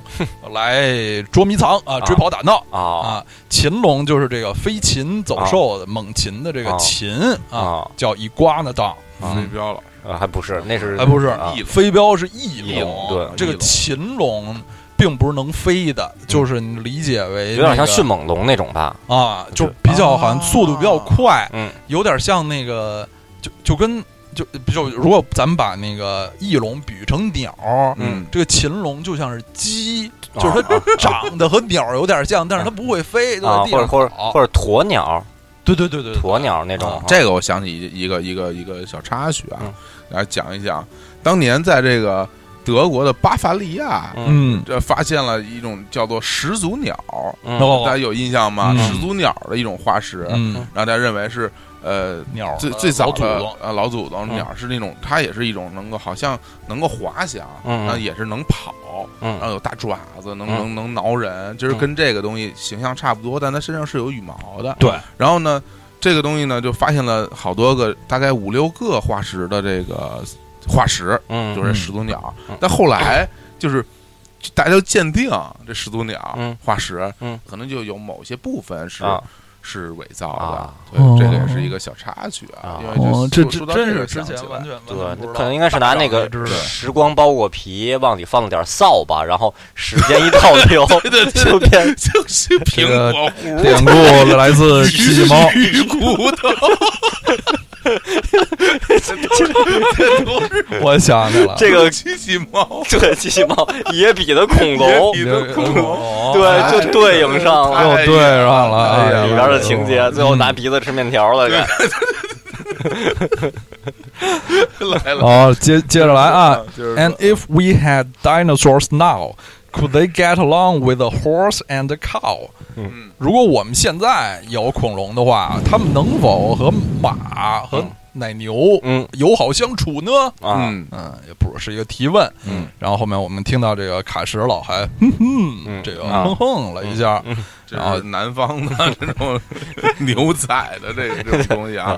Speaker 3: 来捉迷藏啊，追跑打闹。
Speaker 2: 啊
Speaker 3: 啊，秦龙就是这个飞禽走兽的猛禽的这个
Speaker 2: 啊
Speaker 3: 禽啊
Speaker 2: 啊，
Speaker 3: 叫一瓜呢当，
Speaker 1: 飞镖了，
Speaker 2: 啊还不是，那是
Speaker 3: 哎不是
Speaker 2: 啊
Speaker 1: 翼龙
Speaker 3: 飞镖是翼
Speaker 2: 翼
Speaker 3: 龙，
Speaker 2: 龙对嗯
Speaker 3: 这个
Speaker 1: 翼龙
Speaker 3: 秦龙并不是能飞的，就是你理解为
Speaker 2: 有点像
Speaker 3: 那个
Speaker 2: 迅猛龙那种吧，
Speaker 3: 啊，就比较好像速度比较快，
Speaker 2: 嗯
Speaker 3: 有点像那个，就就跟就就如果咱们把那个翼龙比喻成鸟，
Speaker 1: 嗯
Speaker 3: 这个禽龙就像是鸡，
Speaker 2: 啊
Speaker 3: 就是它长得和鸟有点像，但是它不会飞，就
Speaker 2: 啊，
Speaker 3: 在地
Speaker 2: 或者或
Speaker 3: 上
Speaker 2: 者
Speaker 3: 跑。
Speaker 2: 或者鸵鸟，
Speaker 3: 对对对对，对
Speaker 2: 鸵鸟那种
Speaker 3: 啊
Speaker 2: 啊
Speaker 1: 嗯这个我想起一一个一个一个小插曲啊
Speaker 2: 嗯，
Speaker 1: 来讲一讲当年在这个德国的巴伐利亚，
Speaker 2: 嗯
Speaker 3: 嗯，
Speaker 1: 这发现了一种叫做始祖鸟，
Speaker 2: 嗯
Speaker 1: 大家
Speaker 3: 哦，
Speaker 1: 有印象吗？
Speaker 3: 嗯
Speaker 1: 始祖鸟的一种化石，
Speaker 3: 嗯，
Speaker 1: 然后大家认为是呃
Speaker 3: 鸟儿
Speaker 1: 最
Speaker 2: 啊
Speaker 3: 的
Speaker 1: 最早
Speaker 3: 老祖
Speaker 1: 的
Speaker 3: 宗
Speaker 1: 呃老祖宗
Speaker 2: 嗯
Speaker 1: 鸟是那种，它也是一种能够好像能够滑翔，
Speaker 2: 嗯嗯
Speaker 1: 然后也是能跑，
Speaker 2: 嗯
Speaker 1: 然后有大爪子，能
Speaker 2: 嗯
Speaker 1: 能能挠人，就是
Speaker 2: 嗯
Speaker 1: 跟这个东西形象差不多，但它身上是有羽毛的。
Speaker 3: 对，
Speaker 1: 然后呢，这个东西呢就发现了好多个，大概五六个化石的这个化石，
Speaker 2: 嗯
Speaker 1: 就是始祖鸟
Speaker 2: 嗯。
Speaker 1: 但后来就是大家都鉴定这始祖鸟
Speaker 2: 嗯
Speaker 1: 化石
Speaker 2: 嗯，
Speaker 1: 可能就有某些部分是
Speaker 2: 啊
Speaker 1: 是伪造的
Speaker 2: 啊。
Speaker 1: 对
Speaker 3: 哦，
Speaker 1: 这个也是一个小插曲啊
Speaker 2: 啊。
Speaker 1: 因为
Speaker 3: 哦，
Speaker 1: 就
Speaker 3: 这
Speaker 1: 说说
Speaker 3: 这
Speaker 1: 到
Speaker 3: 真
Speaker 1: 这
Speaker 3: 是
Speaker 1: 个
Speaker 3: 之
Speaker 1: 想
Speaker 3: 前
Speaker 1: 起来 [LAUGHS]
Speaker 3: 完全
Speaker 2: 对
Speaker 3: 完全不知，道
Speaker 2: 可能应该是拿那
Speaker 3: 大
Speaker 2: 个
Speaker 3: 脑也知道
Speaker 2: 时光包裹皮往里放了点扫把，然后时间一倒流，
Speaker 1: 对对对
Speaker 2: [LAUGHS] 就变
Speaker 3: [LAUGHS]
Speaker 1: 就是苹果核
Speaker 3: 典故来
Speaker 1: [LAUGHS]
Speaker 3: 自机器猫，
Speaker 1: 鱼骨头，这都是
Speaker 3: 我想起来了，
Speaker 2: 这个
Speaker 1: 机器猫，[LAUGHS]
Speaker 2: [LAUGHS] 这个机器猫野比的恐龙，
Speaker 1: 野比的恐
Speaker 3: 龙
Speaker 2: 对，就对应上
Speaker 1: 哎
Speaker 2: 了
Speaker 3: 又哦对上了，
Speaker 1: 哎呀
Speaker 3: 哎呀
Speaker 2: 里边的情节，最后拿鼻子吃面条了，该
Speaker 1: 来了，
Speaker 3: 好，接接着来啊。
Speaker 1: 就是说
Speaker 3: And if we had dinosaurs now, could they get along with a horse and a cow？
Speaker 2: 嗯
Speaker 3: 如果我们现在有恐龙的话，它们能否和马和奶牛
Speaker 2: 嗯
Speaker 3: 友好相处呢？
Speaker 2: 啊，
Speaker 1: 嗯，
Speaker 3: 嗯，也不是是一个提问。
Speaker 1: 嗯，
Speaker 3: 然后后面我们听到这个卡什老还哼哼
Speaker 2: 嗯
Speaker 3: 这个
Speaker 2: 啊
Speaker 3: 哼哼了一下，
Speaker 1: 这是南方的这种 [LAUGHS] 牛仔的这个这种东西啊，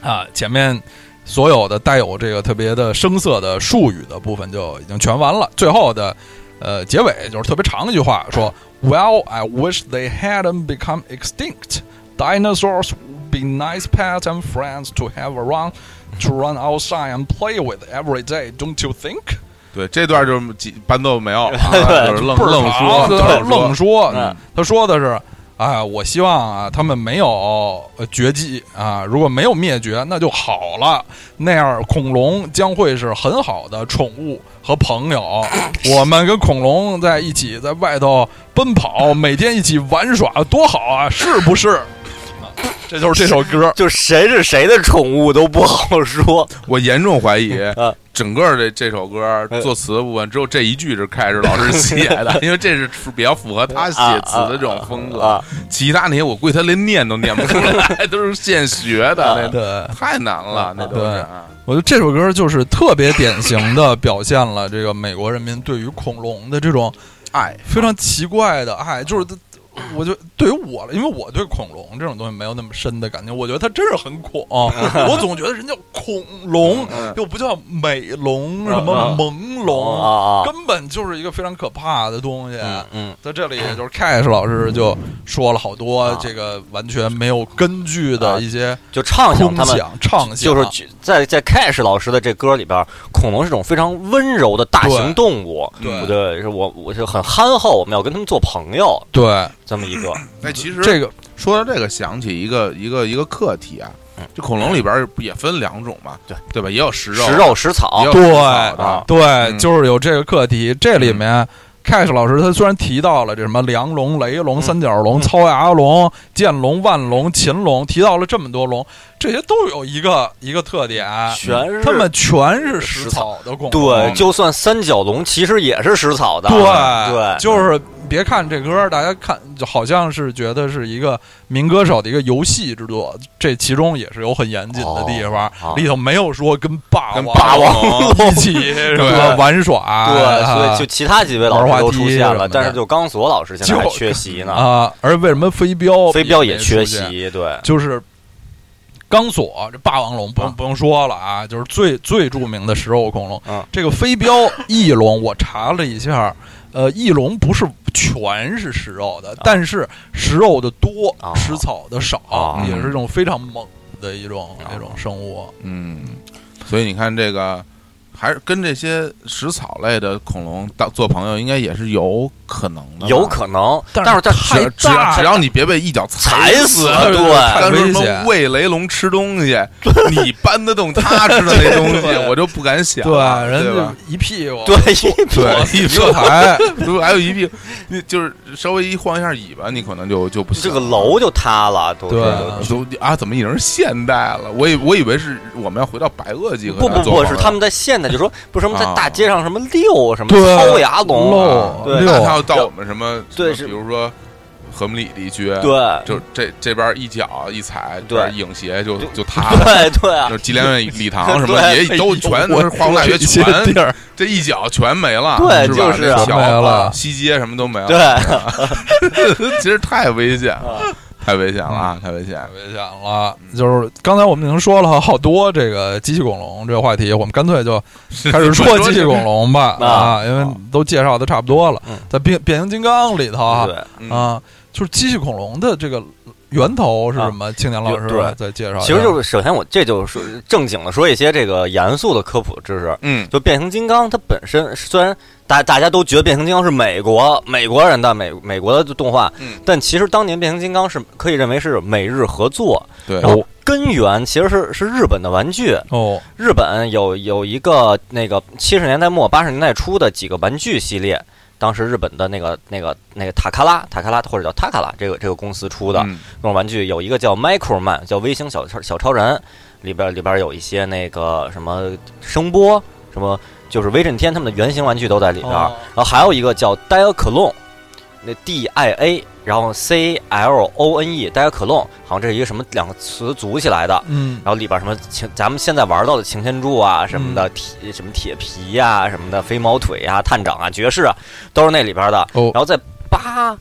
Speaker 3: 啊，前面所有的带有这个特别的生涩的术语的部分就已经全完了，最后的呃结尾就是特别长的一句话，说 Well, I wish they hadn't become extinct. Dinosaurs would be nice pets and friends to have around, to run outside and play with every day, don't you think？
Speaker 1: 对，这段就是几伴奏没有了啊，就是愣
Speaker 3: 倍儿
Speaker 1: 愣说，
Speaker 3: 长对愣
Speaker 1: 愣
Speaker 3: 说
Speaker 2: 嗯，
Speaker 3: 他说的是。哎，我希望啊，他们没有呃绝迹啊，如果没有灭绝，那就好了。那样，恐龙将会是很好的宠物和朋友。我们跟恐龙在一起，在外头奔跑，每天一起玩耍，多好啊！是不是？这就是这首
Speaker 1: [LAUGHS]
Speaker 3: 歌。
Speaker 2: 就谁是谁的宠物都不好说。
Speaker 1: 我严重怀疑
Speaker 2: 啊，
Speaker 1: 整个这这首歌作词部分只有这一句是凯是老师写的，因为这是比较符合他写词的这种风
Speaker 2: 啊啊
Speaker 1: 格
Speaker 2: 啊。
Speaker 1: 其他那些我估计他连念都念不出来，都是现学的，
Speaker 3: 对
Speaker 1: 那，太难了，那都是啊。
Speaker 3: 我觉得这首歌就是特别典型的表现了这个美国人民对于恐龙的这种
Speaker 1: 爱
Speaker 3: 非常奇怪的爱，就是。我就对于我了，因为我对恐龙这种东西没有那么深的感情，我觉得它真是很恐，我总觉得人叫恐龙，
Speaker 2: 嗯
Speaker 3: 又不叫美龙，什么萌
Speaker 2: 啊啊
Speaker 3: 龙，根本就是一个非常可怕的东西。
Speaker 2: 嗯，
Speaker 3: 在这里，就是 Cash 老师就说了好多
Speaker 2: 啊
Speaker 3: 这个完全没有根据的一些
Speaker 2: 就啊畅想
Speaker 3: 空
Speaker 2: 他们。
Speaker 3: 想、畅想，
Speaker 2: 就是举在在 Cash 老师的这歌里边，恐龙是种非常温柔的大型动物，
Speaker 3: 对
Speaker 2: 对，是我我是很憨厚，我们要跟他们做朋友，
Speaker 3: 对
Speaker 2: 这么一
Speaker 3: [CLEARS THROAT]
Speaker 2: 个，
Speaker 1: 那其实
Speaker 3: 这个
Speaker 1: 说到这个，想起一个一个一个课题啊，这恐龙里边儿也分两种嘛，
Speaker 2: 对
Speaker 1: 对吧？也有食肉，
Speaker 2: 食肉食草
Speaker 1: 也有，
Speaker 3: 对
Speaker 1: 食草的
Speaker 3: 对，
Speaker 1: 嗯
Speaker 3: 就是有这个课题。这里面，Cash 老师他虽然提到了这什么梁龙、雷龙、三角龙、操牙龙、剑龙、万龙、秦龙，提到了这么多龙，这些都有一个一个特点，
Speaker 2: 全是
Speaker 3: 他们全是
Speaker 2: 食
Speaker 3: 食
Speaker 2: 草
Speaker 3: 草的恐龙。
Speaker 2: 对，就算三角龙其实也是食草的，
Speaker 3: 对
Speaker 2: 对，
Speaker 3: 就是别看这歌，大家看就好像是觉得是一个民歌手的一个游戏之作，这其中也是有很严谨的地方，
Speaker 2: 哦
Speaker 3: 里头没有说跟霸
Speaker 1: 跟
Speaker 3: 王
Speaker 1: 霸王
Speaker 3: [LAUGHS] 一起什么
Speaker 1: 对
Speaker 3: 哦玩耍，
Speaker 2: 对，所
Speaker 3: 啊
Speaker 2: 以就其他几位老师都出现
Speaker 3: 玩滑
Speaker 2: 了，
Speaker 3: 梯
Speaker 2: 但是就冈索老师现在还缺席呢，
Speaker 3: 啊，而为什么飞镖
Speaker 2: 飞镖也
Speaker 3: 没
Speaker 2: 缺
Speaker 3: 出现
Speaker 2: 席，对，
Speaker 3: 就是钢索这霸王龙不用、
Speaker 2: 啊
Speaker 3: 不用说了啊，就是最最著名的食肉恐龙。
Speaker 2: 嗯
Speaker 3: 这个飞镖翼龙，我查了一下，呃，翼龙不是全是食肉的，但是食肉的多，
Speaker 2: 啊
Speaker 3: 食草的少，
Speaker 2: 啊
Speaker 3: 也是一种非常猛的一种、一种生物。
Speaker 1: 嗯，所以你看这个，还是跟这些食草类的恐龙当做朋友，应该也是有可能的吧，
Speaker 2: 有可能，
Speaker 3: 嗯但
Speaker 2: 但
Speaker 3: 是
Speaker 2: 是但
Speaker 3: 太
Speaker 1: 只只要
Speaker 3: 大
Speaker 1: 只要你别被一脚
Speaker 2: 踩死，啊
Speaker 1: 死
Speaker 2: 对，
Speaker 1: 干出什
Speaker 3: 危
Speaker 1: 么
Speaker 3: 险
Speaker 1: 喂雷龙吃东西，你搬得动他吃的那东
Speaker 2: [LAUGHS]
Speaker 1: 西，我就不敢想了，对，
Speaker 3: 啊人家
Speaker 1: 吧？
Speaker 3: 一屁股
Speaker 2: 对，
Speaker 1: 对，一说
Speaker 3: 坐台，
Speaker 1: 如果还有一屁，你就是稍微一晃一下尾巴，你可能就就不行
Speaker 2: 这个
Speaker 1: 了
Speaker 2: 楼就塌了，都
Speaker 3: 对
Speaker 2: 是
Speaker 1: 都啊，怎么已经是现代了？我以我以为是我们要回到白垩纪和
Speaker 2: 不不
Speaker 1: 它做
Speaker 2: 不
Speaker 1: 朋
Speaker 2: 是
Speaker 1: 友
Speaker 2: 他们在现代，就说不是什么在
Speaker 1: 啊
Speaker 2: 大街上什么遛什么
Speaker 3: 对
Speaker 2: 掏牙龙，啊
Speaker 3: 漏
Speaker 2: 对
Speaker 3: 六
Speaker 1: 那他要到我们什么？
Speaker 2: 对
Speaker 1: 什
Speaker 2: 是
Speaker 1: 么比如说和睦里地区，，啊
Speaker 2: 对
Speaker 1: 就这这边一脚一踩，
Speaker 2: 对
Speaker 1: 这边影协就
Speaker 2: 就
Speaker 1: 就塌了。
Speaker 2: 对对啊
Speaker 1: 就，吉连院礼
Speaker 2: [LAUGHS]
Speaker 1: 堂什么
Speaker 2: 对哎
Speaker 1: 也都全都是化工大学
Speaker 3: 这些
Speaker 1: 全
Speaker 3: 地儿，
Speaker 1: 这一脚全没了，
Speaker 2: 对
Speaker 1: 是吧
Speaker 2: 就是啊
Speaker 1: 那桥
Speaker 3: 没了
Speaker 1: 西街什么都没
Speaker 2: 对
Speaker 1: 了。 [LAUGHS] 其实太危险了，太危险了
Speaker 3: 嗯
Speaker 1: 啊，太危险
Speaker 3: 太
Speaker 1: 了。
Speaker 3: 危险了！就是刚才我们已经说了好多这个机器恐龙这个话题，我们干脆就开始说机器恐
Speaker 1: [LAUGHS]
Speaker 3: 龙吧
Speaker 2: 啊
Speaker 3: 啊，因为都介绍的差不多了
Speaker 2: 嗯。
Speaker 3: 在变变形金刚里头啊
Speaker 2: 对。
Speaker 1: 对
Speaker 3: 啊，就是机器恐龙的这个源头是什么？青年老师
Speaker 2: 啊对
Speaker 3: 在介绍一下，
Speaker 2: 其实就是首先我这就是正经的说一些这个严肃的科普知识，
Speaker 1: 嗯，
Speaker 2: 就变形金刚它本身虽然大大家都觉得变形金刚是美国美国人的美美国的动画，
Speaker 1: 嗯
Speaker 2: 但其实当年变形金刚是可以认为是美日合作，
Speaker 1: 对
Speaker 2: 然，后根源其实是是日本的玩具，
Speaker 3: 哦，
Speaker 2: 日本有有一个那个七十年代末八十年代初的几个玩具系列，当时日本的那个那个那个塔卡拉塔卡拉或者叫塔卡拉这个这个公司出的
Speaker 1: 嗯
Speaker 2: 那种玩具，有一个叫 Micro Man 叫微型小超小超人，里边里边有一些那个什么声波什么。就是威震天他们的原型玩具都在里边，
Speaker 3: 哦
Speaker 2: 然后还有一个叫 Diaclone，那 D I A，然后 C L O N E Diaclone，好像这是一个什么两个词组起来的，
Speaker 3: 嗯，
Speaker 2: 然后里边什么擎，咱们现在玩到的擎天柱啊，什么
Speaker 3: 嗯
Speaker 2: 的铁什么铁皮呀、什么的飞毛腿啊、探长啊、爵士啊，都是那里边的。
Speaker 3: 哦
Speaker 2: 然后在八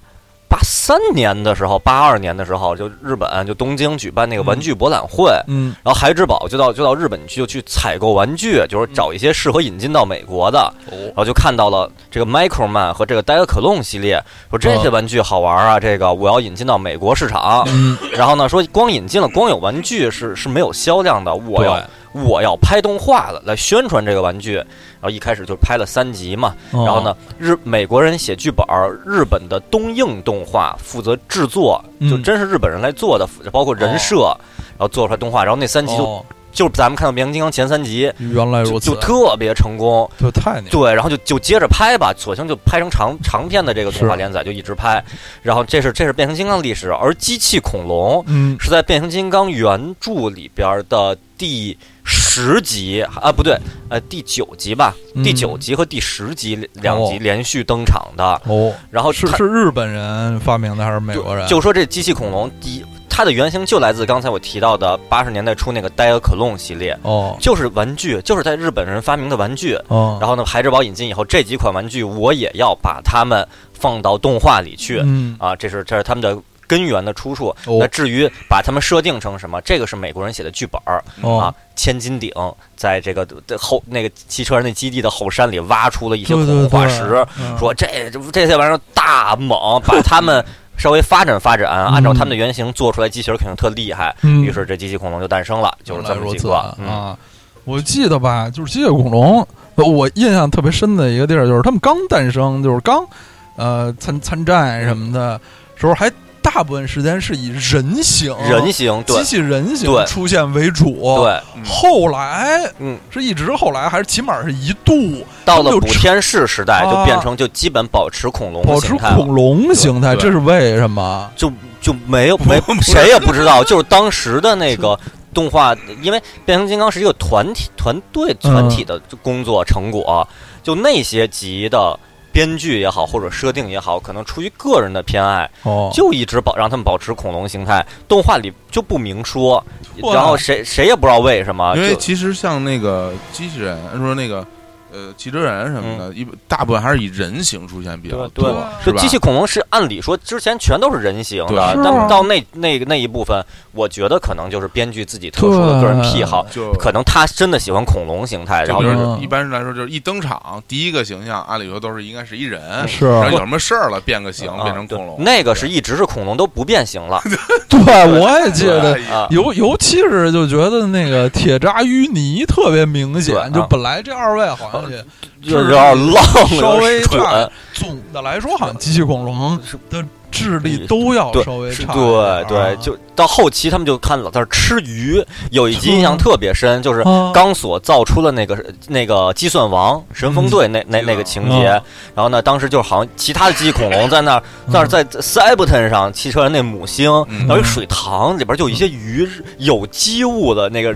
Speaker 2: 八三年的时候，八二年的时候，就日本就东京举办那个玩具博览会，
Speaker 3: 嗯，
Speaker 2: 然后孩之宝就到就到日本去就去采购玩具，就是找一些适合引进到美国的。
Speaker 3: 哦
Speaker 2: 然后就看到了这个 Microman 和这个 Diaclone 系列，说这些玩具好玩啊，这个我要引进到美国市场。
Speaker 3: 嗯，
Speaker 2: 然后呢，说光引进了光有玩具是是没有销量的，我要我要拍动画了来宣传这个玩具。然后一开始就拍了三集嘛，
Speaker 3: 然
Speaker 2: 然后呢，日美国人写剧本儿，日本的东映动画负责制作，
Speaker 3: 嗯
Speaker 2: 就真是日本人来做的，包括人设，然后做出来动画，然后那三集就
Speaker 3: 哦哎
Speaker 2: 就是咱们看到《变形金刚》前三集，
Speaker 3: 原来如
Speaker 2: 就
Speaker 3: 此
Speaker 2: 就，特别成功。
Speaker 3: 就太牛了，
Speaker 2: 对，然后就就接着拍吧，索性就拍成长长片的这个动画
Speaker 3: 是
Speaker 2: 连载，就一直拍。然后这是这是变形金刚历史，而机器恐龙
Speaker 3: 嗯，
Speaker 2: 是在变形金刚原著里边的第十集啊，不对，呃，第九集吧，
Speaker 3: 嗯
Speaker 2: 第九集和第十集两
Speaker 3: 哦
Speaker 2: 集连续登场的。
Speaker 3: 哦，
Speaker 2: 然后
Speaker 3: 是
Speaker 2: 它
Speaker 3: 是日本人发明的还是美国人？
Speaker 2: 就说这机器恐龙，第一它的原型就来自刚才我提到的八十年代初那个 d i a c l o n 系列，
Speaker 3: 哦
Speaker 2: 就是玩具，就是在日本人发明的玩具。
Speaker 3: 哦，
Speaker 2: 然后呢，孩之宝引进以后，这几款玩具我也要把它们放到动画里去、
Speaker 3: 嗯
Speaker 2: 啊，这是这是他们的根源的出处。
Speaker 3: 哦
Speaker 2: 那至于把它们设定成什么，这个是美国人写的剧本儿、
Speaker 3: 哦
Speaker 2: 啊，，千斤顶在这个这后那个汽车人那基地的后山里挖出了一些
Speaker 3: 对
Speaker 2: 恐
Speaker 3: 对
Speaker 2: 龙
Speaker 3: 对，
Speaker 2: 化石，
Speaker 3: 嗯
Speaker 2: 说这这这些玩意儿大猛，把它们稍微发展发展，按照他们的原型做出来机器人肯定特厉害。
Speaker 3: 嗯
Speaker 2: 于是这机器恐龙就诞生了，就是这
Speaker 3: 原来
Speaker 2: 么
Speaker 3: 如
Speaker 2: 几
Speaker 3: 此
Speaker 2: 个
Speaker 3: 啊。
Speaker 2: 嗯
Speaker 3: 啊！我记得吧，就是机械恐龙，我印象特别深的一个地儿，就是他们刚诞生，就是刚呃参参战什么的时候，还大部分时间是以人形、
Speaker 2: 人形对
Speaker 3: 哦机器哦人形
Speaker 2: 对
Speaker 3: 出现为主。，
Speaker 2: 对，
Speaker 3: 后来
Speaker 2: 嗯，
Speaker 3: 是一直后来，还是起码是一度
Speaker 2: 到了
Speaker 3: 他们
Speaker 2: 补
Speaker 3: 就
Speaker 2: 天士时代就
Speaker 3: 啊
Speaker 2: 变成就基本保持恐龙的
Speaker 3: 保持
Speaker 2: 形态了
Speaker 3: 恐。龙形态，
Speaker 1: 对
Speaker 3: 这是为什么？
Speaker 2: 就就没有没谁也不知道，就是当时的那个动画，因为变形金刚是一个团体团队团体的工作成果，就那些集的编剧也好，或者设定也好，可能出于个人的偏爱，
Speaker 3: 哦，
Speaker 2: 就一直保让他们保持恐龙形态，动画里就不明说，
Speaker 3: 哇
Speaker 2: 然后谁谁也不知道为什么，
Speaker 1: 因
Speaker 2: 啊就
Speaker 1: 为其实像那个机器人，说那个呃汽车人什么的，一大部分还是以人形出现比较
Speaker 2: 嗯对
Speaker 1: 多，是
Speaker 2: 就
Speaker 1: 吧
Speaker 2: 机？器恐龙是按理说之前全都是人形
Speaker 1: 对啊
Speaker 2: 的，
Speaker 3: 是啊
Speaker 2: 但到那那那一部分，我觉得可能就是编剧自己特殊的
Speaker 3: 对
Speaker 2: 个人癖好，
Speaker 1: 就
Speaker 2: 可能他真的喜欢恐龙形态，然
Speaker 1: 就
Speaker 2: 后
Speaker 1: 比
Speaker 2: 就
Speaker 1: 如
Speaker 2: 是
Speaker 1: 说一般来说，就是一登场第一个形象，按理说都是应该是一人，
Speaker 3: 是
Speaker 2: [LAUGHS]
Speaker 1: 然后有什么事儿了变个形，
Speaker 2: 啊
Speaker 1: 变成恐龙，
Speaker 2: 那个是一直是恐龙都不变形
Speaker 1: [LAUGHS]
Speaker 2: 了
Speaker 3: 对，我也记得
Speaker 1: 对
Speaker 2: 啊。
Speaker 3: 尤尤其是就觉得那个铁渣淤泥特别明显，
Speaker 2: 对啊
Speaker 3: 就本来这二位好像也
Speaker 2: 就有点愣，
Speaker 3: 稍
Speaker 2: 有
Speaker 3: 微
Speaker 2: 点
Speaker 3: 差
Speaker 2: 蠢，。
Speaker 3: 总的来说，好像机器恐龙的智力都要
Speaker 2: 对
Speaker 3: 稍微
Speaker 2: 是
Speaker 3: 差一点啊
Speaker 2: 对
Speaker 3: 儿。
Speaker 1: 啊
Speaker 2: 对，就到后期他们就看老在那儿吃鱼，有一集印象特别深，就是
Speaker 3: 啊
Speaker 2: 钢索造出了那个那个计算王神风队那那那个情节，
Speaker 3: 嗯
Speaker 2: 然后呢，当时就好像其他的机器恐龙在
Speaker 3: [LAUGHS]
Speaker 2: 那儿在那儿在 Cyberton 上汽车人那母星，
Speaker 1: 嗯
Speaker 2: 然后一水塘里边就有一些鱼有机物的那个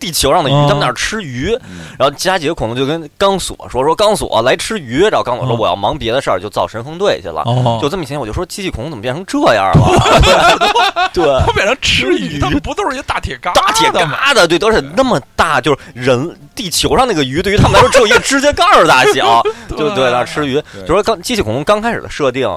Speaker 2: 地球上的鱼，
Speaker 3: 嗯
Speaker 2: 他们那儿吃鱼
Speaker 1: 嗯，
Speaker 2: 然后其他几个恐龙就跟钢索说说钢索来吃鱼，然后钢索说
Speaker 3: 嗯
Speaker 2: 我要忙别的事儿，就造神风队去了。
Speaker 3: 哦，
Speaker 2: 啊就这么一情，我就说机器恐龙怎么变成这样了？
Speaker 3: [LAUGHS]
Speaker 2: 对，
Speaker 3: 他变成吃
Speaker 2: 鱼
Speaker 3: 鱼，他们不都是一大铁疙瘩
Speaker 2: 大铁
Speaker 3: 的吗？
Speaker 2: 疙瘩，对，都是那么大，就是人地球上那个鱼，对于他们来说只有一个指甲盖儿大小，就对那吃鱼。
Speaker 1: 对
Speaker 2: 就说刚机器恐龙刚开始的设定，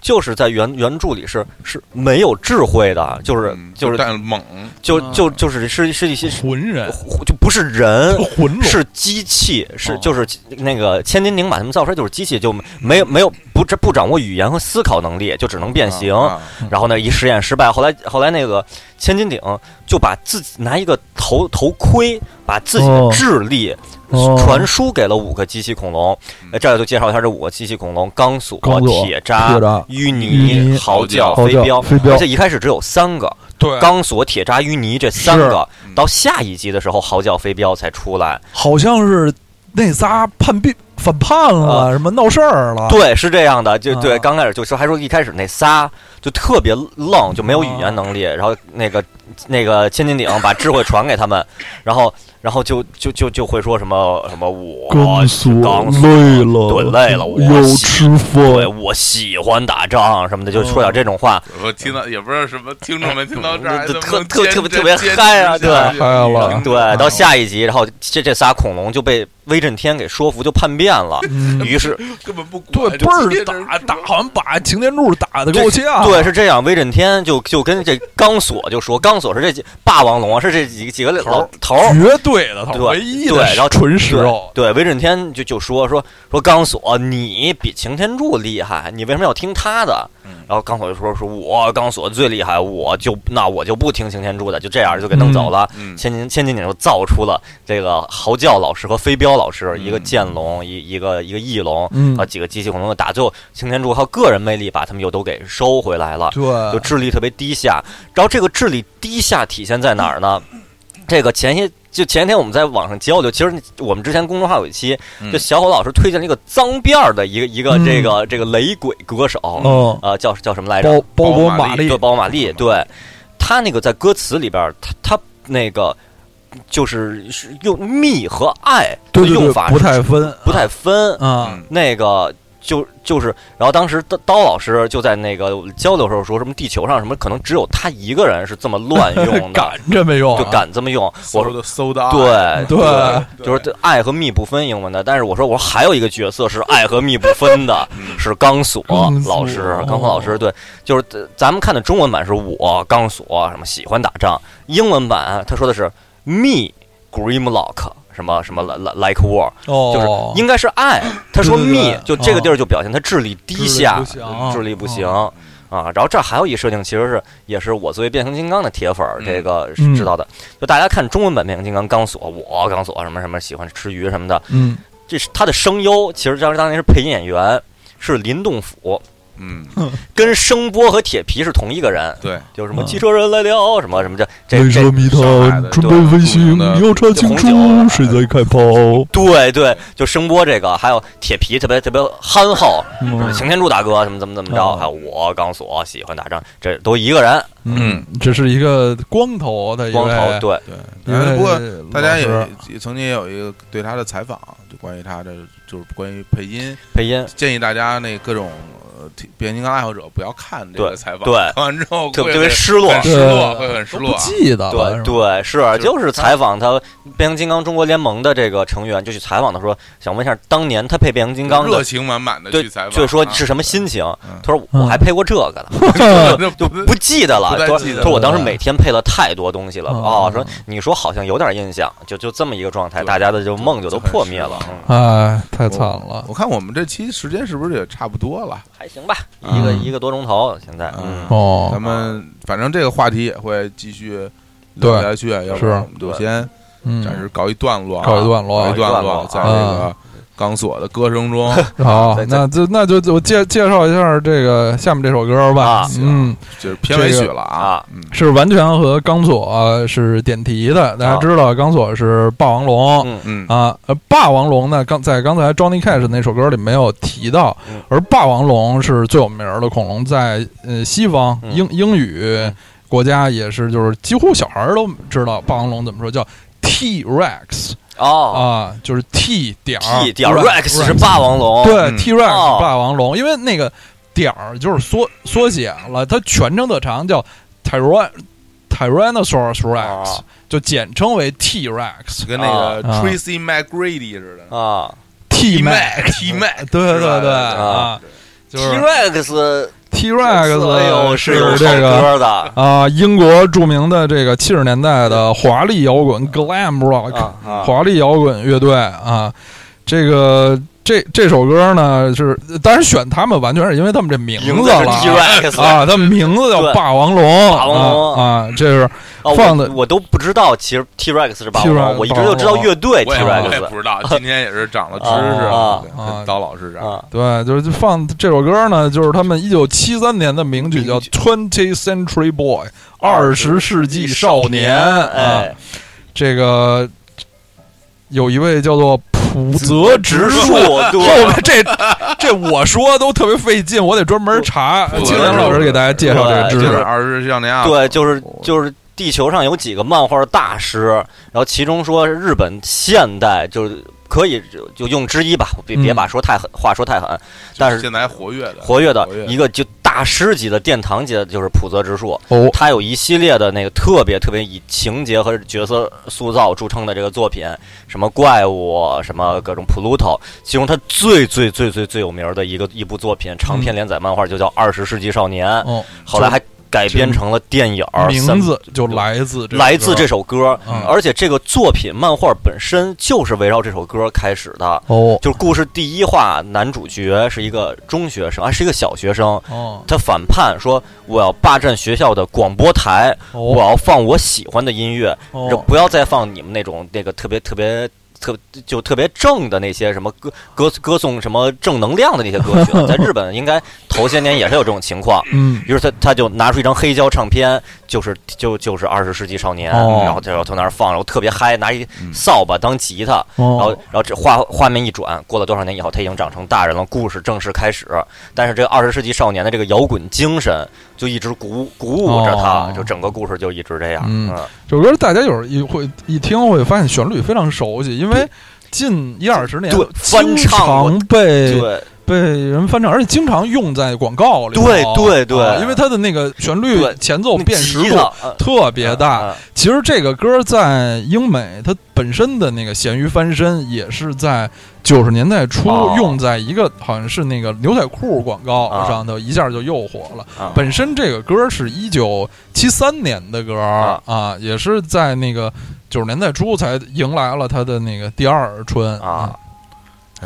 Speaker 2: 就是在原原著里是是没有智慧的，就是
Speaker 1: 嗯
Speaker 2: 就是
Speaker 1: 但猛，
Speaker 2: 就
Speaker 3: 啊
Speaker 2: 就就是是是一些是
Speaker 3: 浑人
Speaker 2: 就不是
Speaker 3: [LAUGHS]
Speaker 2: 人。
Speaker 3: 浑龙
Speaker 2: 是机器，是
Speaker 3: 哦
Speaker 2: 就是那个千斤顶把他们造出来就是机器，就没有没有不这不掌握语言和思考能力，就只能变形。
Speaker 1: 啊
Speaker 2: 然后呢，一实验失败，后来后来那个千斤顶就把自己拿一个头头盔，把自己的
Speaker 3: 哦
Speaker 2: 智力
Speaker 3: 哦
Speaker 2: 传输给了五个机器恐龙。呃这儿就介绍一下这五个机器恐龙：钢索、
Speaker 3: 钢索
Speaker 2: 铁渣
Speaker 3: 铁渣、
Speaker 2: 淤
Speaker 3: 淤
Speaker 2: 泥、
Speaker 3: 泥
Speaker 2: 嚎叫、
Speaker 3: 嚎
Speaker 2: 飞
Speaker 3: 叫
Speaker 2: 镖。
Speaker 3: 飞镖
Speaker 2: 而且一开始只有三个，
Speaker 3: 对，
Speaker 2: 钢索、铁渣、淤泥这三个
Speaker 1: 是，嗯
Speaker 2: 到下一集的时候，嚎叫、飞镖才出来。
Speaker 3: 好像是那仨叛变反叛了，什么闹事儿了，
Speaker 2: 啊对，是这样的，就对，
Speaker 3: 啊
Speaker 2: 刚开始就说，还说一开始那仨就特别愣，就没
Speaker 3: 啊
Speaker 2: 有语言能力，然后那个那个千斤顶把智慧传给他们，然后然后就就就就会说什么什么我
Speaker 5: 钢索
Speaker 2: 钢索
Speaker 5: 累了，
Speaker 2: 对累了，我
Speaker 5: 要
Speaker 2: 喜
Speaker 5: 吃饭
Speaker 2: 对。我喜欢打仗什么的，就
Speaker 3: 嗯
Speaker 2: 说点这种话，
Speaker 1: 我听到也不知道什么听众们听到这
Speaker 2: 嗯
Speaker 1: 儿
Speaker 2: [LAUGHS] 这
Speaker 1: 能不
Speaker 2: 特
Speaker 1: 能
Speaker 2: 特
Speaker 1: 坚
Speaker 2: 特别
Speaker 1: 持
Speaker 2: 特别
Speaker 1: 坚持
Speaker 2: 嗨
Speaker 1: 下
Speaker 2: 啊
Speaker 1: 去啊嗯
Speaker 2: 对
Speaker 3: 嗨了
Speaker 2: 对，到下一集，然后这这仨恐龙就被威震天给说服，就叛变了，
Speaker 3: 嗯
Speaker 2: 于是
Speaker 1: 根本不管啊
Speaker 3: 对，倍
Speaker 1: 就接
Speaker 3: 儿啊
Speaker 1: 着
Speaker 3: 打打，好像把擎天柱打的够呛。
Speaker 2: 对，是这样。威震天就就跟这钢索就说，钢索是这几霸王龙啊，是这几几个老头儿。
Speaker 3: 绝对的，它
Speaker 2: 哦对
Speaker 3: 唯一的
Speaker 2: 对然后
Speaker 3: 纯实肉，
Speaker 2: 对，威震天就就说说说钢索，你比擎天柱厉害，你为什么要听他的？
Speaker 3: 嗯
Speaker 2: 然后钢索就说说我钢索最厉害，我就那我就不听擎天柱的，就这样就给弄走了。
Speaker 1: 嗯
Speaker 2: 千金千金顶就造出了这个嚎叫老师和飞镖老师，一个剑龙，一一个一个翼龙，
Speaker 3: 嗯
Speaker 2: 啊几个机器恐龙的打，最后擎天柱靠个人魅力把他们又都给收回来了。
Speaker 3: 对，
Speaker 2: 就智力特别低下。然后这个智力低下体现在哪儿呢？这个前些就前一天我们在网上交流，其实我们之前公众号有一期，就小伙老师推荐了一个脏辫儿的一个一个这个这个雷鬼歌手，
Speaker 3: 嗯哦
Speaker 2: 呃，叫叫什么来着？
Speaker 1: 包
Speaker 3: 包包勃
Speaker 1: 马
Speaker 3: 马
Speaker 1: 利
Speaker 3: 利
Speaker 2: 对，，包马利，对，他那个在歌词里边儿，他他那个就是是用蜜和爱的
Speaker 3: 对对对
Speaker 2: 用，法
Speaker 3: 不
Speaker 2: 是嗯
Speaker 3: 太分
Speaker 2: 不太分，
Speaker 3: 啊，
Speaker 1: 嗯
Speaker 2: 那个就就是，然后当时刀刀老师就在那个交流的时候说什么地球上什么可能只有他一个人是这么乱
Speaker 3: [LAUGHS]
Speaker 2: 用的，
Speaker 3: 敢这没用啊，
Speaker 2: 就敢这么用，我说。
Speaker 1: 的搜的
Speaker 2: 对
Speaker 3: [LAUGHS] 对
Speaker 2: 就是这爱和密不分英文的，但是我说我还有一个角色是爱和密不分
Speaker 3: [LAUGHS]
Speaker 2: 的，是钢索
Speaker 3: 嗯钢索
Speaker 2: 老师
Speaker 3: 哦，
Speaker 2: 钢索老师对，就是呃咱们看的中文版是我钢索什么喜欢打仗，英文版他说的是 me Grimlock 什么什么 like like war，就是
Speaker 3: 哦，
Speaker 2: 应该是爱，他说
Speaker 3: 对对对哦
Speaker 2: 密，就这个地儿就表现他智力低下
Speaker 3: 智力不行，哦
Speaker 2: 智力不行啊。然后这儿还有一设定，其实是也是我作为变形金刚的铁粉儿，
Speaker 1: 嗯
Speaker 2: 这个是知道的。就大家看中文版变形金刚钢索，我钢索什么什么喜欢吃鱼什么的，
Speaker 3: 嗯，
Speaker 2: 这是他的声优，其实当时当年是配音演员。是林动甫，
Speaker 1: 嗯，
Speaker 2: 跟声波和铁皮是同一个人，
Speaker 1: 对，
Speaker 2: 就是什么
Speaker 3: 嗯
Speaker 2: 汽车人来了，什么什么这这
Speaker 3: 雷
Speaker 2: 这
Speaker 3: 射迷
Speaker 1: 上海
Speaker 3: 探
Speaker 1: 的
Speaker 3: 准备
Speaker 2: 对
Speaker 3: 飞行，
Speaker 1: 著名的
Speaker 3: 要查清
Speaker 2: 这红
Speaker 3: 楚
Speaker 2: 酒啊
Speaker 3: 谁在开炮。
Speaker 2: [LAUGHS] 对对，就声波这个，还有铁皮特别特别憨厚，
Speaker 3: 嗯
Speaker 2: 什么擎天柱大哥，什么怎么怎么着，
Speaker 3: 哦
Speaker 2: 还有我钢索喜欢打仗，这都一个人
Speaker 3: 嗯，这是一个光头的一
Speaker 2: 光头，
Speaker 3: 位
Speaker 2: 对，哎
Speaker 1: 对，
Speaker 3: 因为
Speaker 1: 呃不过大家
Speaker 3: 老
Speaker 1: 也
Speaker 3: 师
Speaker 1: 也曾经也有一个对他的采访，就关于他的就是关于配音，
Speaker 2: 配音
Speaker 1: 建议大家那各种呃体变形金刚爱好者不要看这个
Speaker 2: 对
Speaker 1: 采访，
Speaker 2: 对
Speaker 1: 看完之后
Speaker 2: 特
Speaker 1: 会
Speaker 2: 特别失落
Speaker 1: 很，
Speaker 3: 对
Speaker 1: 失落，会很失
Speaker 3: 都不
Speaker 1: 落。
Speaker 3: 记得了
Speaker 2: 啊对，
Speaker 3: 是吧
Speaker 2: 对是，啊就是采访他变形金刚中国联盟的这个成员，就去采访他说，想问一下当年他配变形金刚
Speaker 1: 热
Speaker 2: 的，
Speaker 1: 情满满的
Speaker 2: 对
Speaker 1: 去采，访，
Speaker 2: 就说
Speaker 1: 啊
Speaker 3: [LAUGHS]
Speaker 2: 是什么心情
Speaker 1: 嗯？
Speaker 2: 他说我还配过这个呢，
Speaker 1: 这
Speaker 2: 就
Speaker 1: 不
Speaker 2: 嗯不记得了
Speaker 1: 不。太
Speaker 2: 说
Speaker 1: 记得
Speaker 2: 说我当时
Speaker 3: 了
Speaker 2: 每天配了太多东西了啊，
Speaker 3: 哦
Speaker 2: 说你说好像有点印象，就就这么一个状态，
Speaker 1: 对
Speaker 2: 大家的就梦就都
Speaker 1: 就很
Speaker 2: 破
Speaker 1: 失
Speaker 2: 灭
Speaker 1: 望
Speaker 2: 了。嗯
Speaker 3: 哎，太惨了。
Speaker 1: 我看我们这期时间是不是也差不多了？
Speaker 2: 还行吧，一个
Speaker 3: 嗯
Speaker 2: 一个多钟头，现在，嗯，
Speaker 1: 咱
Speaker 3: 哦，
Speaker 1: 们反正这个话题也会继续
Speaker 3: 对
Speaker 1: 聊下去，要不然我们就先
Speaker 3: 嗯，
Speaker 1: 暂时告一段落啊，
Speaker 3: 告一段落
Speaker 1: 告一段落，
Speaker 2: 啊
Speaker 1: 在这个钢索的歌声
Speaker 2: [LAUGHS]
Speaker 1: 中，
Speaker 3: [LAUGHS] 好
Speaker 2: 再，再
Speaker 3: 那就那就我介介绍一下这个下面这首歌吧
Speaker 2: 啊。
Speaker 3: 嗯，
Speaker 1: 就是片尾曲了啊
Speaker 2: 啊，
Speaker 1: 嗯，
Speaker 3: 是完全和钢索呃是点题的。大家知道钢索是霸王龙。
Speaker 2: 啊嗯
Speaker 1: 嗯
Speaker 3: 啊，呃，霸王龙呢？刚在刚才 Johnny Cash 那首歌里没有提到
Speaker 2: 嗯，
Speaker 3: 而霸王龙是最有名儿的恐龙，在呃西方
Speaker 2: 嗯
Speaker 3: 英英语国家也是，就是几乎小孩儿都知道霸王龙怎么说，叫 T Rex
Speaker 2: 哦
Speaker 3: 啊，就是 T 点儿
Speaker 2: ，T 点儿 Rex 是霸王龙，
Speaker 3: 对
Speaker 1: 嗯
Speaker 3: ，T Rex
Speaker 2: 哦
Speaker 3: 霸王龙，因为那个点儿就是缩缩写了，它全称特长叫 Tyran Tyrannosaurus Rex，
Speaker 2: 哦
Speaker 3: 就简称为 T Rex
Speaker 1: 跟那个
Speaker 3: 啊 E
Speaker 1: Tracy McGrady 似的
Speaker 2: 啊
Speaker 3: T
Speaker 1: Mac，T Mac，
Speaker 3: 对
Speaker 1: 是吧
Speaker 3: 对对
Speaker 2: 啊
Speaker 3: 啊，
Speaker 2: ，T
Speaker 3: 就是
Speaker 2: Rex
Speaker 3: T
Speaker 2: 哎呦
Speaker 3: Rex
Speaker 2: 是有
Speaker 3: 这
Speaker 2: 好
Speaker 3: 个。
Speaker 2: 歌的
Speaker 3: 啊，英国著名的这个七十年代的华丽摇滚 glam rock，、
Speaker 2: 啊啊，
Speaker 3: 华丽摇滚乐队啊，这个这这首歌呢是，当然选他们完全是因为他们这名
Speaker 2: 名
Speaker 3: 字
Speaker 2: 字是
Speaker 3: 了啊
Speaker 2: T Rex
Speaker 3: [LAUGHS] 啊，他们名字叫
Speaker 2: 对
Speaker 3: 霸王龙，
Speaker 2: 霸王龙
Speaker 3: 啊啊，这是
Speaker 2: 啊我
Speaker 3: 放的
Speaker 2: 我都不知道，其实 T Rex 是霸王
Speaker 3: T-Rex
Speaker 2: 龙，我一直就知道乐队 T
Speaker 1: 我也我也
Speaker 2: Rex
Speaker 1: 不知
Speaker 2: [LAUGHS]
Speaker 1: 道，今天也是长了知识
Speaker 2: 啊
Speaker 1: 对
Speaker 3: 啊
Speaker 1: 跟刀老师这样，
Speaker 2: 啊，
Speaker 3: 对，就是就放这首歌呢，就是他们一九七三年的名曲叫《Twenty Century Boy》，二十世纪少年啊，
Speaker 2: 哎，
Speaker 3: 这个有一位叫做普泽直树。 [LAUGHS] 后
Speaker 2: [LAUGHS] 对
Speaker 3: 面这这我说都特别费劲，我得专门查
Speaker 1: 普。泽
Speaker 3: 青年老师给大家介绍这个知
Speaker 1: 就
Speaker 2: 对
Speaker 1: 是
Speaker 3: 识。
Speaker 1: 二十少年啊，
Speaker 2: 对，就是就是。地球上有几个漫画大师，然后其中说日本现代就是可以就就用之一吧，别别
Speaker 3: 嗯
Speaker 2: 把说太狠，话说太狠，但
Speaker 1: 就是现在还活跃的，
Speaker 2: 活跃的
Speaker 1: 活跃的
Speaker 2: 一个就大师级的殿堂级的，就是普泽直树。 [LAUGHS]
Speaker 3: 哦，
Speaker 2: 他有一系列的那个特别特别以情节和角色塑造著称的这个作品，什么怪物，什么各种 Pluto，其中他最最最最最有名的一个一部作品长
Speaker 1: 嗯
Speaker 2: 篇连载漫画就叫《二十世纪少年》，
Speaker 3: 哦，
Speaker 2: 后来还改编成了电影儿，三
Speaker 3: 名字就来自这
Speaker 2: 来自这
Speaker 3: 首
Speaker 2: 首歌，
Speaker 3: 嗯
Speaker 2: 而且这个作品漫画本身就是围绕这首歌开始的。
Speaker 3: 歌哦
Speaker 2: 就是故事第一话，男主角是一个中学生，啊，是一个小学生。
Speaker 3: 哦
Speaker 2: 他反叛说：“我要霸占学校的广播台，我
Speaker 3: 哦
Speaker 2: 要放我喜欢的音乐，
Speaker 3: 哦
Speaker 2: 就不要再放你们那种那个特别特别特就特别正的那些什么歌歌歌颂什么正能量的那些歌曲
Speaker 3: [LAUGHS]
Speaker 2: 啊，在日本应该头些年也是有这种情况。
Speaker 3: 嗯，
Speaker 2: 于是他他就拿出一张黑胶唱片，就是就就是二十世纪少年，
Speaker 3: 哦
Speaker 2: 然后他就从那儿放，然后特别嗨，拿一扫把当吉他，然后
Speaker 3: 哦，
Speaker 2: 然后这画画面一转，过了多少年以后，他已经长成大人了，故事正式开始。但是这个二十世纪少年的这个摇滚精神，就一直鼓鼓舞着他，
Speaker 3: 哦
Speaker 2: 就整个故事就一直这样。
Speaker 3: 嗯
Speaker 2: 嗯，
Speaker 3: 这首歌大家有时一会一听会发现旋律非常熟悉，因为近一二十年
Speaker 2: 对翻
Speaker 3: 经
Speaker 2: 唱我
Speaker 3: 常被
Speaker 2: 对
Speaker 3: 被人翻唱，而且经常用在广告里头。
Speaker 2: 对对对
Speaker 3: 啊因为它的那个旋律
Speaker 2: 对
Speaker 3: 前奏
Speaker 2: 那
Speaker 3: 辨识
Speaker 2: 吉
Speaker 3: 度
Speaker 2: 他嗯
Speaker 3: 特别大。
Speaker 2: 嗯嗯
Speaker 3: 其实这个歌在英美，它本身的那个咸鱼翻身也是在九十年代初
Speaker 2: 哦啊
Speaker 3: 用在一个好像是那个牛仔裤广告上头，一下就又火了。
Speaker 2: 嗯
Speaker 3: 本身这个歌是一九七三年的歌
Speaker 2: 啊
Speaker 3: 啊，也是在那个九十年代初才迎来了它的那个第二春
Speaker 2: 啊，，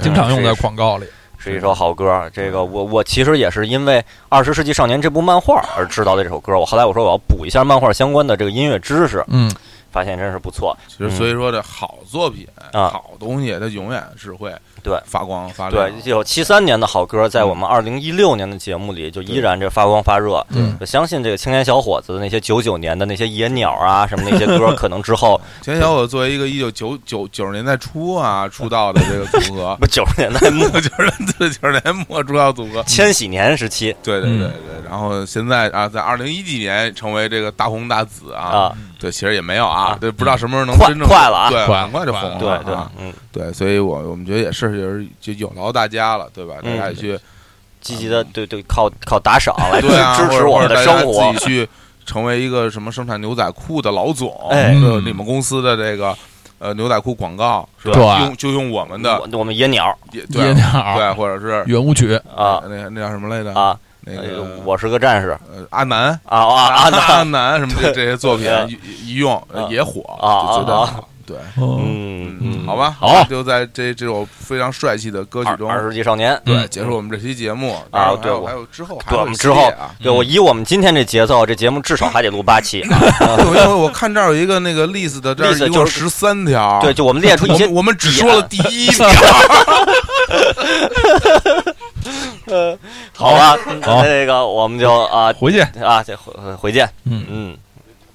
Speaker 3: 经常用在
Speaker 2: 是
Speaker 3: 广告里。
Speaker 2: 是一首好歌。这个我我其实也是因为《二十世纪少年》这部漫画而知道的这首歌。我后来我说我要补一下漫画相关的这个音乐知识，
Speaker 3: 嗯，
Speaker 2: 发现真是不错。
Speaker 1: 其实所以说这好作品、
Speaker 2: 嗯啊
Speaker 1: 好东西，它永远是会
Speaker 2: 对
Speaker 1: 发光发亮
Speaker 2: 对，
Speaker 1: 的。
Speaker 2: 有七三年的好歌，在我
Speaker 1: 嗯
Speaker 2: 们二零一六年的节目里就依然这发光发热。
Speaker 3: 嗯
Speaker 2: 我相信这个青年小伙子的那些九九年的那些野鸟
Speaker 1: [LAUGHS]
Speaker 2: 啊，什么那些歌，可能之后
Speaker 1: 前小我作为一个一九九九九十年代初啊出道的这个组
Speaker 2: [LAUGHS]
Speaker 1: 合， [LAUGHS]
Speaker 2: 不九十年代末
Speaker 1: 九十九十年末出道组合，
Speaker 2: 千禧年时期
Speaker 1: 对对对
Speaker 3: 嗯
Speaker 1: 对。然后现在啊，在二零一几年成为这个大红大紫啊，
Speaker 2: 啊，
Speaker 1: 对，其实也没有啊
Speaker 2: 啊，
Speaker 1: 对，不知道什么时候能
Speaker 2: 快
Speaker 1: 真正
Speaker 2: 快了啊
Speaker 1: 对，
Speaker 3: 快
Speaker 1: 很快就红了
Speaker 2: 对
Speaker 1: 啊，
Speaker 2: 对，嗯，
Speaker 1: 对，所以我我们觉得也是，就是就有劳大家了，对吧？大
Speaker 2: 嗯
Speaker 1: 家也去
Speaker 2: 积极的对对，靠靠打赏来
Speaker 1: [LAUGHS]
Speaker 2: 支
Speaker 1: 对啊，
Speaker 2: 支
Speaker 1: 或
Speaker 2: 持
Speaker 1: 者
Speaker 2: 我
Speaker 1: 或
Speaker 2: 们
Speaker 1: 者
Speaker 2: 的
Speaker 1: 大
Speaker 2: 生
Speaker 1: 家
Speaker 2: 活
Speaker 1: 自，己去成为一个什么生产牛仔裤的老总，
Speaker 2: 哎
Speaker 1: 就是
Speaker 3: 嗯
Speaker 1: 你们公司的这个呃牛仔裤广告，是
Speaker 3: 对
Speaker 1: 吧？用就用我们的
Speaker 2: 我我们野鸟
Speaker 1: 也对
Speaker 3: 野鸟
Speaker 1: 对，或者是
Speaker 3: 圆舞曲，
Speaker 2: 啊
Speaker 1: 那那叫什么来着？
Speaker 2: 啊，
Speaker 1: 那
Speaker 2: 呃
Speaker 1: 个
Speaker 2: 我是个战士
Speaker 1: 呃阿南
Speaker 2: 啊啊啊
Speaker 1: 阿南什么这这些作品
Speaker 2: 对
Speaker 1: 一一一用呃
Speaker 2: 啊
Speaker 1: 也火
Speaker 2: 啊
Speaker 1: 就觉得
Speaker 2: 啊
Speaker 1: 好对。
Speaker 3: 嗯
Speaker 2: 嗯嗯，
Speaker 1: 好吧，
Speaker 2: 好，
Speaker 1: 就在这这首非常帅气的歌曲
Speaker 2: 二
Speaker 1: 中，
Speaker 2: 二十世纪少年，
Speaker 1: 对，
Speaker 3: 嗯
Speaker 1: 结束我们这期节目
Speaker 2: 啊
Speaker 1: 然后还
Speaker 2: 对
Speaker 1: 有
Speaker 2: 我
Speaker 1: 还有之后还
Speaker 2: 对，
Speaker 1: 有
Speaker 2: 我
Speaker 1: 一
Speaker 2: 们
Speaker 1: 系
Speaker 2: 之后
Speaker 1: 列啊，
Speaker 2: 对我以我们今天这节奏，这节目至少还得录八期啊。
Speaker 1: 对，因为我看这儿有一个那个 list 的，这儿
Speaker 2: [LAUGHS] list
Speaker 1: 一共
Speaker 2: 就是
Speaker 1: 十三
Speaker 3: 啊
Speaker 1: 条，
Speaker 2: 对，就我们列出一
Speaker 1: 我
Speaker 2: 些
Speaker 1: 们我们只
Speaker 2: 点
Speaker 1: 说了第一条，
Speaker 2: 好吧，
Speaker 3: [LAUGHS] 好
Speaker 2: 那这个我们就啊
Speaker 3: 回去。
Speaker 2: 啊，这回回回见，
Speaker 3: 嗯
Speaker 2: 嗯，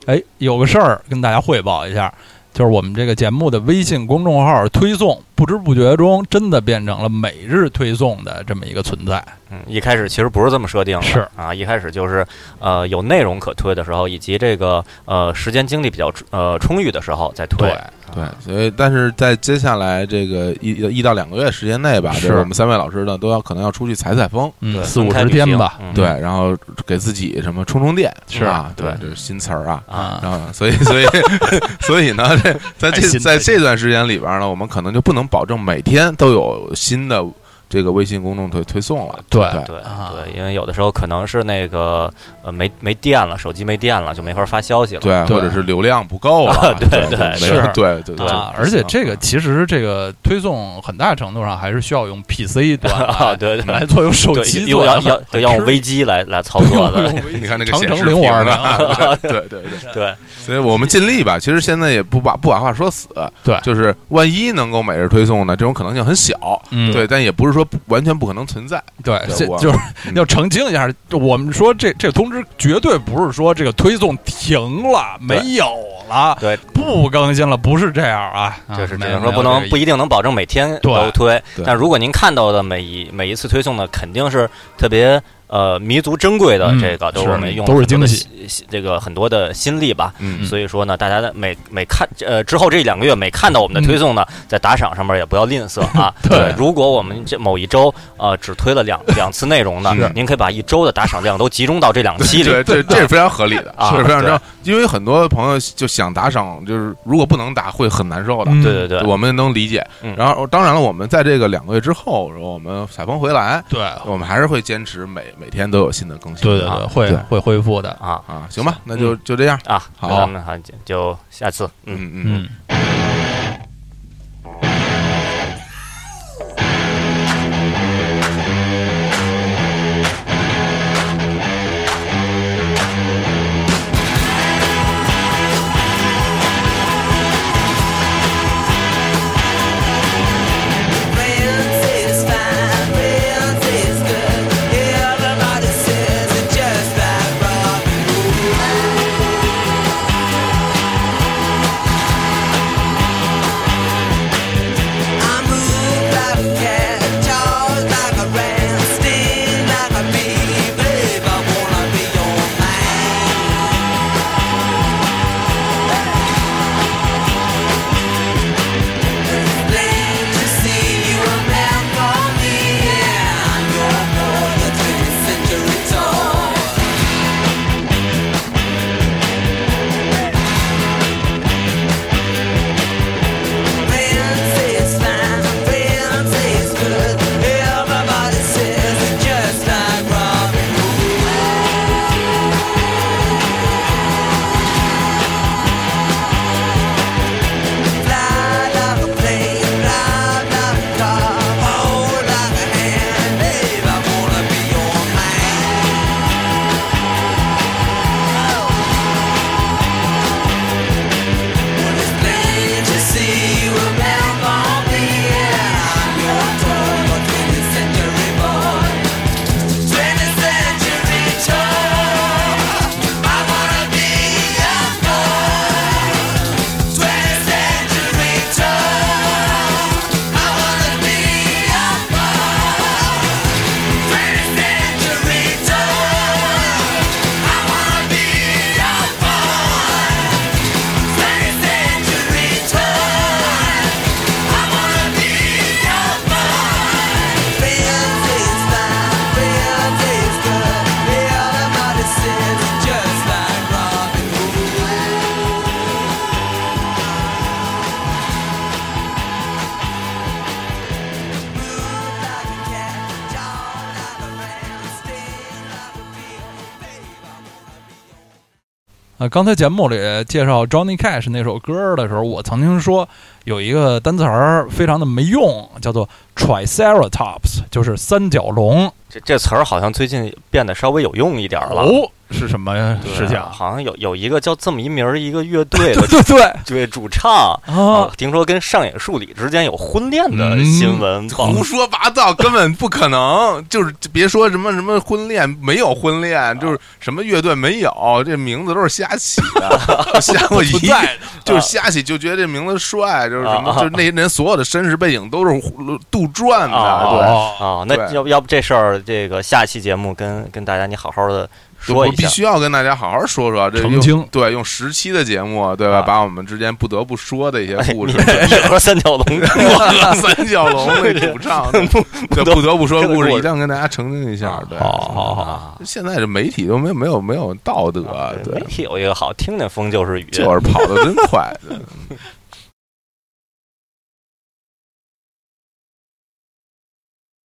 Speaker 3: 哎，有个事儿跟大家汇报一下，就是我们这个节目的微信公众号推送，不知不觉中真的变成了每日推送的这么一个存在。
Speaker 2: 嗯一开始其实不是这么设定的，
Speaker 3: 是
Speaker 2: 啊，一开始就是呃有内容可推的时候，以及这个呃时间精力比较呃充裕的时候再推，
Speaker 1: 对，所以但是在接下来这个一一到两个月时间内吧，
Speaker 3: 是
Speaker 1: 就是我们三位老师呢都要可能要出去采采风，
Speaker 3: 嗯，四
Speaker 2: 分
Speaker 3: 五
Speaker 2: 开
Speaker 3: 十
Speaker 2: 旅
Speaker 3: 天
Speaker 2: 行
Speaker 3: 吧，，
Speaker 2: 嗯
Speaker 1: 对，然后给自己什么充充电，
Speaker 3: 是
Speaker 1: 啊，对
Speaker 2: 对，
Speaker 1: 这是新词儿啊。
Speaker 2: 啊，
Speaker 1: 然后，所以，所以， [LAUGHS] 所以呢，这在
Speaker 3: 太
Speaker 1: 这
Speaker 3: 新
Speaker 1: 在
Speaker 3: 了
Speaker 1: 这段时间里边呢，我们可能就不能保证每天都有新的这个微信公众推推送了。
Speaker 3: 对
Speaker 1: 对
Speaker 2: 对
Speaker 3: 啊
Speaker 2: 对，因为有的时候可能是那个呃没没电了，手机没电了，就没法发消息了，
Speaker 1: 对，
Speaker 3: 对啊
Speaker 1: 或者是流量不够了。对
Speaker 2: 对
Speaker 1: 没
Speaker 3: 是
Speaker 1: 对对对
Speaker 3: 啊，而且这个其实这个推送很大程度上还是需要用 PC 端
Speaker 2: [LAUGHS] 啊，
Speaker 3: 来
Speaker 2: 对对
Speaker 3: 来做，用手
Speaker 2: 对，
Speaker 3: 机啊
Speaker 2: 要
Speaker 3: 做
Speaker 2: 要
Speaker 3: 的，
Speaker 2: 要对要用
Speaker 3: [LAUGHS]
Speaker 2: 微机来来操作的，
Speaker 1: 你看那个
Speaker 3: 长
Speaker 1: 显
Speaker 3: 城
Speaker 1: 示
Speaker 3: 零五
Speaker 1: 屏
Speaker 3: 二零
Speaker 1: 啊，对对对对。
Speaker 2: 对，
Speaker 1: 所以我们尽力吧。其实现在也不把不把话说死，
Speaker 3: 对
Speaker 1: 就是万一能够每日推送呢，这种可能性很小，
Speaker 3: 嗯
Speaker 1: 对，但也不是说不完全不可能存在。
Speaker 3: 对，
Speaker 1: 对
Speaker 3: 这
Speaker 1: 我
Speaker 3: 就是
Speaker 1: 嗯
Speaker 3: [LAUGHS] 要澄清一下，就我们说这这通知绝对不是说这个推送停了，
Speaker 2: 对
Speaker 3: 没有了，
Speaker 2: 对，
Speaker 3: 不更新了，不是这样啊，啊
Speaker 2: 就是只
Speaker 3: 没有
Speaker 2: 能说
Speaker 3: 没有
Speaker 2: 不
Speaker 3: 这
Speaker 2: 能
Speaker 3: 个
Speaker 2: 不
Speaker 3: 意
Speaker 2: 一定能保证每天都
Speaker 3: 对
Speaker 2: 推
Speaker 1: 对，
Speaker 2: 但如果您看到的每一每一次推送呢，肯定是特别呃弥足珍贵的
Speaker 3: 嗯，
Speaker 2: 这个都
Speaker 3: 是
Speaker 2: 我们用
Speaker 3: 都是
Speaker 2: 很多的
Speaker 3: 惊喜
Speaker 2: 心，心这个很多的心力吧。
Speaker 1: 嗯，
Speaker 2: 所以说呢，大家的每每看呃之后这两个月每看到我们的推送呢，在打赏上面也不要吝啬啊。
Speaker 3: 嗯 [LAUGHS] 对
Speaker 2: 如果我们这某一周呃只推了两两次内容呢
Speaker 1: 是，
Speaker 2: 您可以把一周的打赏量都集中到这两
Speaker 3: [LAUGHS]
Speaker 2: 期里。
Speaker 1: [LAUGHS] 对，这这是非常合理的，
Speaker 2: [LAUGHS] 啊
Speaker 1: 这是非常
Speaker 2: 对
Speaker 1: 正，因为很多朋友就想打赏，就是如果不能打会很难受的。
Speaker 3: 嗯
Speaker 2: 对对对，
Speaker 1: 我们能理解，
Speaker 2: 嗯
Speaker 1: 然后当然了，我们在这个两个月之后，然后我们采风回来，
Speaker 3: 对
Speaker 1: 我们还是会坚持每每天都有新的更新
Speaker 3: 对对
Speaker 2: 啊
Speaker 3: 对，会
Speaker 1: 对
Speaker 3: 会恢复的，
Speaker 2: 啊
Speaker 1: 啊，行吧，那就就这样，
Speaker 2: 啊，
Speaker 1: 好
Speaker 2: 那咱们好就就下次，嗯。
Speaker 1: 嗯嗯嗯。
Speaker 3: 嗯。
Speaker 5: 「
Speaker 3: 呃，刚才节目里介绍 Johnny Cash 那首歌的时候，我曾经说有一个单词儿非常的没用，叫做 Triceratops，就是三角龙。
Speaker 2: 这这词儿好像最近变得稍微有用一点儿了。
Speaker 3: 哦，是什么呀
Speaker 2: 对啊
Speaker 3: 事情？
Speaker 2: 好像有有一个叫这么一名儿一个乐队
Speaker 3: 对
Speaker 2: 的 [LAUGHS]
Speaker 3: 对对
Speaker 2: 对主唱。
Speaker 3: 啊
Speaker 2: 啊，，听说跟上野树里之间有婚恋的
Speaker 3: 嗯
Speaker 2: 新闻报
Speaker 1: 胡说八道，根本不可能。就是别说什么什么婚恋，没有婚恋，就是什么乐队没有，这名字都是瞎起的，我瞎我一
Speaker 3: 不在
Speaker 1: 就是瞎起，就觉得这名字帅，就是什么，
Speaker 2: 啊
Speaker 1: 就是那些人所有的身世背景都是胡杜撰
Speaker 2: 啊
Speaker 1: 的，
Speaker 3: 哦
Speaker 2: 啊，那
Speaker 1: 对
Speaker 2: 要不要不这事儿，这个下期节目跟跟大家你好好的
Speaker 1: 对，我
Speaker 2: 说一
Speaker 1: 必
Speaker 2: 下。
Speaker 1: 须要跟大家好好说说这
Speaker 3: 澄
Speaker 1: 用
Speaker 3: 清
Speaker 1: 对，用十期的节目，对吧，
Speaker 2: 啊
Speaker 1: 把我们之间不得不说的一些
Speaker 2: 哎，
Speaker 1: 故
Speaker 2: 你
Speaker 1: 事。
Speaker 2: 你和
Speaker 1: [LAUGHS]
Speaker 2: 三角龙
Speaker 1: 我和三角龙那主唱，对对不得不说的故事，一定要跟大家澄清一下。啊对，
Speaker 3: 好好好，
Speaker 2: 啊，
Speaker 1: 现在这媒体都没有没有没有道德，啊
Speaker 2: 媒
Speaker 1: 对，
Speaker 2: 体有一个好听的风就是雨，
Speaker 1: 就是跑得真快。对